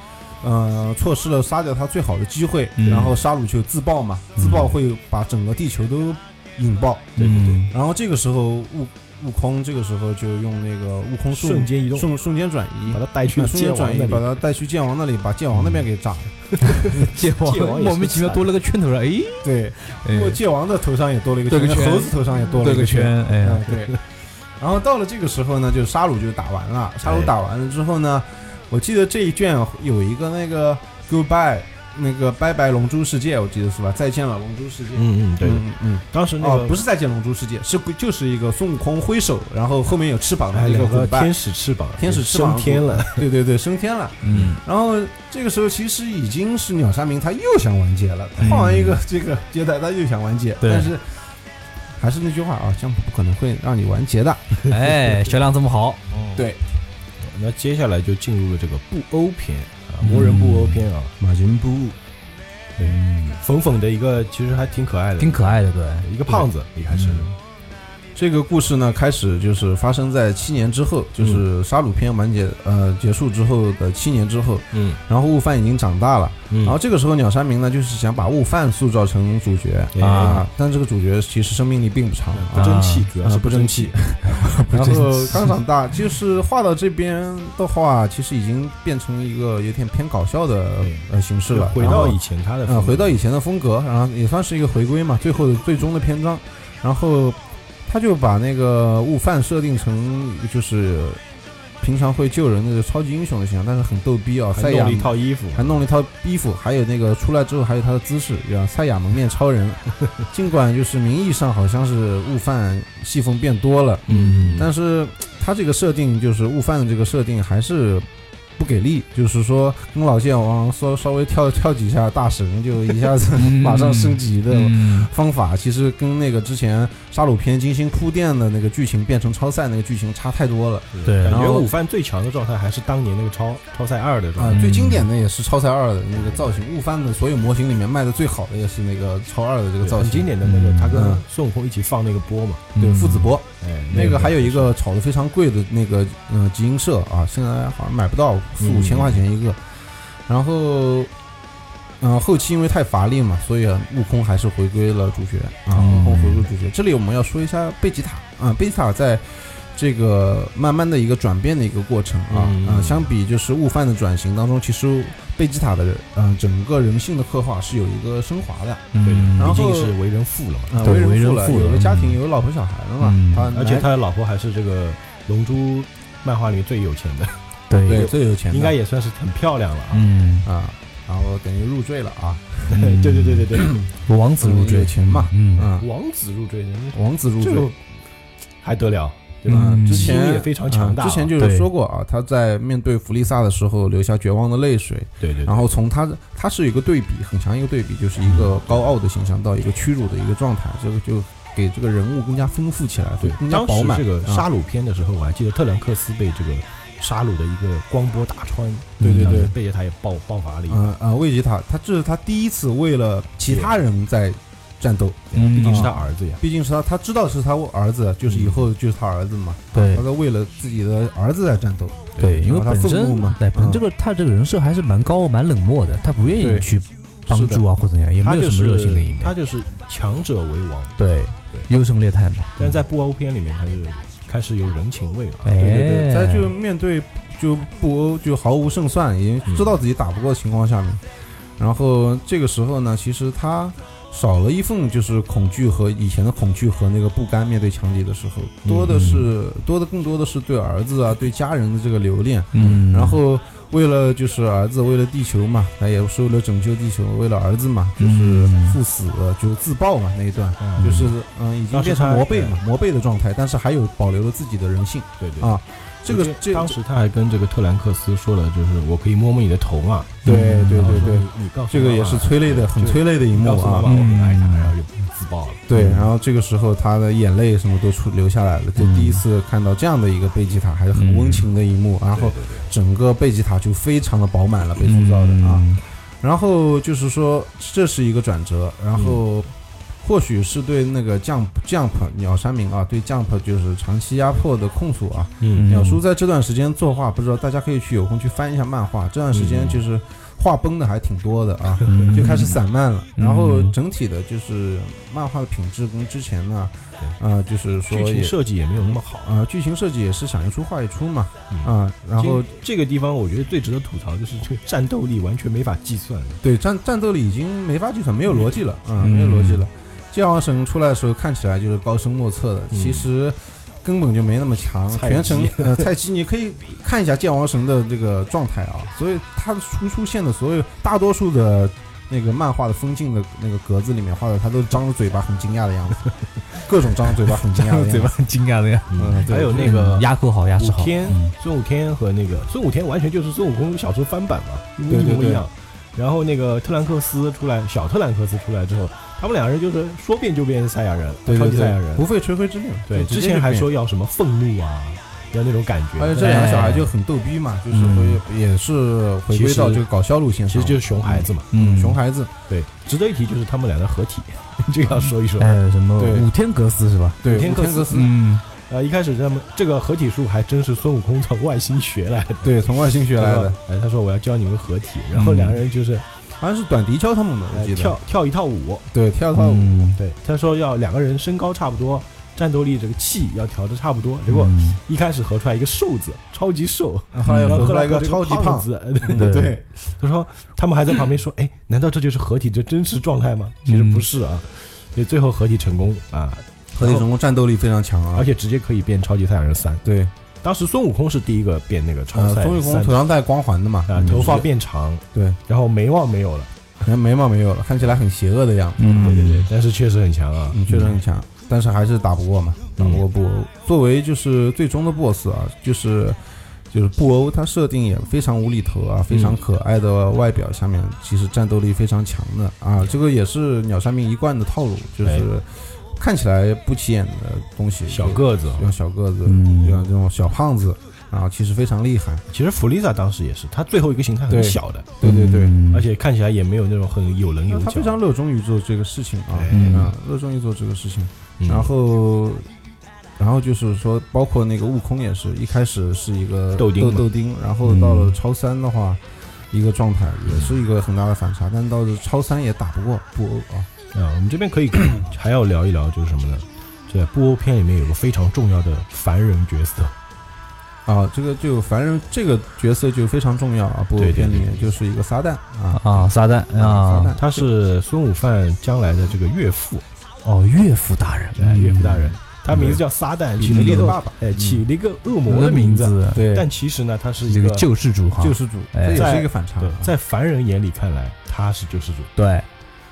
Speaker 5: 呃，错失了杀掉他最好的机会，
Speaker 3: 嗯
Speaker 5: 然后杀戮就自爆嘛，自爆会把整个地球都引爆，
Speaker 3: 对对对，
Speaker 5: 然后这个时候悟悟空这个时候就用那个悟空术
Speaker 1: 瞬间移动
Speaker 5: 瞬瞬间转移
Speaker 1: 把，他带去
Speaker 5: 瞬
Speaker 1: 了
Speaker 5: 间
Speaker 1: 剑
Speaker 5: 转
Speaker 1: 王
Speaker 5: 移
Speaker 1: 那
Speaker 5: 把
Speaker 1: 里，嗯
Speaker 5: 他带去剑王那里，把剑王那边给炸了。
Speaker 3: 剑王
Speaker 1: 剑王也是
Speaker 3: 莫名其妙多了个圈头上，哎，
Speaker 5: 对，不过剑王的头上也多了一个
Speaker 3: 多个
Speaker 5: 圈，
Speaker 3: 圈
Speaker 5: 猴子头上也多了
Speaker 3: 多
Speaker 5: 一
Speaker 3: 个
Speaker 5: 圈。
Speaker 3: 圈，哎呀
Speaker 5: 嗯，，对。然后到了这个时候呢，就沙鲁就打完了。沙鲁
Speaker 1: 哎
Speaker 5: 打完了之后呢，我记得这一卷有一个那个 goodbye，那个拜拜龙珠世界，我记得是吧？再见了龙珠世界。
Speaker 1: 嗯嗯，对，
Speaker 5: 嗯嗯。
Speaker 1: 当时那
Speaker 5: 哦，
Speaker 1: 个
Speaker 5: 不是再见龙珠世界，是就是一个孙悟空挥手，然后后面有翅膀
Speaker 1: 哎
Speaker 5: 的一个
Speaker 1: 两个
Speaker 5: goodbye
Speaker 1: 天。使翅膀，
Speaker 5: 天使翅膀
Speaker 1: 升天 了，
Speaker 5: 对对对，升天了。
Speaker 3: 嗯
Speaker 5: 然后这个时候其实已经是鸟山明他又想完结了，他
Speaker 3: 嗯
Speaker 5: 换完一个这个接待他又想完结，
Speaker 3: 对
Speaker 5: 但是还是那句话啊，江湖不可能会让你完结的。
Speaker 3: 哎，销量这么好，
Speaker 5: 对，
Speaker 1: 那接下来就进入了这个布欧篇啊，魔人布欧篇啊，
Speaker 5: 马云不
Speaker 3: 嗯，
Speaker 1: 粉粉的一个，其实还挺可爱的，
Speaker 3: 挺可爱的，对，
Speaker 1: 一个胖子，一开始，
Speaker 5: 这个故事呢，开始就是发生在七年之后，就是杀戮篇完结呃结束之后的七年之后，
Speaker 1: 嗯
Speaker 5: 然后悟饭已经长大了，
Speaker 1: 嗯
Speaker 5: 然后这个时候鸟山明呢就是想把悟饭塑造成主角
Speaker 1: 哎
Speaker 5: 啊，但这个主角其实生命力并不长
Speaker 1: 呃不
Speaker 5: 啊。
Speaker 1: 争气，主要是
Speaker 5: 啊不争气， 然后刚长大，就是画到这边的话，其实已经变成一个有点偏搞笑的
Speaker 1: 对
Speaker 5: 呃形式了。
Speaker 1: 回到以前他的
Speaker 5: 啊、
Speaker 1: 风格
Speaker 5: 回到以前的风格，然后也算是一个回归嘛，最后的最终的篇章。然后他就把那个悟饭设定成就是平常会救人的超级英雄的形象，但是很逗逼啊、
Speaker 1: 还
Speaker 5: 赛
Speaker 1: 弄
Speaker 5: 亚
Speaker 1: 了一套衣服，
Speaker 5: 还弄了一套衣服，还有那个出来之后还有他的姿势，叫赛亚蒙面超 人。尽管就是名义上好像是悟饭戏份变多了，
Speaker 3: 嗯，
Speaker 5: 但是他这个设定就是悟饭的这个设定还是。不给力，就是说跟老剑王说稍微跳跳几下大神，就一下子马上升级的
Speaker 3: 嗯
Speaker 5: 方法，其实跟那个之前杀戮片精心铺垫的那个剧情变成超赛那个剧情差太多了
Speaker 3: 对
Speaker 1: 感
Speaker 5: 然
Speaker 1: 觉
Speaker 5: 后
Speaker 1: 午饭最强的状态还是当年那个超超赛二的状
Speaker 5: 啊、
Speaker 1: 态。
Speaker 5: 最经典的也是超赛二的那个造型，悟饭的所有模型里面卖的最好的也是那个超二的这个造
Speaker 1: 很
Speaker 5: 型，
Speaker 1: 经典的那个，他跟
Speaker 5: 嗯
Speaker 1: 孙悟空一起放那个波嘛，
Speaker 5: 对
Speaker 3: 嗯
Speaker 5: 父子波。
Speaker 1: 哎，
Speaker 5: 那个还有一个炒的非常贵的那个，嗯、集英社啊，现在好像买不到，四五千块钱一个。然后，嗯、后期因为太乏力嘛，所以啊悟空还是回归了主角啊，悟空回归主角。这里我们要说一下贝吉塔啊，贝吉塔在这个慢慢的一个转变的一个过程啊，
Speaker 1: 嗯
Speaker 5: 啊，相比就是悟饭的转型当中，其实贝吉塔的人嗯、整个人性的刻画是有一个升华的。
Speaker 3: 嗯
Speaker 5: 然后
Speaker 1: 毕竟是为人父了嘛，
Speaker 5: 啊，
Speaker 3: 对
Speaker 5: 为
Speaker 3: 为人
Speaker 5: 人父了，
Speaker 3: 父了
Speaker 5: 有了家庭，
Speaker 3: 嗯
Speaker 5: 有老婆小孩了嘛，
Speaker 3: 嗯
Speaker 5: 他
Speaker 1: 而且
Speaker 5: 来
Speaker 1: 他的老婆还是这个《龙珠》漫画里面最有钱的，
Speaker 5: 对
Speaker 3: 对，
Speaker 5: 最有钱的，
Speaker 1: 应该也算是很漂亮了啊。
Speaker 3: 嗯，
Speaker 5: 啊，然后等于入赘了啊，
Speaker 3: 嗯
Speaker 1: 对对对对对，
Speaker 3: 王子入
Speaker 5: 有
Speaker 3: 赘，
Speaker 5: 钱嘛，
Speaker 3: 嗯，
Speaker 5: 嗯，
Speaker 1: 王子入赘，
Speaker 5: 王子入
Speaker 1: 这
Speaker 5: 赘
Speaker 1: 个，还得了？对吧？
Speaker 5: 嗯，
Speaker 3: 嗯
Speaker 5: 之
Speaker 1: 基因
Speaker 5: 前
Speaker 1: 也非常强大啊
Speaker 5: 嗯之前就是说过啊，他在面对弗利萨的时候流下绝望的泪水，
Speaker 1: 对对，
Speaker 5: 然
Speaker 1: 后
Speaker 5: 后从他他是有一个对比，很强一个对比，就是一个高傲的形象到一个屈辱的一个状态，这个就给这个人物更加丰富起来，
Speaker 1: 对
Speaker 5: 会更，加
Speaker 1: 嗯当
Speaker 5: 饱满
Speaker 1: 时这。个
Speaker 5: 啊
Speaker 1: 杀戮片的时候，我还记得特兰克斯被这个杀戮的一个光波打穿，
Speaker 5: 对对
Speaker 1: 然后
Speaker 5: 对
Speaker 1: 贝叶塔也爆爆发了一
Speaker 5: 嗯啊，魏吉塔，他这是他第一次为了其他人在战斗，
Speaker 3: 嗯
Speaker 1: 毕竟是他儿子呀。
Speaker 5: 毕竟是他，他知道是他儿子，就是以后就是他儿子嘛，
Speaker 3: 对
Speaker 5: 他在为了自己的儿子在战斗。
Speaker 3: 对，因为
Speaker 5: 然后他
Speaker 3: 本
Speaker 5: 愤怒
Speaker 3: 身
Speaker 5: 嘛
Speaker 3: 对本身
Speaker 5: 嗯
Speaker 3: 这个他这个人设还是蛮高蛮冷漠的，他不愿
Speaker 5: 对
Speaker 3: 意去帮助啊或怎样，也
Speaker 1: 他
Speaker 3: 没有
Speaker 1: 就
Speaker 3: 什么热
Speaker 1: 是
Speaker 3: 心的一面嗯
Speaker 1: 他。就是强者为王，
Speaker 3: 对，优胜劣汰嘛。
Speaker 1: 但在布欧片里面，他就开始有人情味了。
Speaker 3: 哎，
Speaker 5: 对对对，在就面对就布欧就毫无胜算，已经知道自己打不过的情况下面，然后这个时候呢，其实他少了一份就是恐惧和以前的恐惧和那个不甘面对强敌的时候，
Speaker 1: 嗯
Speaker 5: 多的是多的更多的是对儿子啊对家人的这个留恋，
Speaker 3: 嗯，
Speaker 5: 然后为了就是儿子，为了地球嘛，那也是为了拯救地球，为了儿子嘛，就是
Speaker 3: 嗯
Speaker 5: 赴死就自爆嘛那一段。
Speaker 1: 嗯
Speaker 5: 就是嗯，已经
Speaker 1: 当时
Speaker 5: 变成
Speaker 1: 他
Speaker 5: 魔背嘛，魔背的状态，但是还有保留了自己的人性。
Speaker 1: 对对
Speaker 5: 啊这个
Speaker 1: 我记得
Speaker 5: 这
Speaker 1: 当时他还跟这个特兰克斯说了，就是我可以摸摸你的头啊嗯嘛。
Speaker 5: 对对对对，
Speaker 1: 你告诉
Speaker 5: 这个也是催泪的，很催泪的一
Speaker 1: 你
Speaker 5: 幕
Speaker 1: 告诉妈妈
Speaker 5: 啊。
Speaker 1: 我很爱他，然后就自爆了。
Speaker 5: 对，然后这个时候他的眼泪什么都出流下来了，就第一次看到这样的一个贝吉塔，还是很温情的一幕。然后整个贝吉塔就非常的饱满了，被塑造的啊。
Speaker 3: 嗯
Speaker 5: 然后就是说这是一个转折，然后或许是对那个 Jump Jump 鸟山明啊，对 Jump 就是长期压迫的控诉啊。
Speaker 1: 嗯
Speaker 5: 鸟叔在这段时间作画，不知道大家可以去有空去翻一下漫画，这段时间就是画崩的还挺多的啊。
Speaker 3: 嗯
Speaker 5: 就开始散漫了，
Speaker 3: 嗯
Speaker 5: 然后整体的就是漫画的品质跟之前呢，啊，就是说
Speaker 1: 剧情
Speaker 5: 也
Speaker 1: 设计也没有那么好。
Speaker 5: 啊，剧情设计也是想一出画一出嘛，
Speaker 1: 嗯
Speaker 5: 啊，然后
Speaker 1: 这这个地方我觉得最值得吐槽就是这个战斗力完全没法计算。
Speaker 5: 对战战斗力已经没法计算，没有逻辑了，啊，
Speaker 3: 嗯
Speaker 5: 没有逻辑了。剑王神出来的时候看起来就是高深莫测的，
Speaker 1: 嗯
Speaker 5: 其实根本就没那么强。
Speaker 1: 菜鸡
Speaker 5: 全程呃，蔡奇，你可以看一下剑王神的这个状态啊，所以他出出现的所有大多数的。那个漫画的封禁的那个格子里面画的，他都张着嘴巴很惊讶的样子， 各种张着嘴巴很惊讶的样子。
Speaker 3: 很惊讶的呀，
Speaker 5: 嗯，对
Speaker 1: 还有那个
Speaker 3: 压口好，压
Speaker 1: 武
Speaker 3: 制好。
Speaker 1: 天
Speaker 3: 嗯，
Speaker 1: 孙悟天和那个孙悟天完全就是孙悟空小时候翻版嘛，一
Speaker 5: 对对
Speaker 1: 模一样。然后那个特兰克斯出来，小特兰克斯出来之后，他们两人就是说变就变成赛亚人，
Speaker 5: 对
Speaker 1: 超
Speaker 5: 对
Speaker 1: 级赛亚人
Speaker 5: 对，。不费吹灰之哎力。
Speaker 1: 对，
Speaker 5: 就直
Speaker 1: 之
Speaker 5: 接
Speaker 1: 前
Speaker 5: 就
Speaker 1: 还
Speaker 5: 变
Speaker 1: 说要什么愤怒啊，要那种感觉。
Speaker 5: 而且这两个小孩就很逗逼嘛，就是回也是回归到这个搞笑路
Speaker 1: 嗯
Speaker 5: 线
Speaker 1: 其
Speaker 5: 上，
Speaker 1: 实就是熊孩子嘛。
Speaker 3: 嗯
Speaker 5: 熊孩子，
Speaker 1: 对，值得一提就是他们俩的合体， 这个要说一说。
Speaker 5: 哎
Speaker 3: 呃，什么
Speaker 5: 对
Speaker 3: 五天格斯是吧？
Speaker 5: 对，
Speaker 1: 天
Speaker 5: 天
Speaker 1: 克斯
Speaker 5: 克斯，
Speaker 3: 嗯，
Speaker 1: 呃，一开始他们这个合体术还真是孙悟空从外星学来的。
Speaker 5: 对，从外星学来的，。嗯
Speaker 1: 哎，他说我要教你们合体，然后两个人就是
Speaker 5: 好像是短笛教他们的，我
Speaker 1: 哎
Speaker 5: 记得
Speaker 1: 跳，跳一套舞。
Speaker 5: 对，跳跳舞，
Speaker 3: 嗯
Speaker 1: 对，他说要两个人身高差不多，战斗力这个气要调的差不多。结果
Speaker 3: 嗯
Speaker 1: 一开始合出来一个瘦子，超级瘦，
Speaker 5: 后来又
Speaker 1: 然
Speaker 5: 嗯合
Speaker 1: 后
Speaker 5: 出
Speaker 1: 后
Speaker 5: 来一
Speaker 1: 个
Speaker 5: 个超级
Speaker 1: 胖
Speaker 5: 胖，
Speaker 1: 子。
Speaker 3: 对
Speaker 1: 对，他说他们还在旁边说：“哎，难道这就是合体的真实状态吗？”
Speaker 5: 嗯
Speaker 1: 其实不是啊，所以最后合体成功啊，
Speaker 5: 合体成功，战斗力非常强啊
Speaker 1: 而，且直接可以变超级赛亚人三。
Speaker 5: 对，
Speaker 1: 当时孙悟空是第一个变那个超
Speaker 5: 呃，
Speaker 1: 赛
Speaker 5: 孙悟空
Speaker 1: 三
Speaker 5: 头上戴光环的嘛，
Speaker 1: 啊，头发变长，
Speaker 5: 对，
Speaker 1: 然后眉毛没有了，
Speaker 5: 可能眉毛没有了，看起来很邪恶的样子，
Speaker 1: 对对
Speaker 3: 嗯，
Speaker 1: 对，但是确实很强啊，
Speaker 5: 嗯，确实很强，但是还是打不过嘛，打不过布欧。作为就是最终的 BOSS 啊，就是就是布欧，它设定也非常无厘头啊，非
Speaker 3: 嗯
Speaker 5: 常可爱的外表下面，其实战斗力非常强的啊，这个也是鸟山明一贯的套路，就
Speaker 1: 哎
Speaker 5: 是看起来不起眼的东西，
Speaker 1: 嗯小个子。
Speaker 5: 像小个子，
Speaker 3: 嗯
Speaker 5: 像这种小胖子啊，其实非常厉害。
Speaker 1: 其实弗利萨当时也是，他最后一个形态很
Speaker 5: 对
Speaker 1: 小的，
Speaker 5: 对对对，
Speaker 3: 嗯
Speaker 1: 而且看起来也没有那种很有棱有
Speaker 5: 他
Speaker 1: 角
Speaker 5: 非。常热衷于做这个事情啊，
Speaker 3: 嗯
Speaker 5: 啊，热衷于做这个事情。
Speaker 1: 嗯
Speaker 5: 然后，然后就是说，包括那个悟空也是一开始是一个
Speaker 1: 豆丁
Speaker 5: 豆
Speaker 1: 嘛
Speaker 5: 豆丁，然后
Speaker 3: 嗯
Speaker 5: 到了超三的话，一个状态也是一个很大的反差，但到了超三也打不过布欧啊，
Speaker 1: 啊，我们这边 可以还要聊一聊，就是什么呢？这布欧篇里面有个非常重要的凡人角色，
Speaker 5: 啊，这个就反正这个角色就非常重要啊，布
Speaker 1: 对
Speaker 5: 欧
Speaker 1: 对
Speaker 5: 片里
Speaker 1: 对
Speaker 5: 面就是一个撒旦啊，
Speaker 3: 啊，撒旦
Speaker 5: 撒
Speaker 3: 啊
Speaker 5: 旦，
Speaker 1: 他是孙悟饭将来的这个岳父，
Speaker 3: 哦，岳父大人，
Speaker 1: 哎，岳父大人，他名字叫撒旦，起了
Speaker 5: 利
Speaker 1: 一
Speaker 5: 的
Speaker 1: 个
Speaker 5: 爸爸，
Speaker 1: 哎，起了一个恶
Speaker 3: 我
Speaker 1: 魔
Speaker 3: 的
Speaker 1: 的
Speaker 3: 名
Speaker 1: 名字，
Speaker 3: 字，
Speaker 5: 对，
Speaker 1: 但其实呢，他是一
Speaker 3: 这
Speaker 1: 个
Speaker 3: 个救世主哈，
Speaker 5: 救世主，
Speaker 3: 哎
Speaker 5: 这也
Speaker 1: 在
Speaker 5: 是一个反差
Speaker 1: 对
Speaker 5: 啊，，
Speaker 1: 在凡人眼里看来他是救世主，
Speaker 3: 对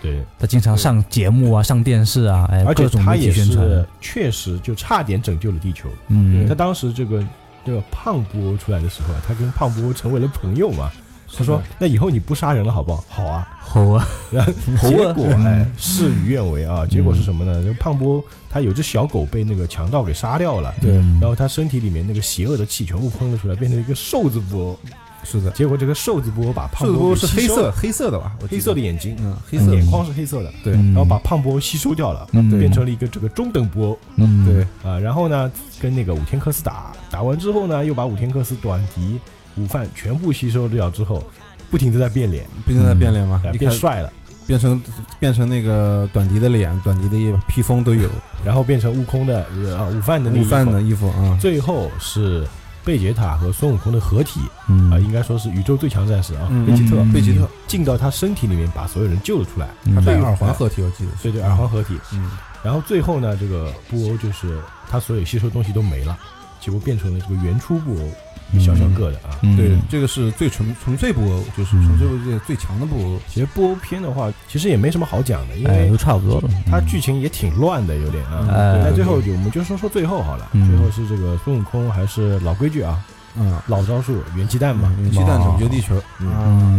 Speaker 1: 对，
Speaker 3: 他经常上节目啊，上电视啊，哎，
Speaker 1: 而且
Speaker 3: 各种
Speaker 1: 他
Speaker 3: 媒
Speaker 1: 也
Speaker 3: 体宣
Speaker 1: 是
Speaker 3: 传，
Speaker 1: 确实就差点拯救了地球。
Speaker 3: 嗯
Speaker 1: 他，当时这个这个胖布欧出来的时候啊，他跟胖布欧成为了朋友嘛。他说：“那以后你不杀人了，好不好？”好啊，
Speaker 3: 猴啊，
Speaker 1: 然后
Speaker 3: 猴
Speaker 1: 结
Speaker 3: 啊
Speaker 1: 果
Speaker 5: 嗯
Speaker 1: 哎，事与愿违啊！结果是什么呢？就胖波他有只小狗被那个强盗给杀掉了，
Speaker 3: 嗯
Speaker 5: 对
Speaker 1: 然后他身体里面那个邪恶的气全部喷了出来，变成一个瘦子波。
Speaker 5: 是的，
Speaker 1: 结果这个瘦子波把胖
Speaker 5: 瘦子
Speaker 1: 波
Speaker 5: 波
Speaker 1: 给
Speaker 5: 是
Speaker 1: 吸
Speaker 5: 黑
Speaker 1: 收
Speaker 5: 色
Speaker 1: 了，
Speaker 5: 黑色的吧，我记
Speaker 1: 黑
Speaker 5: 得
Speaker 1: 色的，眼睛，
Speaker 5: 嗯，黑色的
Speaker 1: 眼眶是黑色的，
Speaker 5: 对
Speaker 3: 嗯
Speaker 1: 然后把胖波吸收掉了，
Speaker 3: 嗯
Speaker 1: 变成了一个这个中等波
Speaker 3: 嗯，
Speaker 5: 对，
Speaker 1: 啊。然后呢，跟那个武天克斯打，打完之后呢，又把武天克斯短笛、午饭全部吸收掉之后，不停的在变脸，
Speaker 5: 毕竟在变脸嘛
Speaker 1: 哎，
Speaker 5: 一
Speaker 1: 变
Speaker 5: 开始
Speaker 1: 帅了。
Speaker 5: 变成变成那个短笛的脸，短笛的衣服披风都有，
Speaker 1: 然后变成悟空的呃啊午饭的那
Speaker 5: 午
Speaker 1: 一
Speaker 5: 饭
Speaker 1: 口
Speaker 5: 的衣服啊，
Speaker 1: 最后是贝杰塔和孙悟空的合体啊、
Speaker 3: 嗯
Speaker 1: 应该说是宇宙最强战士啊，
Speaker 5: 嗯
Speaker 1: 贝吉特
Speaker 3: 嗯
Speaker 5: 贝吉特，
Speaker 1: 进到他身体里面，把所有人救了出来，
Speaker 3: 嗯
Speaker 5: 他戴
Speaker 1: 最后
Speaker 5: 耳环合体，我记得是，
Speaker 1: 对对耳环合体。
Speaker 5: 嗯，
Speaker 1: 然后最后呢，这个布欧就是他所有吸收东西都没了，结果变成了这个原初布欧，小小个的啊。
Speaker 3: 嗯
Speaker 5: 对，这个是最纯纯粹布偶，就是纯粹界最强的布偶，
Speaker 1: 其实布欧篇的话，其实也没什么好讲的，因
Speaker 3: 哎，
Speaker 1: 为
Speaker 3: 都差不多了，
Speaker 1: 它剧情也挺乱的，有点啊。
Speaker 3: 哎
Speaker 1: 但最后就我们就说说最后好了，
Speaker 3: 嗯
Speaker 1: 最后是这个孙悟空还是老规矩啊，
Speaker 5: 嗯，
Speaker 1: 老招数元气弹嘛，
Speaker 5: 元气弹拯救地球，
Speaker 3: 嗯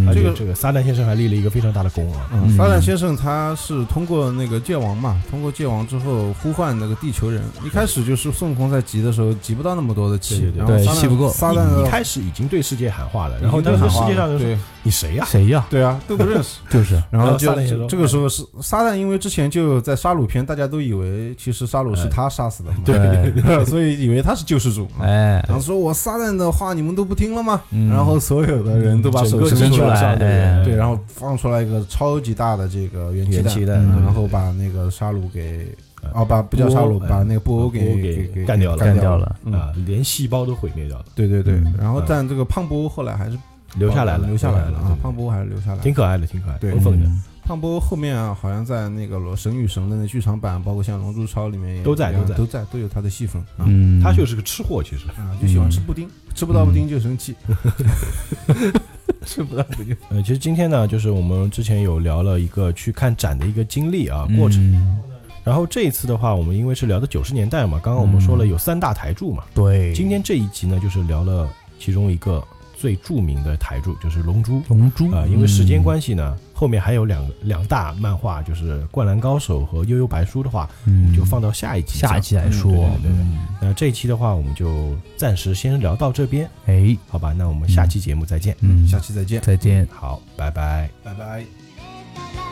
Speaker 5: 啊
Speaker 1: 而
Speaker 5: 这
Speaker 1: 且
Speaker 5: 个。
Speaker 1: 这个撒旦先生还立了一个非常大的功啊，
Speaker 5: 嗯，
Speaker 3: 嗯
Speaker 5: 撒旦先生他是通过那个界王嘛，通过界王之后呼唤那个地球人。一开始就是孙悟空在集的时候集不到那么多的
Speaker 1: 对
Speaker 5: 气
Speaker 1: 对，对
Speaker 5: 然后
Speaker 3: 对
Speaker 5: 撒旦
Speaker 3: 气不够
Speaker 5: 撒旦
Speaker 1: 一
Speaker 5: 的
Speaker 1: 一开始已啊经对世界喊话了，然后那个世界上就说
Speaker 5: 对
Speaker 1: 你谁呀？
Speaker 3: 谁呀？
Speaker 5: 对啊，都不认识。
Speaker 3: 就是，
Speaker 5: 然后
Speaker 1: 然后
Speaker 5: 就
Speaker 1: 撒旦也说
Speaker 5: 这个时候是撒旦，因为之前就在杀戮篇，大家都以为其实杀戮是他杀死的嘛，
Speaker 3: 对，
Speaker 5: 所以以为他是救世主嘛。
Speaker 3: 哎，
Speaker 5: 然后说我撒旦的话你们都不听了吗？
Speaker 3: 嗯
Speaker 5: 然后所有的人都把
Speaker 1: 整
Speaker 5: 手
Speaker 1: 个
Speaker 5: 伸
Speaker 1: 地
Speaker 5: 出
Speaker 1: 球
Speaker 5: 来，
Speaker 1: 上的人
Speaker 3: 哎
Speaker 5: 对，然后放出来一个超级大的这个元
Speaker 1: 元
Speaker 5: 气
Speaker 1: 气
Speaker 5: 弹，
Speaker 1: 弹
Speaker 5: 嗯
Speaker 1: 嗯呃
Speaker 5: 然后把那个杀戮给啊，把不叫杀戮，
Speaker 1: 波
Speaker 5: 把那个布欧
Speaker 1: 波欧给
Speaker 5: 给给
Speaker 1: 干掉了
Speaker 3: 干
Speaker 5: 掉
Speaker 3: 掉。了，
Speaker 5: 嗯
Speaker 1: 啊，连细胞都毁灭掉了，
Speaker 5: 对对对
Speaker 3: 嗯，
Speaker 5: 然后
Speaker 1: 嗯
Speaker 5: 但这个胖波欧后来还是
Speaker 1: 留下来了，嗯
Speaker 5: 留下来了
Speaker 1: 了
Speaker 5: 啊，
Speaker 1: 对
Speaker 5: 胖波欧还是留下来了。
Speaker 1: 挺可爱的，挺可爱的，
Speaker 5: 对
Speaker 1: 缝缝的
Speaker 3: 嗯
Speaker 5: 胖波后面啊，好像在那个《神与神》的那剧场版，包括像《龙珠超》里面也
Speaker 1: 都在
Speaker 5: 一样
Speaker 1: 都在
Speaker 5: 都在都有他的戏份啊。
Speaker 3: 嗯，
Speaker 1: 他就是个吃货，其实，
Speaker 5: 啊，就喜欢吃布丁，
Speaker 1: 嗯
Speaker 5: 吃不到布丁就生气。
Speaker 1: 呃，其实今天呢，就是我们之前有聊了一个去看展的一个经历啊，过程。
Speaker 3: 嗯，
Speaker 1: 然后这一次的话，我们因为是聊的九十年代嘛，刚刚我们说
Speaker 3: 嗯
Speaker 1: 了有三大台柱嘛，
Speaker 3: 对，
Speaker 1: 今天这一集呢，就是聊了其中一个最著名的台柱，就是《龙珠》。
Speaker 3: 龙珠
Speaker 1: 啊、因为时间关系呢，后面还有两个两大漫画，就是《灌篮高手》和《悠悠白书》的话，我
Speaker 3: 嗯，
Speaker 1: 们就放到下一集。
Speaker 3: 下一。期来说，
Speaker 1: 嗯对对对对
Speaker 3: 嗯
Speaker 1: 那这一期的话，我们就暂时先聊到这边，
Speaker 3: 哎，
Speaker 1: 好吧？那我们下期节目再见。
Speaker 3: 嗯，
Speaker 5: 下期再见，
Speaker 3: 再见。
Speaker 1: 好，拜拜。
Speaker 5: 拜拜。
Speaker 6: 「